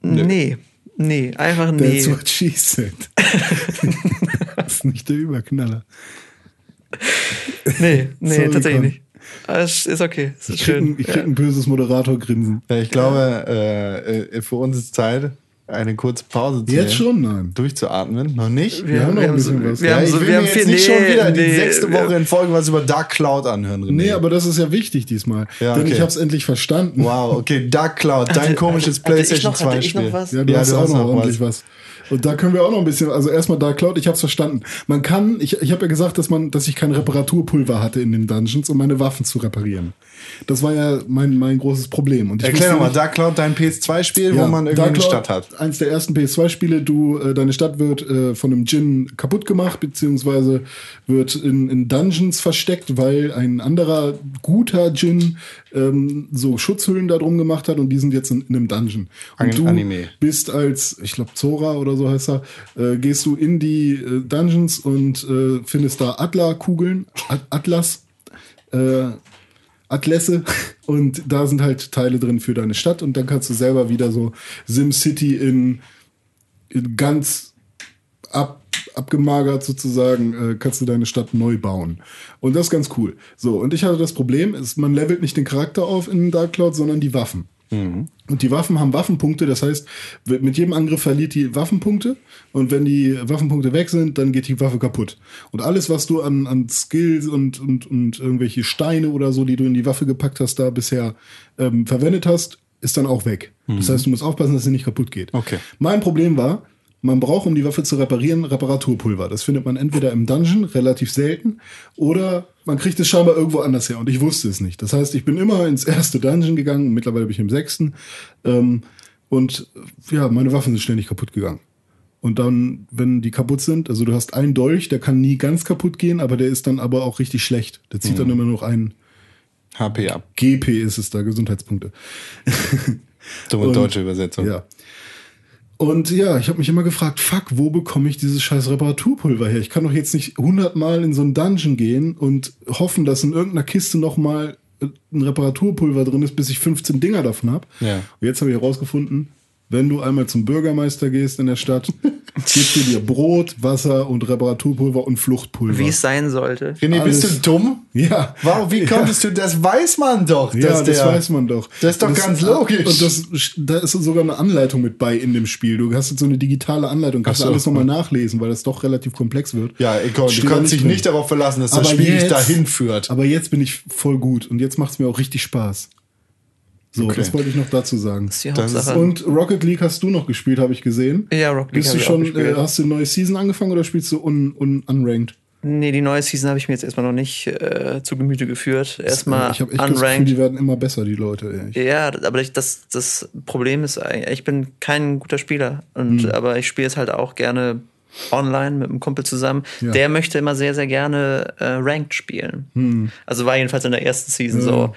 [SPEAKER 4] Nee, nee, einfach nee.
[SPEAKER 3] That's what she said. das ist nicht der Überknaller.
[SPEAKER 4] Nee, nee,
[SPEAKER 3] Sorry,
[SPEAKER 4] tatsächlich
[SPEAKER 3] komm.
[SPEAKER 4] nicht. Aber es ist okay, es ist
[SPEAKER 3] Ich krieg, ein,
[SPEAKER 4] schön.
[SPEAKER 3] ich krieg ein böses Moderatorgrinsen.
[SPEAKER 2] Ja, ich glaube, äh, äh, für uns ist Zeit, eine kurze Pause zu
[SPEAKER 3] Jetzt
[SPEAKER 2] nehmen,
[SPEAKER 3] schon? Nein.
[SPEAKER 2] durchzuatmen. Noch nicht?
[SPEAKER 3] Wir haben noch ein bisschen
[SPEAKER 4] so-
[SPEAKER 3] was.
[SPEAKER 4] Wir haben
[SPEAKER 2] ich
[SPEAKER 4] so,
[SPEAKER 2] will
[SPEAKER 4] wir
[SPEAKER 2] mir
[SPEAKER 4] haben
[SPEAKER 2] jetzt
[SPEAKER 4] viel,
[SPEAKER 2] nicht
[SPEAKER 4] nee,
[SPEAKER 2] schon wieder die
[SPEAKER 4] nee,
[SPEAKER 2] sechste
[SPEAKER 4] wir-
[SPEAKER 2] Woche in Folge was über Dark Cloud anhören, René.
[SPEAKER 3] Nee, aber das ist ja wichtig diesmal.
[SPEAKER 2] Ja,
[SPEAKER 3] Denn ich
[SPEAKER 2] okay.
[SPEAKER 3] habe es endlich verstanden.
[SPEAKER 2] wow, okay, Dark Cloud, dein komisches
[SPEAKER 4] hatte ich
[SPEAKER 2] PlayStation
[SPEAKER 4] noch- hatte
[SPEAKER 2] 2
[SPEAKER 4] ich noch
[SPEAKER 2] Spiel.
[SPEAKER 4] was?
[SPEAKER 3] Ja, du hast auch noch ordentlich was. Und da können wir auch noch ein bisschen, also erstmal Dark Cloud, ich hab's verstanden. Man kann, ich, ich habe ja gesagt, dass man, dass ich kein Reparaturpulver hatte in den Dungeons, um meine Waffen zu reparieren. Das war ja mein, mein großes Problem. Und ich
[SPEAKER 2] Erklär
[SPEAKER 3] wusste
[SPEAKER 2] nochmal,
[SPEAKER 3] nicht-
[SPEAKER 2] Dark Cloud, dein PS2-Spiel,
[SPEAKER 3] Ja,
[SPEAKER 2] wo man irgendwie
[SPEAKER 3] Dark
[SPEAKER 2] eine
[SPEAKER 3] Lord,
[SPEAKER 2] Stadt hat.
[SPEAKER 3] Eins der ersten PS2-Spiele, du, äh, deine Stadt wird äh, von einem Djinn kaputt gemacht, beziehungsweise wird in, in Dungeons versteckt, weil ein anderer guter Djinn ähm, so Schutzhüllen da drum gemacht hat und die sind jetzt in, in einem Dungeon. Und
[SPEAKER 2] Ein Anime.
[SPEAKER 3] bist als, ich glaube, Zora oder so heißt er, äh, gehst du in die äh, Dungeons und äh, findest da Adlerkugeln, Ad Atlas. Äh, Atlässe und da sind halt Teile drin für deine Stadt und dann kannst du selber wieder so SimCity in, in ganz ab, abgemagert sozusagen, äh, kannst du deine Stadt neu bauen. Und das ist ganz cool. So, und ich hatte das Problem, ist, man levelt nicht den Charakter auf in Dark Cloud, sondern die Waffen. Mhm. Und die Waffen haben Waffenpunkte, das heißt, w- mit jedem Angriff verliert die Waffenpunkte und wenn die Waffenpunkte weg sind, dann geht die Waffe kaputt. Und alles, was du an, an Skills und, und, und irgendwelche Steine oder so, die du in die Waffe gepackt hast, da bisher ähm, verwendet hast, ist dann auch weg. Das heißt, du musst aufpassen, dass sie nicht kaputt geht.
[SPEAKER 2] Okay.
[SPEAKER 3] Mein Problem war, man braucht, um die Waffe zu reparieren, Reparaturpulver. Das findet man entweder im Dungeon, relativ selten, oder man kriegt es scheinbar irgendwo anders her. Und ich wusste es nicht. Das heißt, ich bin immer ins erste Dungeon gegangen, mittlerweile bin ich im sechsten. Ähm, und ja, meine Waffen sind ständig kaputt gegangen. Und dann, wenn die kaputt sind, also du hast einen Dolch, der kann nie ganz kaputt gehen, aber der ist dann aber auch richtig schlecht. Der zieht dann immer noch einen
[SPEAKER 2] HP ab.
[SPEAKER 3] GP ist es da, Gesundheitspunkte.
[SPEAKER 2] Dumme
[SPEAKER 3] Und-
[SPEAKER 2] deutsche Übersetzung.
[SPEAKER 3] Ja. Und ja, ich habe mich immer gefragt, fuck, wo bekomme ich dieses scheiß Reparaturpulver her? Ich kann doch jetzt nicht hundertmal in so einen Dungeon gehen und hoffen, dass in irgendeiner Kiste nochmal äh, ein Reparaturpulver drin ist, bis ich 15 Dinger davon habe.
[SPEAKER 2] Ja.
[SPEAKER 3] Und jetzt habe ich herausgefunden, wenn du einmal zum Bürgermeister gehst in der Stadt, gibt er dir Brot, Wasser und Reparaturpulver und Fluchtpulver.
[SPEAKER 4] Wie es sein sollte.
[SPEAKER 2] René, bist du
[SPEAKER 3] Alles-
[SPEAKER 2] dumm?
[SPEAKER 3] ja.
[SPEAKER 2] Wow, wie konntest du? Das weiß man doch.
[SPEAKER 3] Ja,
[SPEAKER 2] dass
[SPEAKER 3] das
[SPEAKER 2] der,
[SPEAKER 3] weiß man doch.
[SPEAKER 2] Das ist doch ganz logisch.
[SPEAKER 3] Und das, da ist sogar eine Anleitung mit bei in dem Spiel. Du hast jetzt so eine digitale Anleitung, kannst
[SPEAKER 2] Ach so.
[SPEAKER 3] alles nochmal nachlesen, weil das doch relativ komplex wird.
[SPEAKER 2] ja, egal, du
[SPEAKER 3] Steht da
[SPEAKER 2] kannst dich
[SPEAKER 3] drin.
[SPEAKER 2] nicht darauf verlassen, dass
[SPEAKER 3] Aber
[SPEAKER 2] das Spiel dich
[SPEAKER 3] jetzt-
[SPEAKER 2] dahin führt.
[SPEAKER 3] Aber jetzt bin ich voll gut und jetzt macht es mir auch richtig Spaß. So,
[SPEAKER 2] Okay.
[SPEAKER 3] das wollte ich noch dazu sagen.
[SPEAKER 4] Das ist die
[SPEAKER 2] Das ist-
[SPEAKER 4] Hauptsache.
[SPEAKER 3] Und Rocket League hast du noch gespielt, habe ich gesehen.
[SPEAKER 4] Ja, Rocket League
[SPEAKER 3] Bist
[SPEAKER 4] hab
[SPEAKER 3] du
[SPEAKER 4] ich auch
[SPEAKER 3] schon, äh,
[SPEAKER 4] gespielt.
[SPEAKER 3] hast du eine neue Season angefangen oder spielst du un, un, unranked?
[SPEAKER 4] nee, die neue Season habe ich mir jetzt erstmal noch nicht äh, zu Gemüte geführt. Erstmal
[SPEAKER 3] ich habe echt das Gefühl,
[SPEAKER 4] unranked.
[SPEAKER 3] die werden immer besser, die Leute. Ey.
[SPEAKER 4] Ja, aber ich, das, das Problem ist, eigentlich, ich bin kein guter Spieler. Und, Aber ich spiele es halt auch gerne online mit einem Kumpel zusammen.
[SPEAKER 3] Ja.
[SPEAKER 4] Der möchte immer sehr, sehr gerne äh, Ranked spielen. Also war jedenfalls in der ersten Season so.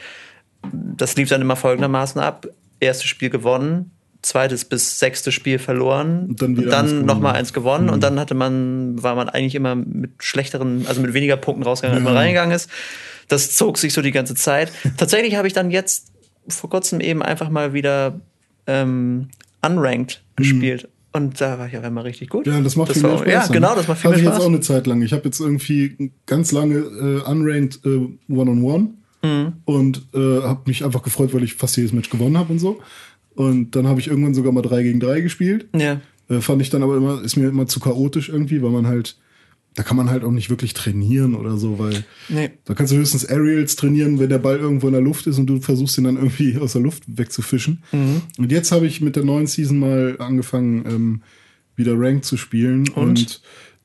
[SPEAKER 4] Das lief dann immer folgendermaßen ab. Erstes Spiel gewonnen, zweites bis sechstes Spiel verloren,
[SPEAKER 3] Und dann wieder eins
[SPEAKER 4] und dann
[SPEAKER 3] gewonnen. Mhm.
[SPEAKER 4] nochmal eins gewonnen und dann hatte man, war man eigentlich immer mit schlechteren, also mit weniger Punkten rausgegangen, als man
[SPEAKER 3] Ja.
[SPEAKER 4] reingegangen ist. Das zog sich so die ganze Zeit. Tatsächlich habe ich dann jetzt vor kurzem eben einfach mal wieder ähm, unranked gespielt. Und da war ich auf einmal richtig gut.
[SPEAKER 3] Mhm. Ja, das macht viel
[SPEAKER 4] war,
[SPEAKER 3] mehr Spaß.
[SPEAKER 4] Ja,
[SPEAKER 3] ne?
[SPEAKER 4] genau, das macht viel
[SPEAKER 3] Hab
[SPEAKER 4] mehr
[SPEAKER 3] ich jetzt auch
[SPEAKER 4] Spaß.
[SPEAKER 3] eine Zeit lang. Ich habe jetzt irgendwie ganz lange äh, unranked äh, One-on-One
[SPEAKER 4] Mhm.
[SPEAKER 3] und äh, habe mich einfach gefreut, weil ich fast jedes Match gewonnen habe und so. Und dann habe ich irgendwann sogar mal 3 gegen 3 gespielt.
[SPEAKER 4] Ja.
[SPEAKER 3] Äh, fand ich dann aber immer, ist mir immer zu chaotisch irgendwie, weil man halt, da kann man halt auch nicht wirklich trainieren oder so, weil
[SPEAKER 4] Nee.
[SPEAKER 3] da kannst du höchstens Aerials trainieren, wenn der Ball irgendwo in der Luft ist und du versuchst ihn dann irgendwie aus der Luft wegzufischen.
[SPEAKER 4] Mhm.
[SPEAKER 3] Und jetzt habe ich mit der neuen Season mal angefangen, ähm, wieder Rank zu spielen. Und,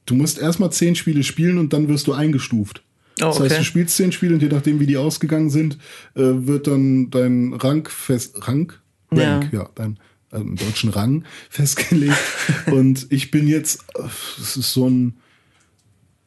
[SPEAKER 3] du musst erstmal zehn Spiele spielen und dann wirst du eingestuft.
[SPEAKER 4] Oh,
[SPEAKER 3] Das heißt,
[SPEAKER 4] okay.
[SPEAKER 3] du spielst zehn Spiele und je nachdem, wie die ausgegangen sind, äh, wird dann dein Rank fest. Rank?
[SPEAKER 4] Ja.
[SPEAKER 3] Rank, ja, dein äh, im deutschen Rang festgelegt. und ich bin jetzt, äh, es ist so ein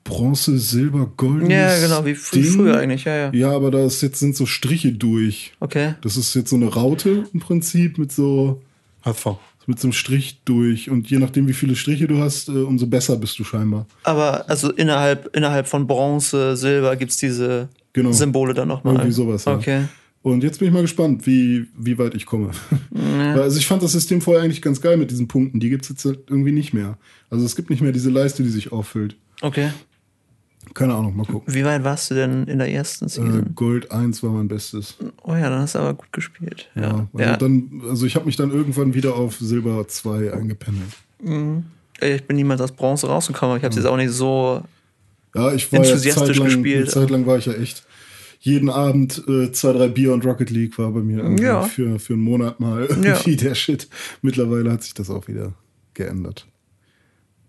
[SPEAKER 3] Bronze, Silber, Gold.
[SPEAKER 4] Ja, genau, wie fr- früher eigentlich, ja, ja.
[SPEAKER 3] Ja, aber da ist jetzt sind so Striche durch.
[SPEAKER 4] Okay.
[SPEAKER 3] Das ist jetzt so eine Raute im Prinzip mit so,
[SPEAKER 2] HV.
[SPEAKER 3] mit so einem Strich durch. Und je nachdem, wie viele Striche du hast, äh, umso besser bist du scheinbar.
[SPEAKER 4] Aber also innerhalb, innerhalb von Bronze, Silber gibt es diese
[SPEAKER 3] Genau.
[SPEAKER 4] Symbole dann nochmal.
[SPEAKER 3] Irgendwie sowas. Ja.
[SPEAKER 4] Okay.
[SPEAKER 3] Und jetzt bin ich mal gespannt, wie, wie weit ich komme. Weil, Also ich fand das System vorher eigentlich ganz geil mit diesen Punkten. Die gibt es jetzt halt irgendwie nicht mehr. Also es gibt nicht mehr diese Leiste, die sich auffüllt.
[SPEAKER 4] Okay.
[SPEAKER 3] Keine Ahnung, mal gucken.
[SPEAKER 4] Wie weit warst du denn in der ersten
[SPEAKER 3] Äh,
[SPEAKER 4] Season?
[SPEAKER 3] Gold 1 war mein Bestes.
[SPEAKER 4] oh ja, dann hast du aber gut gespielt. Ja.
[SPEAKER 3] Ja. Also,
[SPEAKER 4] ja.
[SPEAKER 3] Dann, also ich habe mich dann irgendwann wieder auf Silber 2 eingependelt.
[SPEAKER 4] ich bin niemals aus Bronze rausgekommen, aber ich habe jetzt auch nicht so.
[SPEAKER 3] Ja, ich war
[SPEAKER 4] Enthusiastisch
[SPEAKER 3] ja Zeit lang,
[SPEAKER 4] gespielt.
[SPEAKER 3] Eine Zeit lang war ich ja echt jeden Abend äh, zwei, drei Bier und Rocket League war bei mir irgendwie
[SPEAKER 4] Ja.
[SPEAKER 3] für, für einen Monat mal irgendwie der Shit. Mittlerweile hat sich das auch wieder geändert.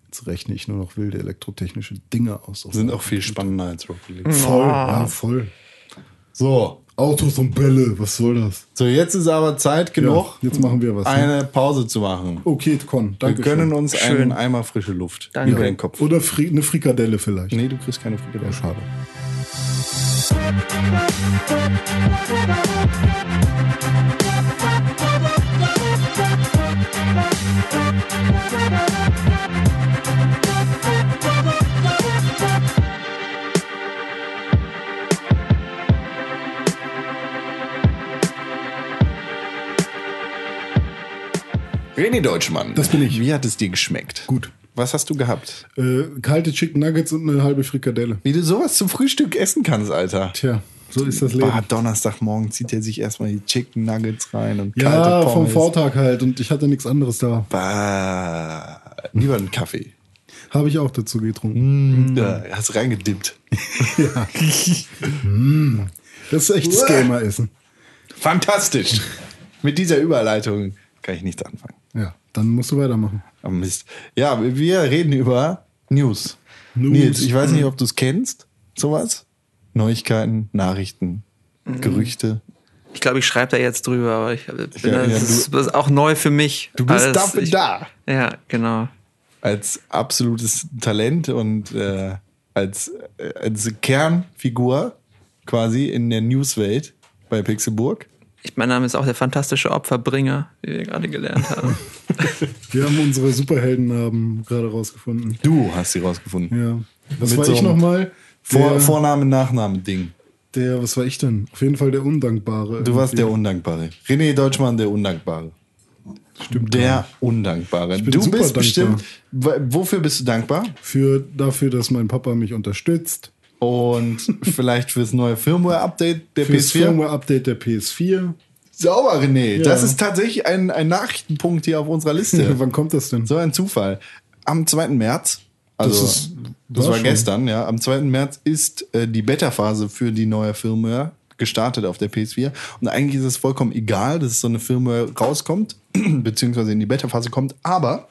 [SPEAKER 3] Jetzt rechne ich nur noch wilde elektrotechnische Dinge aus. Oh.
[SPEAKER 2] Sind auch viel spannender als Rocket League.
[SPEAKER 3] voll,
[SPEAKER 4] Ah.
[SPEAKER 3] ja, voll.
[SPEAKER 2] So,
[SPEAKER 3] Autos und Bälle, was soll das?
[SPEAKER 2] so jetzt ist aber Zeit
[SPEAKER 3] Ja,
[SPEAKER 2] genug,
[SPEAKER 3] jetzt machen wir was. ne?
[SPEAKER 2] eine Pause zu machen.
[SPEAKER 3] okay, Con,
[SPEAKER 2] Wir
[SPEAKER 3] danke.
[SPEAKER 2] gönnen uns einen
[SPEAKER 4] Schön.
[SPEAKER 2] Eimer frische Luft
[SPEAKER 4] Danke.
[SPEAKER 2] über den Kopf.
[SPEAKER 3] Oder Fri eine Frikadelle vielleicht.
[SPEAKER 2] Nee, du kriegst keine Frikadelle.
[SPEAKER 3] Ja, schade.
[SPEAKER 2] René Deutschmann.
[SPEAKER 3] Das bin ich.
[SPEAKER 2] Wie hat es dir geschmeckt?
[SPEAKER 3] Gut.
[SPEAKER 2] Was hast du gehabt?
[SPEAKER 3] Äh, kalte Chicken Nuggets und eine halbe Frikadelle.
[SPEAKER 2] Wie du sowas zum Frühstück essen kannst, Alter.
[SPEAKER 3] Tja, so ist das Leben.
[SPEAKER 2] Bah, Donnerstagmorgen zieht er sich erstmal die Chicken Nuggets rein und kalte
[SPEAKER 3] Ja,
[SPEAKER 2] Pommes.
[SPEAKER 3] vom Vortag halt und ich hatte nichts anderes da.
[SPEAKER 2] Bah, lieber einen Kaffee.
[SPEAKER 3] Habe ich auch dazu getrunken.
[SPEAKER 2] Mhm. Ja, hast reingedippt.
[SPEAKER 3] Das ist echtes Gamer-Essen.
[SPEAKER 2] Fantastisch. Mit dieser Überleitung kann ich nichts anfangen.
[SPEAKER 3] Ja, dann musst du weitermachen.
[SPEAKER 2] Oh Mist. Ja, wir reden über News. Nils, ich weiß nicht, ob du es kennst. Sowas? Neuigkeiten, Nachrichten, Gerüchte.
[SPEAKER 4] Ich glaube, ich schreibe da jetzt drüber, aber ich bin,
[SPEAKER 2] Ja, ja,
[SPEAKER 4] das, ist, das ist auch neu für mich.
[SPEAKER 2] Du bist
[SPEAKER 4] Alles-
[SPEAKER 2] dafür
[SPEAKER 4] ich,
[SPEAKER 2] da.
[SPEAKER 4] Ja, genau.
[SPEAKER 2] Als absolutes Talent und äh, als, äh, als Kernfigur quasi in der Newswelt bei Pixelburg.
[SPEAKER 4] Ich, mein Name ist auch der fantastische Opferbringer, wie wir gerade gelernt haben.
[SPEAKER 3] Wir haben unsere Superheldennamen gerade rausgefunden.
[SPEAKER 2] Du hast sie rausgefunden.
[SPEAKER 3] Ja. Was
[SPEAKER 2] Mit
[SPEAKER 3] war
[SPEAKER 2] so
[SPEAKER 3] ich
[SPEAKER 2] einem
[SPEAKER 3] nochmal?
[SPEAKER 2] Vor,
[SPEAKER 3] der,
[SPEAKER 2] Vorname, Nachname, Ding.
[SPEAKER 3] der, was war ich denn? Auf jeden Fall der Undankbare.
[SPEAKER 2] Du warst
[SPEAKER 3] irgendwie.
[SPEAKER 2] der Undankbare. René Deutschmann, der Undankbare. Stimmt. Der Undankbare.
[SPEAKER 3] bin
[SPEAKER 2] du
[SPEAKER 3] super
[SPEAKER 2] bist
[SPEAKER 3] dankbar.
[SPEAKER 2] bestimmt. W- Wofür bist du dankbar?
[SPEAKER 3] Für, dafür, dass mein Papa mich unterstützt.
[SPEAKER 2] Und vielleicht fürs neue Firmware-Update der
[SPEAKER 3] Fürs
[SPEAKER 2] PS4.
[SPEAKER 3] Firmware-Update der PS4.
[SPEAKER 2] Sauber, René.
[SPEAKER 3] Ja.
[SPEAKER 2] Das ist tatsächlich ein, ein Nachrichtenpunkt hier auf unserer Liste.
[SPEAKER 3] Wann kommt das denn?
[SPEAKER 2] so ein Zufall. Am 2. März, also das,
[SPEAKER 3] Das ist-
[SPEAKER 2] war,
[SPEAKER 3] war schon.
[SPEAKER 2] gestern, ja, am 2. März ist äh, die Beta-Phase für die neue Firmware gestartet auf der PS4. Und eigentlich ist es vollkommen egal, dass so eine Firmware rauskommt, beziehungsweise in die Beta-Phase kommt. Aber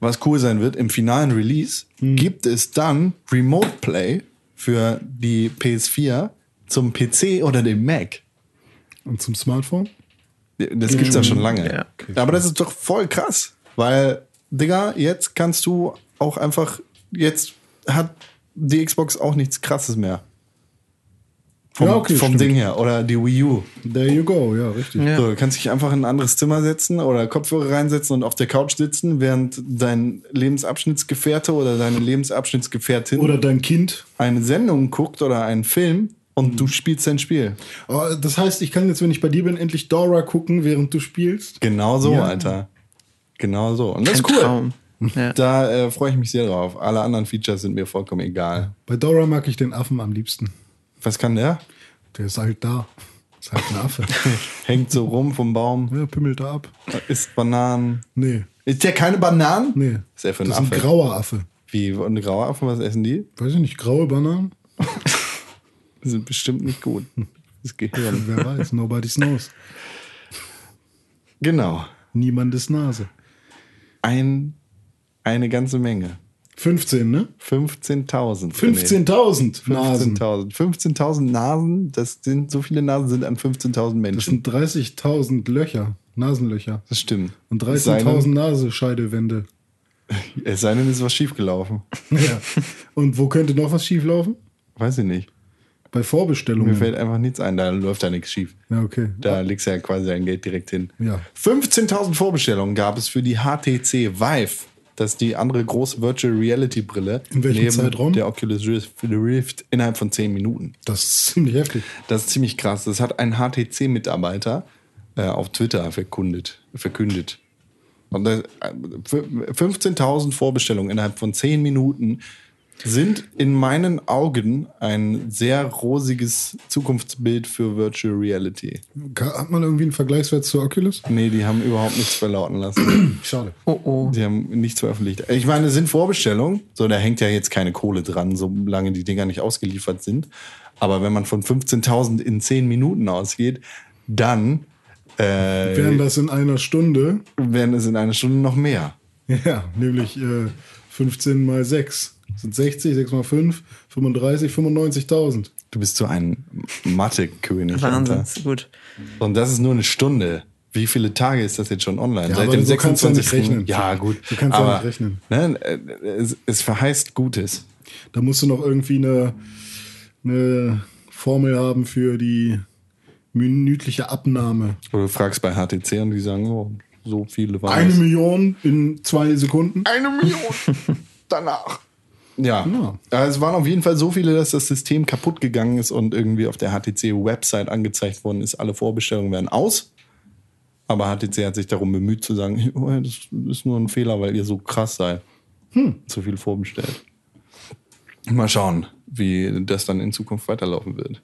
[SPEAKER 2] was cool sein wird, im finalen Release
[SPEAKER 3] Hm.
[SPEAKER 2] gibt es dann Remote Play für die PS4 zum PC oder dem Mac.
[SPEAKER 3] Und zum Smartphone?
[SPEAKER 2] Das gibt's ja schon lange.
[SPEAKER 4] Ja.
[SPEAKER 2] Aber das ist doch voll krass, weil, Digga, jetzt kannst du auch einfach, jetzt hat die Xbox auch nichts krasses mehr. Vom,
[SPEAKER 3] Ja, okay,
[SPEAKER 2] vom
[SPEAKER 3] stimmt.
[SPEAKER 2] Ding her. Oder die Wii U.
[SPEAKER 3] There you go, ja, richtig.
[SPEAKER 4] Ja.
[SPEAKER 2] So, du kannst dich einfach in ein anderes Zimmer setzen oder Kopfhörer reinsetzen und auf der Couch sitzen, während dein Lebensabschnittsgefährte oder deine Lebensabschnittsgefährtin
[SPEAKER 3] Oder dein Kind.
[SPEAKER 2] eine Sendung guckt oder einen Film und
[SPEAKER 3] Mhm.
[SPEAKER 2] du spielst dein Spiel.
[SPEAKER 3] Aber Oh, das heißt, ich kann jetzt, wenn ich bei dir bin, endlich Dora gucken, während du spielst.
[SPEAKER 2] Genau so,
[SPEAKER 3] Ja.
[SPEAKER 2] Alter. Genau so. Und das
[SPEAKER 4] Ein
[SPEAKER 2] ist cool.
[SPEAKER 4] Traum. Ja.
[SPEAKER 2] Da äh, freue ich mich sehr drauf. Alle anderen Features sind mir vollkommen egal.
[SPEAKER 3] Bei Dora mag ich den Affen am liebsten.
[SPEAKER 2] Was kann der?
[SPEAKER 3] Der ist halt da. Ist halt ein Affe.
[SPEAKER 2] Hängt so rum vom Baum,
[SPEAKER 3] ja, pimmelt da ab.
[SPEAKER 2] isst Bananen.
[SPEAKER 3] Nee,
[SPEAKER 2] Ist der keine Bananen?
[SPEAKER 3] nee.
[SPEAKER 2] Ist der für ein
[SPEAKER 3] das ist
[SPEAKER 2] Affe?
[SPEAKER 3] ein grauer Affe.
[SPEAKER 2] Wie, und graue Affen, was essen die?
[SPEAKER 3] Weiß ich nicht, graue Bananen?
[SPEAKER 2] Die sind bestimmt nicht gut. Das Gehirn.
[SPEAKER 3] Hm, Wer weiß, nobody's nose.
[SPEAKER 2] Genau.
[SPEAKER 3] Niemandes Nase.
[SPEAKER 2] Ein, eine ganze Menge.
[SPEAKER 3] 15, ne?
[SPEAKER 2] 15.000.
[SPEAKER 3] 15.000 Nasen.
[SPEAKER 2] 15.000. 15.000 Nasen, das sind, so viele Nasen sind an 15.000
[SPEAKER 3] Das
[SPEAKER 2] Menschen.
[SPEAKER 3] sind 30.000 Löcher, Nasenlöcher.
[SPEAKER 2] Das stimmt.
[SPEAKER 3] Und
[SPEAKER 2] Es sei denn-
[SPEAKER 3] 13.000 Nasenscheidewände.
[SPEAKER 2] Es sei denn, es ist was schiefgelaufen.
[SPEAKER 3] Ja. Und wo könnte noch was schieflaufen?
[SPEAKER 2] Weiß ich nicht.
[SPEAKER 3] Bei
[SPEAKER 2] Mir
[SPEAKER 3] Vorbestellungen.
[SPEAKER 2] fällt einfach nichts ein, da läuft da nichts schief.
[SPEAKER 3] ja, okay.
[SPEAKER 2] Da legst du ja quasi dein Geld direkt hin.
[SPEAKER 3] Ja.
[SPEAKER 2] 15.000 Vorbestellungen gab es für die HTC Vive. Das ist die andere große Virtual Reality Brille.
[SPEAKER 3] In welchem Zeitraum?
[SPEAKER 2] Der Oculus Rift innerhalb von 10 Minuten.
[SPEAKER 3] Das ist ziemlich heftig.
[SPEAKER 2] Das ist ziemlich krass. Das hat ein HTC-Mitarbeiter äh, auf Twitter verkündet. verkündet. Und das, äh, fü- 15.000 Vorbestellungen innerhalb von 10 Minuten sind in meinen Augen ein sehr rosiges Zukunftsbild für Virtual Reality.
[SPEAKER 3] Ka- Hat man irgendwie einen Vergleichswert zur Oculus?
[SPEAKER 2] Nee, die haben überhaupt nichts verlauten lassen.
[SPEAKER 3] Schade.
[SPEAKER 4] Oh oh.
[SPEAKER 2] Die haben nichts veröffentlicht. Ich meine, es sind Vorbestellungen. So, da hängt ja jetzt keine Kohle dran, solange die Dinger nicht ausgeliefert sind. Aber wenn man von 15.000 in 10 Minuten ausgeht, dann äh,
[SPEAKER 3] Wären das in einer Stunde?
[SPEAKER 2] werden es in einer Stunde noch mehr.
[SPEAKER 3] Ja, nämlich äh, 15 mal 6. Das sind 60, 6 mal 5, 35, 95.000.
[SPEAKER 2] Du bist so ein Mathe-König.
[SPEAKER 4] Wahnsinn,
[SPEAKER 2] Alter.
[SPEAKER 4] ist gut.
[SPEAKER 2] Und das ist nur eine Stunde. Wie viele Tage ist das jetzt schon online?
[SPEAKER 3] Ja, aber so kannst du ja nicht rechnen.
[SPEAKER 2] Ja, gut.
[SPEAKER 3] Du kannst ja
[SPEAKER 2] aber,
[SPEAKER 3] nicht rechnen.
[SPEAKER 2] Ne, äh, es, es verheißt Gutes.
[SPEAKER 3] Da musst du noch irgendwie eine, eine Formel haben für die minütliche Abnahme.
[SPEAKER 2] Oder du fragst bei HTC und die sagen, oh, so viele waren
[SPEAKER 3] Eine
[SPEAKER 2] es.
[SPEAKER 3] Million in zwei Sekunden.
[SPEAKER 2] Eine Million danach. Ja.
[SPEAKER 3] Ja.
[SPEAKER 2] ja, es waren auf jeden Fall so viele, dass das System kaputt gegangen ist und irgendwie auf der HTC-Website angezeigt worden ist, alle Vorbestellungen werden aus. Aber HTC hat sich darum bemüht zu sagen, oh, das ist nur ein Fehler, weil ihr so krass seid. Zu viel vorbestellt. Hm. Mal schauen, wie das dann in Zukunft weiterlaufen wird.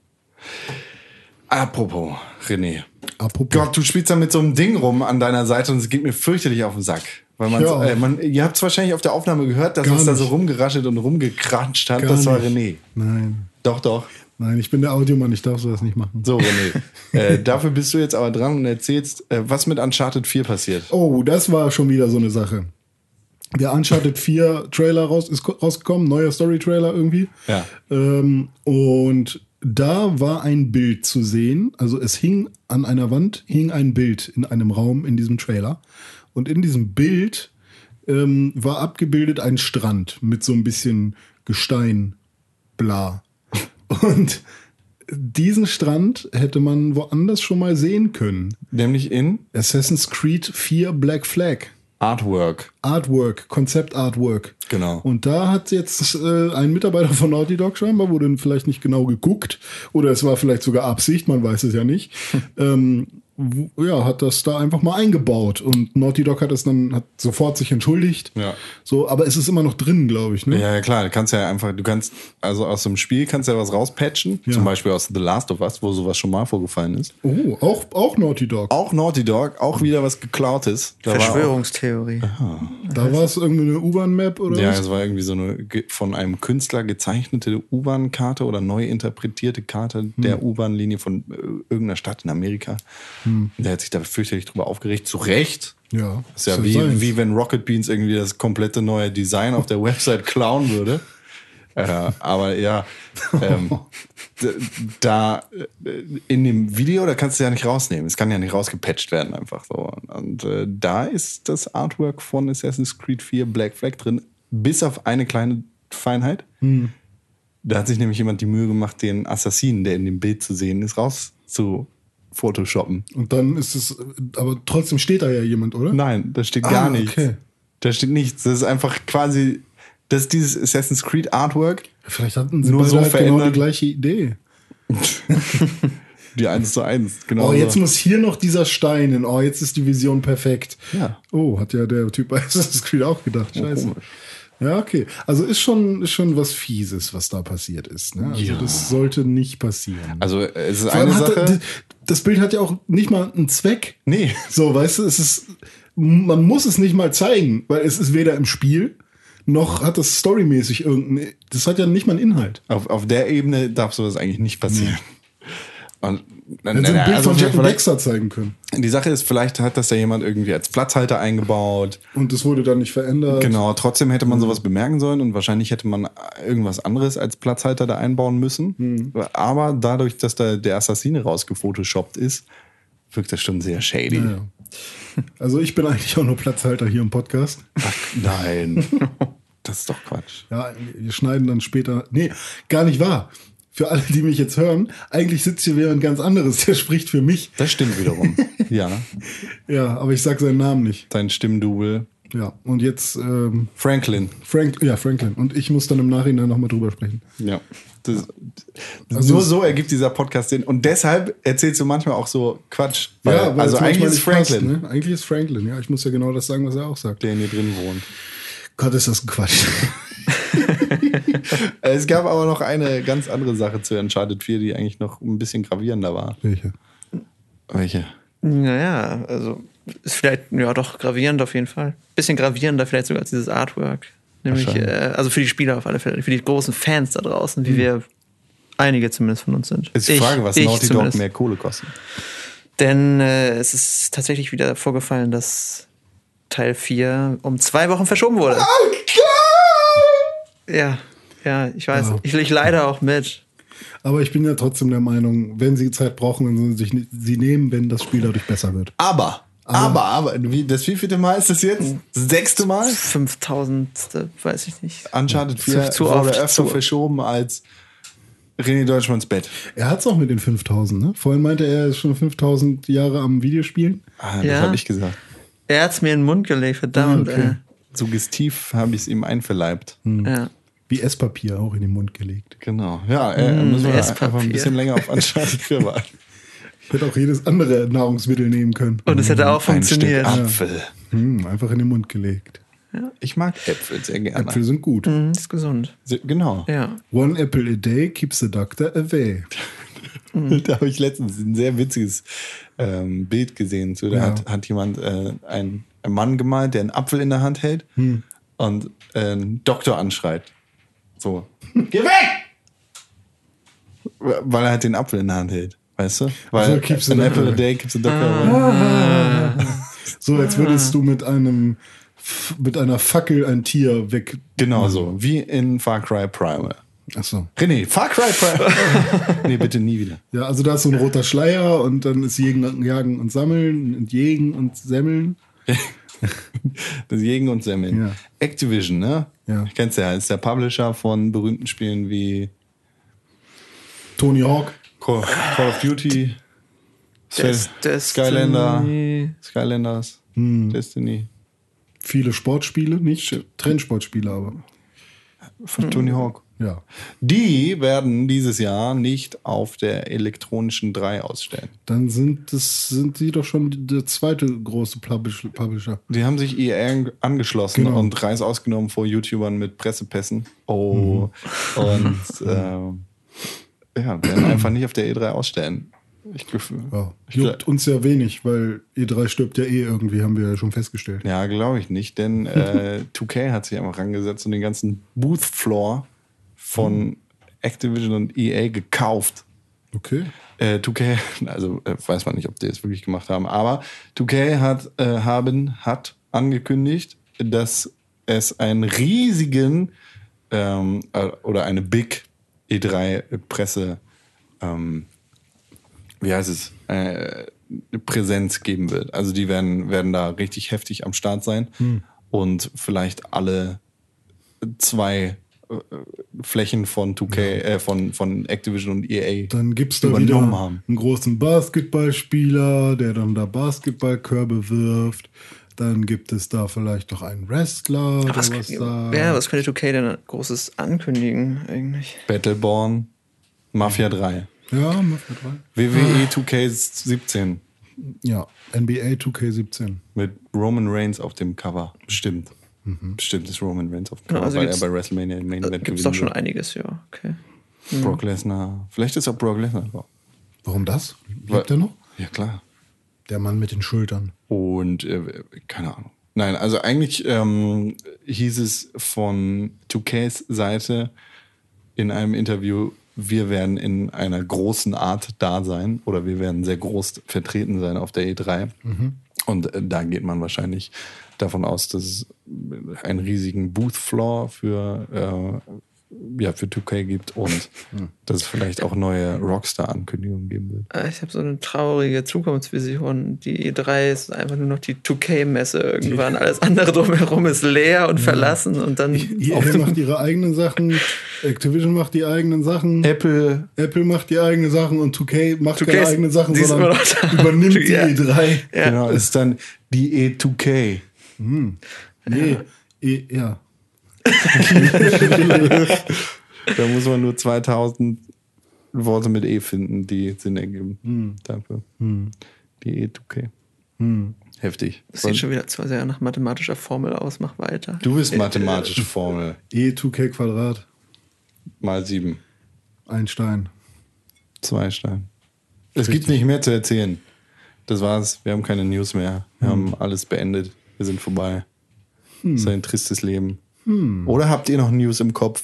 [SPEAKER 2] Apropos, René.
[SPEAKER 3] Apropos.
[SPEAKER 2] Gott, du spielst da mit so einem Ding rum an deiner Seite und es geht mir fürchterlich auf den Sack. Weil man's,
[SPEAKER 3] Ich auch.
[SPEAKER 2] äh, man, ihr habt es wahrscheinlich auf der Aufnahme gehört, dass
[SPEAKER 3] Gar
[SPEAKER 2] es da so
[SPEAKER 3] nicht.
[SPEAKER 2] rumgeraschelt und rumgekratscht hat.
[SPEAKER 3] Gar
[SPEAKER 2] das war
[SPEAKER 3] nicht.
[SPEAKER 2] René.
[SPEAKER 3] Nein.
[SPEAKER 2] Doch, doch.
[SPEAKER 3] Nein, ich bin der Audiomann, ich darf sowas nicht machen.
[SPEAKER 2] So, René. äh, dafür bist du jetzt aber dran und erzählst, äh, was mit Uncharted 4 passiert.
[SPEAKER 3] Oh, das war schon wieder so eine Sache. Der Uncharted 4 Trailer raus, ist ko- rausgekommen, neuer Story-Trailer irgendwie.
[SPEAKER 2] Ja.
[SPEAKER 3] Ähm, und da war ein Bild zu sehen. Also es hing an einer Wand, hing ein Bild in einem Raum in diesem Trailer. Und in diesem Bild ähm, war abgebildet ein Strand mit so ein bisschen Gestein, bla. Und diesen Strand hätte man woanders schon mal sehen können.
[SPEAKER 2] Nämlich in
[SPEAKER 3] Assassin's Creed 4 Black Flag.
[SPEAKER 2] Artwork.
[SPEAKER 3] Artwork, Konzept-Artwork.
[SPEAKER 2] Genau.
[SPEAKER 3] Und da hat jetzt äh, ein Mitarbeiter von Naughty Dog scheinbar, wurde vielleicht nicht genau geguckt, oder es war vielleicht sogar Absicht, man weiß es ja nicht, ähm, w- ja, hat das da einfach mal eingebaut. Und Naughty Dog hat es dann hat sofort sich entschuldigt.
[SPEAKER 2] Ja.
[SPEAKER 3] So, aber es ist immer noch drin, glaube ich. Ne?
[SPEAKER 2] Ja, ja, klar, du kannst ja einfach, du kannst, also aus dem Spiel kannst du ja was rauspatchen,
[SPEAKER 3] Ja.
[SPEAKER 2] zum Beispiel aus The Last of Us, wo sowas schon mal vorgefallen ist.
[SPEAKER 3] Oh, auch, auch Naughty Dog.
[SPEAKER 2] Auch Naughty Dog, auch wieder was geklautes. Da war auch-
[SPEAKER 4] Verschwörungstheorie.
[SPEAKER 3] Da war es irgendwie eine U-Bahn-Map oder
[SPEAKER 2] Ja, also
[SPEAKER 3] was?
[SPEAKER 2] es war irgendwie so eine ge- von einem Künstler gezeichnete U-Bahn-Karte oder neu interpretierte Karte
[SPEAKER 3] Hm.
[SPEAKER 2] der U-Bahn-Linie von äh, irgendeiner Stadt in Amerika. Der hat sich da fürchterlich drüber aufgeregt, zu Recht.
[SPEAKER 3] Ja,
[SPEAKER 2] Ist ja
[SPEAKER 3] so
[SPEAKER 2] wie,
[SPEAKER 3] seien's.
[SPEAKER 2] wie wenn Rocket Beans irgendwie das komplette neue Design auf der Website klauen würde. Äh, aber ja, ähm, d- da äh, in dem Video, da kannst du ja nicht rausnehmen. Es kann ja nicht rausgepatcht werden, einfach so. Und äh, da ist das Artwork von Assassin's Creed 4 Black Flag drin, bis auf eine kleine Feinheit. Da hat sich nämlich jemand die Mühe gemacht, den Assassinen, der in dem Bild zu sehen ist, raus zu photoshoppen.
[SPEAKER 3] Und dann ist es, aber trotzdem steht da ja jemand, oder?
[SPEAKER 2] Nein, da steht
[SPEAKER 3] Ah,
[SPEAKER 2] gar nichts.
[SPEAKER 3] okay.
[SPEAKER 2] Da steht nichts. Das ist einfach quasi, das ist dieses Assassin's Creed Artwork,
[SPEAKER 3] Vielleicht hatten sie
[SPEAKER 2] Nur
[SPEAKER 3] beide
[SPEAKER 2] so
[SPEAKER 3] halt genau die
[SPEAKER 2] verändert.
[SPEAKER 3] gleiche Idee.
[SPEAKER 2] die 1 zu 1. Genau.
[SPEAKER 3] Oh, jetzt
[SPEAKER 2] so.
[SPEAKER 3] muss hier noch dieser Stein hin. Oh, jetzt ist die Vision perfekt.
[SPEAKER 2] Ja. Oh,
[SPEAKER 3] Oh, hat ja der Typ bei Assassin's Creed auch gedacht. Scheiße. Ja, okay. Also ist schon, ist schon was Fieses, was da passiert ist. Ne? Also das sollte nicht passieren.
[SPEAKER 2] Also, es ist
[SPEAKER 3] Vor allem
[SPEAKER 2] eine
[SPEAKER 3] hat-
[SPEAKER 2] Sache.
[SPEAKER 3] d- das Bild hat ja auch nicht mal einen Zweck.
[SPEAKER 2] Nee.
[SPEAKER 3] So, weißt du, es ist, man muss es nicht mal zeigen, weil es ist weder im Spiel, noch hat das storymäßig irgendeinen, das hat ja nicht mal einen Inhalt.
[SPEAKER 2] Auf, auf der Ebene darf sowas eigentlich nicht passieren. Und
[SPEAKER 3] Dann hätte ein Bild von Jack und
[SPEAKER 2] also vielleicht,
[SPEAKER 3] Dexter zeigen können.
[SPEAKER 2] die Sache ist, vielleicht hat das ja jemand irgendwie als Platzhalter eingebaut.
[SPEAKER 3] Und das wurde dann nicht verändert.
[SPEAKER 2] Genau, trotzdem hätte man sowas bemerken sollen und wahrscheinlich hätte man irgendwas anderes als Platzhalter da einbauen müssen. Aber dadurch, dass da der Assassine rausgefotoshoppt ist, wirkt das schon sehr shady.
[SPEAKER 3] Ja. Also ich bin eigentlich auch nur Platzhalter hier im Podcast.
[SPEAKER 2] Nein. das ist doch Quatsch.
[SPEAKER 3] Ja, wir schneiden dann später. Nee, gar nicht wahr. Für alle, die mich jetzt hören, eigentlich sitzt hier wer ein ganz anderes, der spricht für mich.
[SPEAKER 2] Das stimmt wiederum. ja,
[SPEAKER 3] Ja, aber ich sag seinen Namen nicht.
[SPEAKER 2] dein Stimmdouble.
[SPEAKER 3] Ja, und jetzt ähm,
[SPEAKER 2] Franklin.
[SPEAKER 3] Frank, ja, Franklin. Und ich muss dann im Nachhinein nochmal drüber sprechen.
[SPEAKER 2] Ja. Das,
[SPEAKER 3] Also-
[SPEAKER 2] nur so ergibt dieser Podcast Sinn. Und deshalb erzählst du manchmal auch so Quatsch. Weil,
[SPEAKER 3] weil
[SPEAKER 2] also
[SPEAKER 3] es manchmal
[SPEAKER 2] eigentlich ist
[SPEAKER 3] nicht passt,
[SPEAKER 2] Franklin,
[SPEAKER 3] ne? Eigentlich ist Franklin, ja. Ich muss ja genau das sagen, was er auch sagt.
[SPEAKER 2] der in dir drin wohnt.
[SPEAKER 3] Gott, ist das ein Quatsch.
[SPEAKER 2] Äh, Es gab aber noch eine ganz andere Sache zu Uncharted 4, die eigentlich noch ein bisschen gravierender war.
[SPEAKER 3] Welche?
[SPEAKER 2] Welche?
[SPEAKER 4] Naja, also ist vielleicht, ja doch, gravierend auf jeden Fall. Bisschen gravierender vielleicht sogar als dieses Artwork. Nämlich, äh,
[SPEAKER 2] Wahrscheinlich. Mhm.
[SPEAKER 4] also für die Spieler auf alle Fälle, für die großen Fans da draußen, wie wir einige zumindest von uns sind.
[SPEAKER 2] Ist die
[SPEAKER 4] Ich-
[SPEAKER 2] Frage, was
[SPEAKER 4] ich
[SPEAKER 2] Naughty
[SPEAKER 4] zumindest.
[SPEAKER 2] Dog mehr Kohle kostet.
[SPEAKER 4] Denn äh, es ist tatsächlich wieder vorgefallen, dass Teil 4 um zwei Wochen verschoben wurde.
[SPEAKER 2] Ah!
[SPEAKER 4] Ja, ja, ich weiß.
[SPEAKER 3] Ja.
[SPEAKER 4] Ich, ich leide auch mit.
[SPEAKER 3] Aber ich bin ja trotzdem der Meinung, wenn sie Zeit brauchen, dann sollen sie sich ni- sie nehmen, wenn das Spiel dadurch besser wird.
[SPEAKER 2] Aber, aber, aber, wie, das wievielte Mal ist das jetzt? Das sechste Mal?
[SPEAKER 4] 5000. weiß ich nicht.
[SPEAKER 2] Uncharted 4
[SPEAKER 4] zu
[SPEAKER 2] wurde
[SPEAKER 4] oft,
[SPEAKER 2] öfter
[SPEAKER 4] zu-
[SPEAKER 2] verschoben als René Deutschmanns Bett.
[SPEAKER 3] Er hat's auch mit den 5000, ne? Vorhin meinte er, er ist schon 5000 Jahre am Videospielen.
[SPEAKER 2] Ah, das
[SPEAKER 4] Ja.
[SPEAKER 2] habe ich gesagt.
[SPEAKER 4] Er hat's mir in den Mund gelegt, verdammt.
[SPEAKER 3] Ah, okay.
[SPEAKER 2] Suggestiv habe ich es ihm einverleibt.
[SPEAKER 4] ey. Ja.
[SPEAKER 3] Wie Esspapier auch in den Mund gelegt.
[SPEAKER 4] Hm,
[SPEAKER 2] Genau. Ja, äh, müssen wir einfach
[SPEAKER 4] Esspapier.
[SPEAKER 2] ein bisschen länger auf Uncharted 4 warten.
[SPEAKER 3] Ich hätte auch jedes andere Nahrungsmittel nehmen können.
[SPEAKER 4] Und es hätte auch
[SPEAKER 2] Hm, Ein Stück
[SPEAKER 4] funktioniert.
[SPEAKER 2] Apfel.
[SPEAKER 3] Hm, einfach in den Mund gelegt.
[SPEAKER 2] Ich mag Äpfel sehr gerne.
[SPEAKER 3] Äpfel sind gut.
[SPEAKER 4] Mhm, ist gesund.
[SPEAKER 2] Se- Genau.
[SPEAKER 4] Ja.
[SPEAKER 3] One apple a day keeps the doctor away.
[SPEAKER 2] Da habe ich letztens ein sehr witziges ähm, Bild gesehen. So, da
[SPEAKER 3] Ja.
[SPEAKER 2] hat, hat jemand äh, einen, einen Mann gemalt, der einen Apfel in der Hand hält und äh, einen Doktor anschreit. So. Geh weg! Weil er halt den Apfel in der Hand hält. Weißt du? Ah. Weil
[SPEAKER 3] so, keeps
[SPEAKER 2] an
[SPEAKER 3] the-
[SPEAKER 2] apple a day keeps the doctor away.
[SPEAKER 3] So als würdest du mit einem F- mit einer Fackel ein Tier weg.
[SPEAKER 2] Genau so. Wie in Far Cry Primal.
[SPEAKER 3] Achso.
[SPEAKER 2] René, Far Cry Primal. nee, bitte nie wieder.
[SPEAKER 3] Ja, also da ist so ein roter Schleier und dann ist Jägen, Jagen und Sammeln und Jägen und Semmeln.
[SPEAKER 2] Das Jägen und Semmeln.
[SPEAKER 3] Ja.
[SPEAKER 2] Activision, ne?
[SPEAKER 3] Ja.
[SPEAKER 2] Ich kenn's ja, ist der Publisher von berühmten Spielen wie
[SPEAKER 3] Tony Hawk.
[SPEAKER 2] Call, Call of Duty,
[SPEAKER 4] Des-
[SPEAKER 2] Sky- Skylander,
[SPEAKER 4] Destiny.
[SPEAKER 2] Skylanders,
[SPEAKER 3] Hm.
[SPEAKER 2] Destiny.
[SPEAKER 3] Viele Sportspiele, nicht Trendsportspiele, aber
[SPEAKER 2] Von Tony Hawk.
[SPEAKER 3] ja.
[SPEAKER 2] Die werden dieses Jahr nicht auf der elektronischen 3 ausstellen.
[SPEAKER 3] Dann sind das sind die doch schon die- der zweite große Publish- Publisher.
[SPEAKER 2] Die haben sich EA angeschlossen
[SPEAKER 3] Genau.
[SPEAKER 2] und Reis ausgenommen vor YouTubern mit Pressepässen. Oh.
[SPEAKER 3] Mhm.
[SPEAKER 2] Und ähm, ja, werden einfach nicht auf der E3 ausstellen. Ich,
[SPEAKER 3] Ja.
[SPEAKER 2] ich glaub-
[SPEAKER 3] Juckt uns ja wenig, weil E3 stirbt ja eh irgendwie, haben wir ja schon festgestellt.
[SPEAKER 2] Ja, glaube ich nicht, denn äh, 2K hat sich einfach rangesetzt und den ganzen Booth-Floor von Activision und EA gekauft.
[SPEAKER 3] Okay.
[SPEAKER 2] Äh, 2K, also äh, weiß man nicht, ob die es wirklich gemacht haben, aber 2K hat, äh, haben, hat angekündigt, dass es einen riesigen ähm, äh, oder eine Big E3-Presse, ähm, wie heißt es, äh, eine Präsenz geben wird. Also die werden, werden da richtig heftig am Start sein
[SPEAKER 3] Hm.
[SPEAKER 2] und vielleicht alle zwei äh, Flächen von 2K, äh, von, von Activision und EA
[SPEAKER 3] Dann gibt es da wieder
[SPEAKER 2] übernommen haben.
[SPEAKER 3] einen großen Basketballspieler, der dann da Basketballkörbe wirft. Dann gibt es da vielleicht noch einen Wrestler, der
[SPEAKER 4] Was,
[SPEAKER 3] was,
[SPEAKER 4] was,
[SPEAKER 3] da.
[SPEAKER 4] ja, was könnte 2K denn Großes ankündigen eigentlich?
[SPEAKER 2] Battleborn, Mafia 3,
[SPEAKER 3] ja, mach mit rein.
[SPEAKER 2] WWE
[SPEAKER 3] Ah.
[SPEAKER 2] 2K17
[SPEAKER 3] Ja, NBA 2K17.
[SPEAKER 2] mit Roman Reigns auf dem Cover. Bestimmt.
[SPEAKER 3] Mhm.
[SPEAKER 2] Bestimmt ist Roman Reigns auf dem
[SPEAKER 4] Ja,
[SPEAKER 2] Cover,
[SPEAKER 4] also
[SPEAKER 2] weil er
[SPEAKER 4] gibt's-
[SPEAKER 2] bei WrestleMania im Main
[SPEAKER 4] Da
[SPEAKER 2] Event
[SPEAKER 4] gibt es
[SPEAKER 2] gewinnen
[SPEAKER 4] Äh, doch schon
[SPEAKER 2] wird.
[SPEAKER 4] einiges, ja. Okay.
[SPEAKER 2] Brock Lesnar. Vielleicht ist auch Brock Lesnar. drauf.
[SPEAKER 3] Warum das?
[SPEAKER 2] Weil-
[SPEAKER 3] Lebt er noch?
[SPEAKER 2] Ja, klar.
[SPEAKER 3] Der Mann mit den Schultern.
[SPEAKER 2] Und äh, keine Ahnung. Nein, also eigentlich ähm, hieß es von 2Ks Seite in einem Interview, wir werden in einer großen Art da sein oder wir werden sehr groß vertreten sein auf der E3. Und äh, da geht man wahrscheinlich davon aus, dass es einen riesigen Booth-Floor für, äh, ja, für 2K gibt und dass es vielleicht auch neue Rockstar-Ankündigungen geben wird.
[SPEAKER 4] Äh, Ich habe so eine traurige Zukunftsvision. Die E3 ist einfach nur noch die 2K-Messe irgendwann. Alles andere drumherum ist leer und verlassen und dann.
[SPEAKER 3] EA macht ihre eigenen Sachen, Activision macht die eigenen Sachen,
[SPEAKER 2] Apple
[SPEAKER 3] Apple macht die eigenen Sachen und 2K macht
[SPEAKER 4] 2K
[SPEAKER 3] keine
[SPEAKER 4] ist-
[SPEAKER 3] eigenen Sachen,
[SPEAKER 4] die ist
[SPEAKER 3] sondern
[SPEAKER 4] immer noch da.
[SPEAKER 3] übernimmt die E
[SPEAKER 4] Ja.
[SPEAKER 3] E3.
[SPEAKER 4] Ja.
[SPEAKER 2] Genau, ist dann die E E2K.
[SPEAKER 3] Nee, E, ja.
[SPEAKER 2] Da muss man nur 2000 Worte mit E finden, die Sinn ergeben. Dafür. Die E2K. Heftig.
[SPEAKER 4] Das sieht schon wieder zwar sehr nach mathematischer Formel aus, mach weiter.
[SPEAKER 2] Du bist mathematische Formel.
[SPEAKER 3] E2K E Quadrat,
[SPEAKER 2] Mal sieben.
[SPEAKER 3] ein Stein.
[SPEAKER 2] Zwei Stein. Es gibt nicht mehr zu erzählen. Das war's. Wir haben keine News mehr. Wir haben alles beendet. Wir sind vorbei. Es ist ein tristes Leben. Oder habt ihr noch News im Kopf?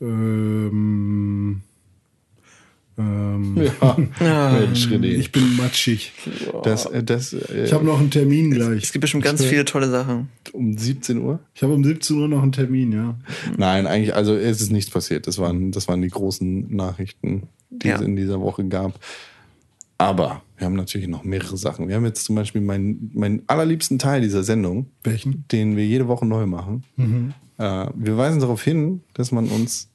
[SPEAKER 3] Ähm, ähm,
[SPEAKER 2] Ja. Mensch, René.
[SPEAKER 3] Ich bin matschig.
[SPEAKER 2] Das, äh, das, äh,
[SPEAKER 3] Ich habe noch einen Termin
[SPEAKER 4] Es
[SPEAKER 3] gleich.
[SPEAKER 4] gibt bestimmt ganz viele tolle Sachen.
[SPEAKER 2] um 17 Uhr?
[SPEAKER 3] Ich habe um 17 Uhr noch einen Termin, ja.
[SPEAKER 2] Nein, eigentlich, also es ist nichts passiert. Das waren, das waren die großen Nachrichten, die
[SPEAKER 4] Ja.
[SPEAKER 2] es in dieser Woche gab. Aber wir haben natürlich noch mehrere Sachen. Wir haben jetzt zum Beispiel meinen mein allerliebsten Teil dieser Sendung,
[SPEAKER 3] Welchen?
[SPEAKER 2] den wir jede Woche neu machen. Äh, wir weisen darauf hin, dass man uns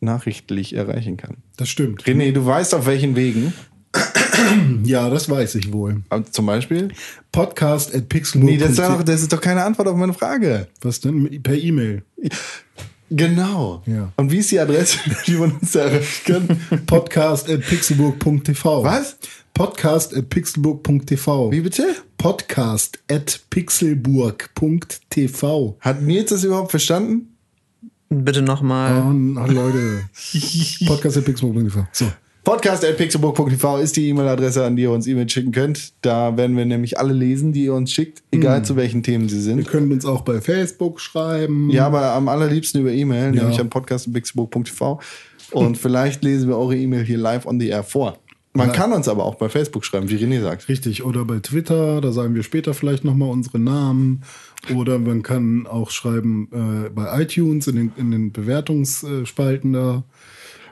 [SPEAKER 2] nachrichtlich erreichen kann.
[SPEAKER 3] Das stimmt.
[SPEAKER 2] René, du weißt auf welchen Wegen.
[SPEAKER 3] Ja, das weiß ich wohl.
[SPEAKER 2] Aber Zum Beispiel?
[SPEAKER 3] Oh, Podcast at pixelburg.
[SPEAKER 2] Nee, das ist, doch, das ist doch keine Antwort auf meine Frage.
[SPEAKER 3] Was denn? Per E-Mail.
[SPEAKER 2] Genau.
[SPEAKER 3] Ja.
[SPEAKER 2] Und wie ist die Adresse, die man uns erreichen kann?
[SPEAKER 3] Podcast at pixelburg.tv.
[SPEAKER 2] Was?
[SPEAKER 3] Podcast at pixelburg.tv.
[SPEAKER 2] Wie bitte?
[SPEAKER 3] Podcast at pixelburg.tv.
[SPEAKER 2] Hat Nils das überhaupt verstanden?
[SPEAKER 4] Bitte nochmal.
[SPEAKER 3] Oh, na, Leute. Podcast at pixelburg.tv. So.
[SPEAKER 2] Podcast.pixelburg.tv ist die E-Mail-Adresse, an die ihr uns E-Mail schicken könnt. Da werden wir nämlich alle lesen, die ihr uns schickt, egal
[SPEAKER 3] Mhm.
[SPEAKER 2] zu welchen Themen sie
[SPEAKER 3] Ihr
[SPEAKER 2] sind.
[SPEAKER 3] könnt uns auch bei Facebook schreiben.
[SPEAKER 2] Ja, aber am allerliebsten über E-Mail,
[SPEAKER 3] Ja.
[SPEAKER 2] nämlich am Podcast.pixelburg.tv. Und vielleicht lesen wir eure E-Mail hier live on the air vor. Man kann uns aber auch bei Facebook schreiben, wie René sagt.
[SPEAKER 3] Richtig, oder bei Twitter, da sagen wir später vielleicht nochmal unsere Namen. Oder man kann auch schreiben äh, bei iTunes in den, in den Bewertungsspalten da.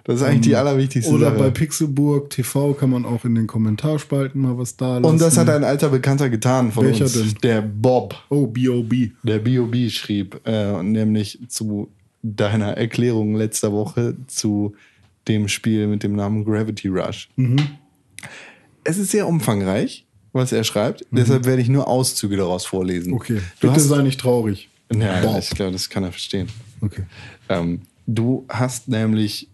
[SPEAKER 2] Das ist eigentlich die allerwichtigste
[SPEAKER 3] Mhm. Oder
[SPEAKER 2] Sache.
[SPEAKER 3] bei Pixelburg TV kann man auch in den Kommentarspalten mal was da lassen.
[SPEAKER 2] Und das hat ein alter Bekannter getan von
[SPEAKER 3] Mhm. Welcher
[SPEAKER 2] uns.
[SPEAKER 3] denn?
[SPEAKER 2] Der Bob,
[SPEAKER 3] Oh, B.O.B.
[SPEAKER 2] der B.O.B. schrieb, äh, nämlich zu deiner Erklärung letzter Woche zu dem Spiel mit dem Namen Gravity Rush.
[SPEAKER 3] Mhm.
[SPEAKER 2] Es ist sehr umfangreich, was er schreibt. Deshalb werde ich nur Auszüge daraus vorlesen.
[SPEAKER 3] Mhm. Okay,
[SPEAKER 2] Du
[SPEAKER 3] bitte
[SPEAKER 2] hast,
[SPEAKER 3] sei nicht traurig.
[SPEAKER 2] ja,
[SPEAKER 3] Bob.
[SPEAKER 2] ich glaube, das kann er verstehen.
[SPEAKER 3] Okay.
[SPEAKER 2] Ähm, du hast nämlich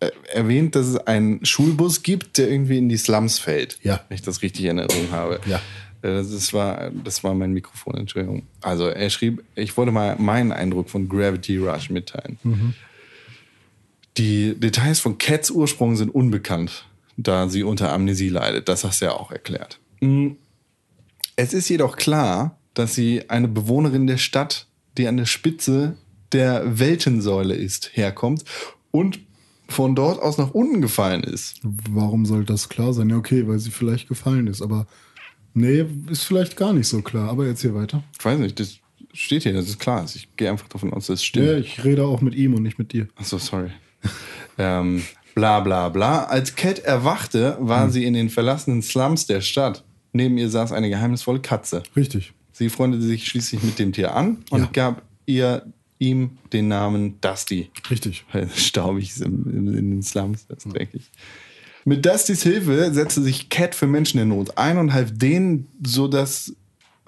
[SPEAKER 2] äh, erwähnt, dass es einen Schulbus gibt, der irgendwie in die Slums fällt.
[SPEAKER 3] Ja.
[SPEAKER 2] Wenn ich das richtig in Erinnerung habe.
[SPEAKER 3] Ja.
[SPEAKER 2] Äh, Das ist- war, das war mein Mikrofon, Entschuldigung. Also er schrieb, ich wollte mal meinen Eindruck von Gravity Rush mitteilen. Die Details von Cats Ursprung sind unbekannt, da sie unter Amnesie leidet. Das hast du ja auch erklärt. Es ist jedoch klar, dass sie eine Bewohnerin der Stadt, die an der Spitze der Weltensäule ist, herkommt und von dort aus nach unten gefallen ist.
[SPEAKER 3] Warum soll das klar sein? Ja, okay, weil sie vielleicht gefallen ist, aber nee, ist vielleicht gar nicht so klar. Aber jetzt hier weiter.
[SPEAKER 2] Ich weiß nicht, das steht hier, das ist klar. Also Ich gehe einfach davon aus, das stimmt.
[SPEAKER 3] Ja, ich rede auch mit ihm und nicht mit dir.
[SPEAKER 2] Achso, sorry. ähm, bla bla bla. Als Cat erwachte, war sie in den verlassenen Slums der Stadt. Neben ihr saß eine geheimnisvolle Katze.
[SPEAKER 3] Richtig.
[SPEAKER 2] Sie freundete sich schließlich mit dem Tier an und
[SPEAKER 3] Ja.
[SPEAKER 2] gab ihr ihm den Namen Dusty.
[SPEAKER 3] Richtig.
[SPEAKER 2] Weil es staubig ist im, im, in den Slums, das ist dreckig. Mit Dustys Hilfe setzte sich Cat für Menschen in Not ein und half denen, sodass,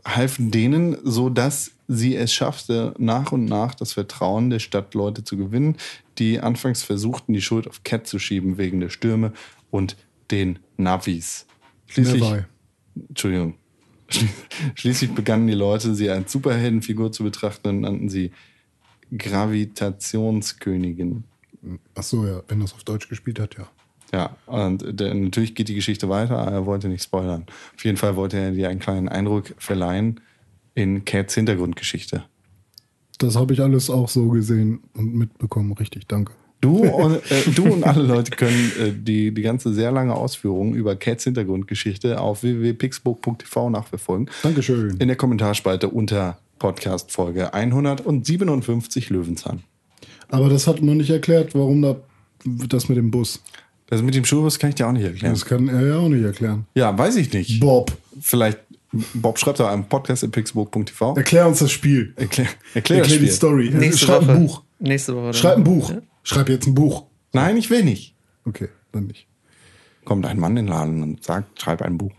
[SPEAKER 2] halfen denen, sodass sie es schaffte, nach und nach das Vertrauen der Stadtleute zu gewinnen, die anfangs versuchten, die Schuld auf Cat zu schieben wegen der Stürme und den Navis. Schließlich,
[SPEAKER 3] Nearby.
[SPEAKER 2] Entschuldigung. Schließlich begannen die Leute, sie als Superheldenfigur zu betrachten und nannten sie Gravitationskönigin.
[SPEAKER 3] Ach so, ja, wenn das auf Deutsch gespielt hat, ja.
[SPEAKER 2] Ja, und der, natürlich geht die Geschichte weiter, aber er wollte nicht spoilern. Auf jeden Fall wollte er dir einen kleinen Eindruck verleihen in Cats Hintergrundgeschichte.
[SPEAKER 3] Das habe ich alles auch so gesehen und mitbekommen. Richtig, danke.
[SPEAKER 2] Du und, äh, du und alle Leute können äh, die, die ganze sehr lange Ausführung über Cats Hintergrundgeschichte auf www.pixburg.tv nachverfolgen.
[SPEAKER 3] Dankeschön.
[SPEAKER 2] In der Kommentarspalte unter Podcast Folge 157 Löwenzahn.
[SPEAKER 3] Aber das hat man nicht erklärt, warum da das mit dem Bus.
[SPEAKER 2] Also mit dem Schulbus kann ich dir auch nicht erklären.
[SPEAKER 3] Das kann er ja auch nicht erklären.
[SPEAKER 2] Ja, weiß ich nicht.
[SPEAKER 3] Bob,
[SPEAKER 2] Vielleicht, Bob schreibt da einen Podcast in pixburg.tv.
[SPEAKER 3] erklär uns das Spiel.
[SPEAKER 2] Erklär, erklär,
[SPEAKER 3] Erklär
[SPEAKER 2] das
[SPEAKER 3] die
[SPEAKER 2] Spiel.
[SPEAKER 3] Story.
[SPEAKER 4] Nächste
[SPEAKER 3] Schreib
[SPEAKER 4] Woche.
[SPEAKER 3] ein Buch.
[SPEAKER 4] Nächste Woche. dann.
[SPEAKER 3] Schreib ein Buch. Schreib jetzt ein Buch.
[SPEAKER 2] Nein, ich will nicht.
[SPEAKER 3] Okay, dann nicht.
[SPEAKER 2] Kommt ein Mann in den Laden und sagt, schreib ein Buch.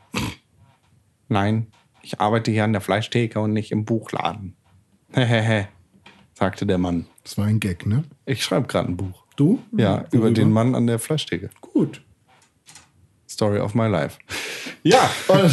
[SPEAKER 2] Nein, ich arbeite hier an der Fleischtheke und nicht im Buchladen. Hehehe, sagte der Mann.
[SPEAKER 3] Das war ein Gag, ne?
[SPEAKER 2] Ich schreibe gerade ein Buch.
[SPEAKER 3] Du?
[SPEAKER 2] Ja, über den Mann an der Fleischtheke.
[SPEAKER 3] Mhm. Gut.
[SPEAKER 2] Story of my life. Ja, und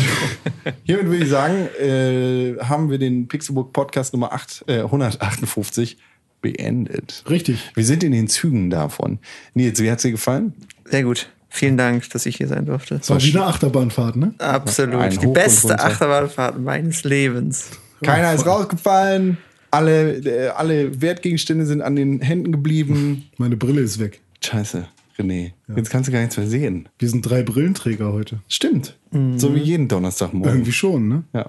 [SPEAKER 2] hiermit würde ich sagen, äh, haben wir den Pixelbook Podcast Nummer 8, äh, 158 beendet.
[SPEAKER 3] Richtig.
[SPEAKER 2] Wir sind in den Zügen davon. Nils, wie hat's dir gefallen?
[SPEAKER 4] Sehr gut. Vielen Dank, dass ich hier sein durfte.
[SPEAKER 3] Das war wieder Achterbahnfahrt, ne?
[SPEAKER 4] Absolut.
[SPEAKER 2] Ein
[SPEAKER 4] Die
[SPEAKER 2] Hoch und
[SPEAKER 4] beste
[SPEAKER 2] runter.
[SPEAKER 4] Achterbahnfahrt meines Lebens.
[SPEAKER 2] Genau. Keiner ist rausgefallen. Alle, äh, alle Wertgegenstände sind an den Händen geblieben.
[SPEAKER 3] Meine Brille ist weg.
[SPEAKER 2] Scheiße, René. Jetzt kannst du gar nichts mehr sehen.
[SPEAKER 3] Wir sind drei Brillenträger heute.
[SPEAKER 2] Stimmt. So wie jeden
[SPEAKER 3] Irgendwie
[SPEAKER 2] Donnerstagmorgen.
[SPEAKER 3] schon, ne?
[SPEAKER 2] Ja.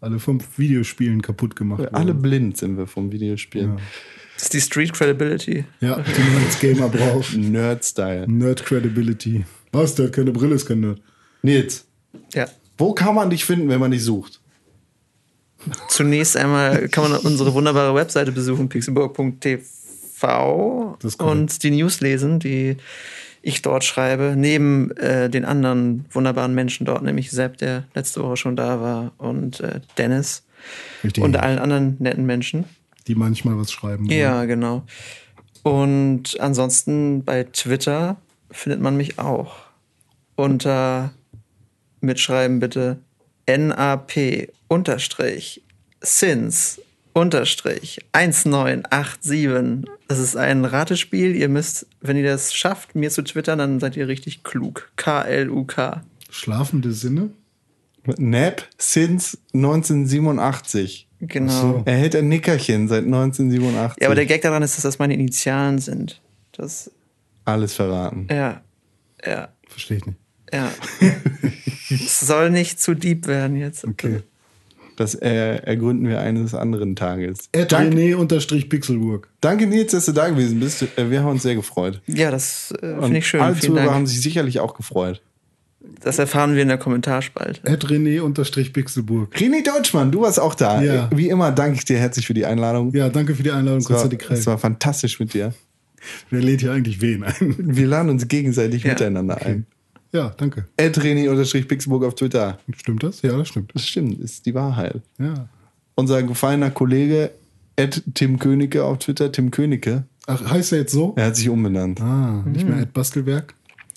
[SPEAKER 3] Alle vom Videospielen kaputt gemacht.
[SPEAKER 2] Alle
[SPEAKER 3] worden.
[SPEAKER 2] blind sind wir vom Videospielen.
[SPEAKER 4] Das ist die Street Credibility.
[SPEAKER 3] Ja, die man als Gamer braucht.
[SPEAKER 2] Nerd-Style.
[SPEAKER 3] Nerd Credibility. Was? Der hat keine Brille, ist kein Nerd.
[SPEAKER 2] Nils,
[SPEAKER 4] Ja.
[SPEAKER 2] wo kann man dich finden, wenn man dich sucht?
[SPEAKER 4] Zunächst einmal kann man unsere wunderbare Webseite besuchen, pixelburg.tv
[SPEAKER 3] Das ist korrekt.
[SPEAKER 4] und die News lesen, die ich dort schreibe, neben äh, den anderen wunderbaren Menschen dort, nämlich Sepp, der letzte Woche schon da war, und äh, Dennis
[SPEAKER 3] Richtig.
[SPEAKER 4] und allen anderen netten Menschen.
[SPEAKER 3] die manchmal was schreiben. wollen.
[SPEAKER 4] Ja, genau. Und ansonsten bei Twitter findet man mich auch unter mitschreiben bitte NAP unterstrich Sins unterstrich 1987. Das ist ein Ratespiel. Ihr müsst, wenn ihr das schafft, mir zu twittern, dann seid ihr richtig klug. K-L-U-K.
[SPEAKER 3] Schlafende Sinne?
[SPEAKER 2] Nap since 1987.
[SPEAKER 4] Genau.
[SPEAKER 3] Ach so.
[SPEAKER 2] Er hält ein Nickerchen seit 1987.
[SPEAKER 4] Ja, aber der Gag daran ist, dass das meine Initialen sind. Das,
[SPEAKER 2] Alles verraten.
[SPEAKER 4] ja, ja,
[SPEAKER 3] Verstehe ich nicht.
[SPEAKER 4] ja. Es soll nicht zu deep werden jetzt.
[SPEAKER 2] Okay. Das äh, ergründen wir eines anderen Tages.
[SPEAKER 3] Ed
[SPEAKER 2] Danke,
[SPEAKER 3] René-Pixelburg.
[SPEAKER 2] danke, Nils, dass du da gewesen bist. Äh, Wir haben uns sehr gefreut.
[SPEAKER 4] Ja, das äh,
[SPEAKER 2] Und
[SPEAKER 4] finde ich schön.
[SPEAKER 2] Alle
[SPEAKER 4] Vielen
[SPEAKER 2] Zuhörer haben
[SPEAKER 4] Dank.
[SPEAKER 2] sich sicherlich auch gefreut.
[SPEAKER 4] Das erfahren wir in der Kommentarspalte.
[SPEAKER 3] Ed René-Pixelburg.
[SPEAKER 2] René Deutschmann, du warst auch da.
[SPEAKER 3] Ja.
[SPEAKER 2] Wie immer danke ich dir herzlich für die Einladung.
[SPEAKER 3] Ja, danke für die Einladung,
[SPEAKER 2] es, war,
[SPEAKER 3] Konstantin
[SPEAKER 2] es
[SPEAKER 3] Kreis.
[SPEAKER 2] war fantastisch mit dir.
[SPEAKER 3] Wer lädt hier eigentlich wen ein?
[SPEAKER 2] Wir laden uns gegenseitig
[SPEAKER 4] Ja.
[SPEAKER 2] miteinander ein.
[SPEAKER 3] Ja, danke.
[SPEAKER 2] Ed René Pixelburg auf Twitter.
[SPEAKER 3] Stimmt das? Ja, das stimmt.
[SPEAKER 2] Das stimmt, ist die Wahrheit.
[SPEAKER 3] Ja.
[SPEAKER 2] Unser gefallener Kollege Ed Tim Königke auf Twitter, Tim Königke,
[SPEAKER 3] Ach, heißt er jetzt so?
[SPEAKER 2] er hat sich umbenannt.
[SPEAKER 3] Ah, nicht
[SPEAKER 4] Mhm.
[SPEAKER 3] mehr Ed Bastelwerk.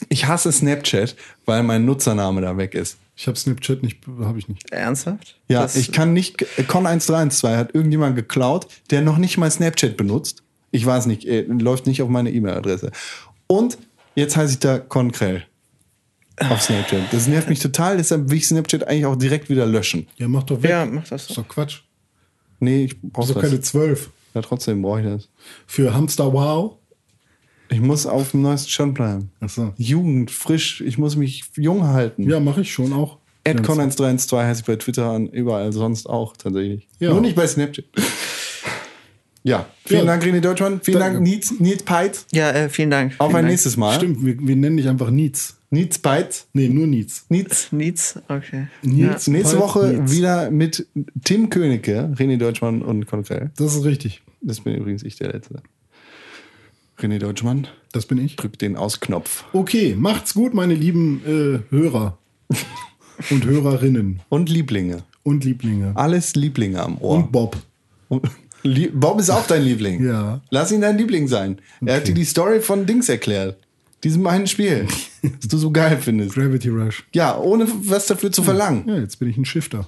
[SPEAKER 2] Ich hasse Snapchat, weil mein Nutzername da weg ist.
[SPEAKER 3] Ich habe Snapchat nicht, habe ich nicht.
[SPEAKER 4] Ernsthaft?
[SPEAKER 2] Ja,
[SPEAKER 4] das,
[SPEAKER 2] ich kann nicht. Con1312 hat irgendjemand geklaut, der noch nicht mal Snapchat benutzt. Ich weiß nicht, äh, läuft nicht auf meine E-Mail-Adresse. Und jetzt heiße ich da Conkrell auf Snapchat. Das nervt mich total, deshalb will ich Snapchat eigentlich auch direkt wieder löschen.
[SPEAKER 3] Ja, mach doch weg.
[SPEAKER 4] Ja, mach das
[SPEAKER 3] Ist
[SPEAKER 4] so.
[SPEAKER 3] doch Quatsch.
[SPEAKER 2] Nee, ich
[SPEAKER 3] Ist
[SPEAKER 2] brauche
[SPEAKER 3] doch Also keine
[SPEAKER 2] das.
[SPEAKER 3] zwölf.
[SPEAKER 2] Ja, trotzdem brauche ich das.
[SPEAKER 3] Für Hamster Wow.
[SPEAKER 2] Ich muss auf dem neuesten Stand bleiben.
[SPEAKER 3] Ach so.
[SPEAKER 2] Jugend, frisch, ich muss mich jung halten.
[SPEAKER 3] Ja, mache ich schon auch.
[SPEAKER 2] At
[SPEAKER 3] Ganz-
[SPEAKER 2] Con1312 heiße ich bei Twitter und überall sonst auch tatsächlich.
[SPEAKER 3] Ja.
[SPEAKER 2] Nur nicht bei Snapchat. ja, vielen
[SPEAKER 3] Ja.
[SPEAKER 2] Dank, René Deutschmann. Vielen
[SPEAKER 3] Danke.
[SPEAKER 2] Dank, Nils, Nils Peitz.
[SPEAKER 4] Ja, äh, vielen Dank.
[SPEAKER 2] Auf
[SPEAKER 4] vielen
[SPEAKER 2] ein
[SPEAKER 4] Dank.
[SPEAKER 2] nächstes Mal.
[SPEAKER 3] Stimmt, wir, wir nennen dich einfach Nietz.
[SPEAKER 2] Nils Peitz.
[SPEAKER 3] Nee, nur Nietz.
[SPEAKER 2] Nils.
[SPEAKER 4] Nietz, okay.
[SPEAKER 3] Nietz.
[SPEAKER 4] Ja.
[SPEAKER 2] Nächste
[SPEAKER 3] Peitz,
[SPEAKER 2] Woche
[SPEAKER 3] Nils.
[SPEAKER 2] wieder mit Tim Königke, René Deutschmann und Konkrell.
[SPEAKER 3] Das ist richtig.
[SPEAKER 2] Das bin übrigens ich der Letzte. René Deutschmann,
[SPEAKER 3] Das bin ich.
[SPEAKER 2] drück den Ausknopf.
[SPEAKER 3] Okay, macht's gut, meine lieben äh, Hörer und Hörerinnen
[SPEAKER 2] Und Lieblinge.
[SPEAKER 3] und Lieblinge.
[SPEAKER 2] Alles Lieblinge am Ohr.
[SPEAKER 3] Und Bob.
[SPEAKER 2] Ah, Und Lie- Bob ist auch dein Liebling.
[SPEAKER 3] Ja.
[SPEAKER 2] Lass ihn dein Liebling sein. Er hat dir die Story von Dings erklärt. Diesem einen Spiel, das du so geil findest.
[SPEAKER 3] Gravity Rush.
[SPEAKER 2] Ja, ohne was dafür zu verlangen.
[SPEAKER 3] Ja, jetzt bin ich ein Shifter.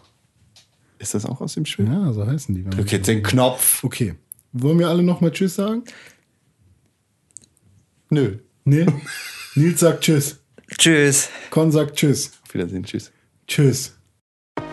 [SPEAKER 2] Ist das auch aus dem Spiel?
[SPEAKER 3] Ja, so heißen die. wenn man-
[SPEAKER 2] Drück jetzt den Knopf.
[SPEAKER 3] Okay. Wollen wir alle nochmal Tschüss sagen?
[SPEAKER 2] Nö.
[SPEAKER 3] Nee. Nils sagt Tschüss.
[SPEAKER 4] Tschüss.
[SPEAKER 3] Con sagt Tschüss.
[SPEAKER 2] Auf Wiedersehen. Tschüss.
[SPEAKER 3] Tschüss.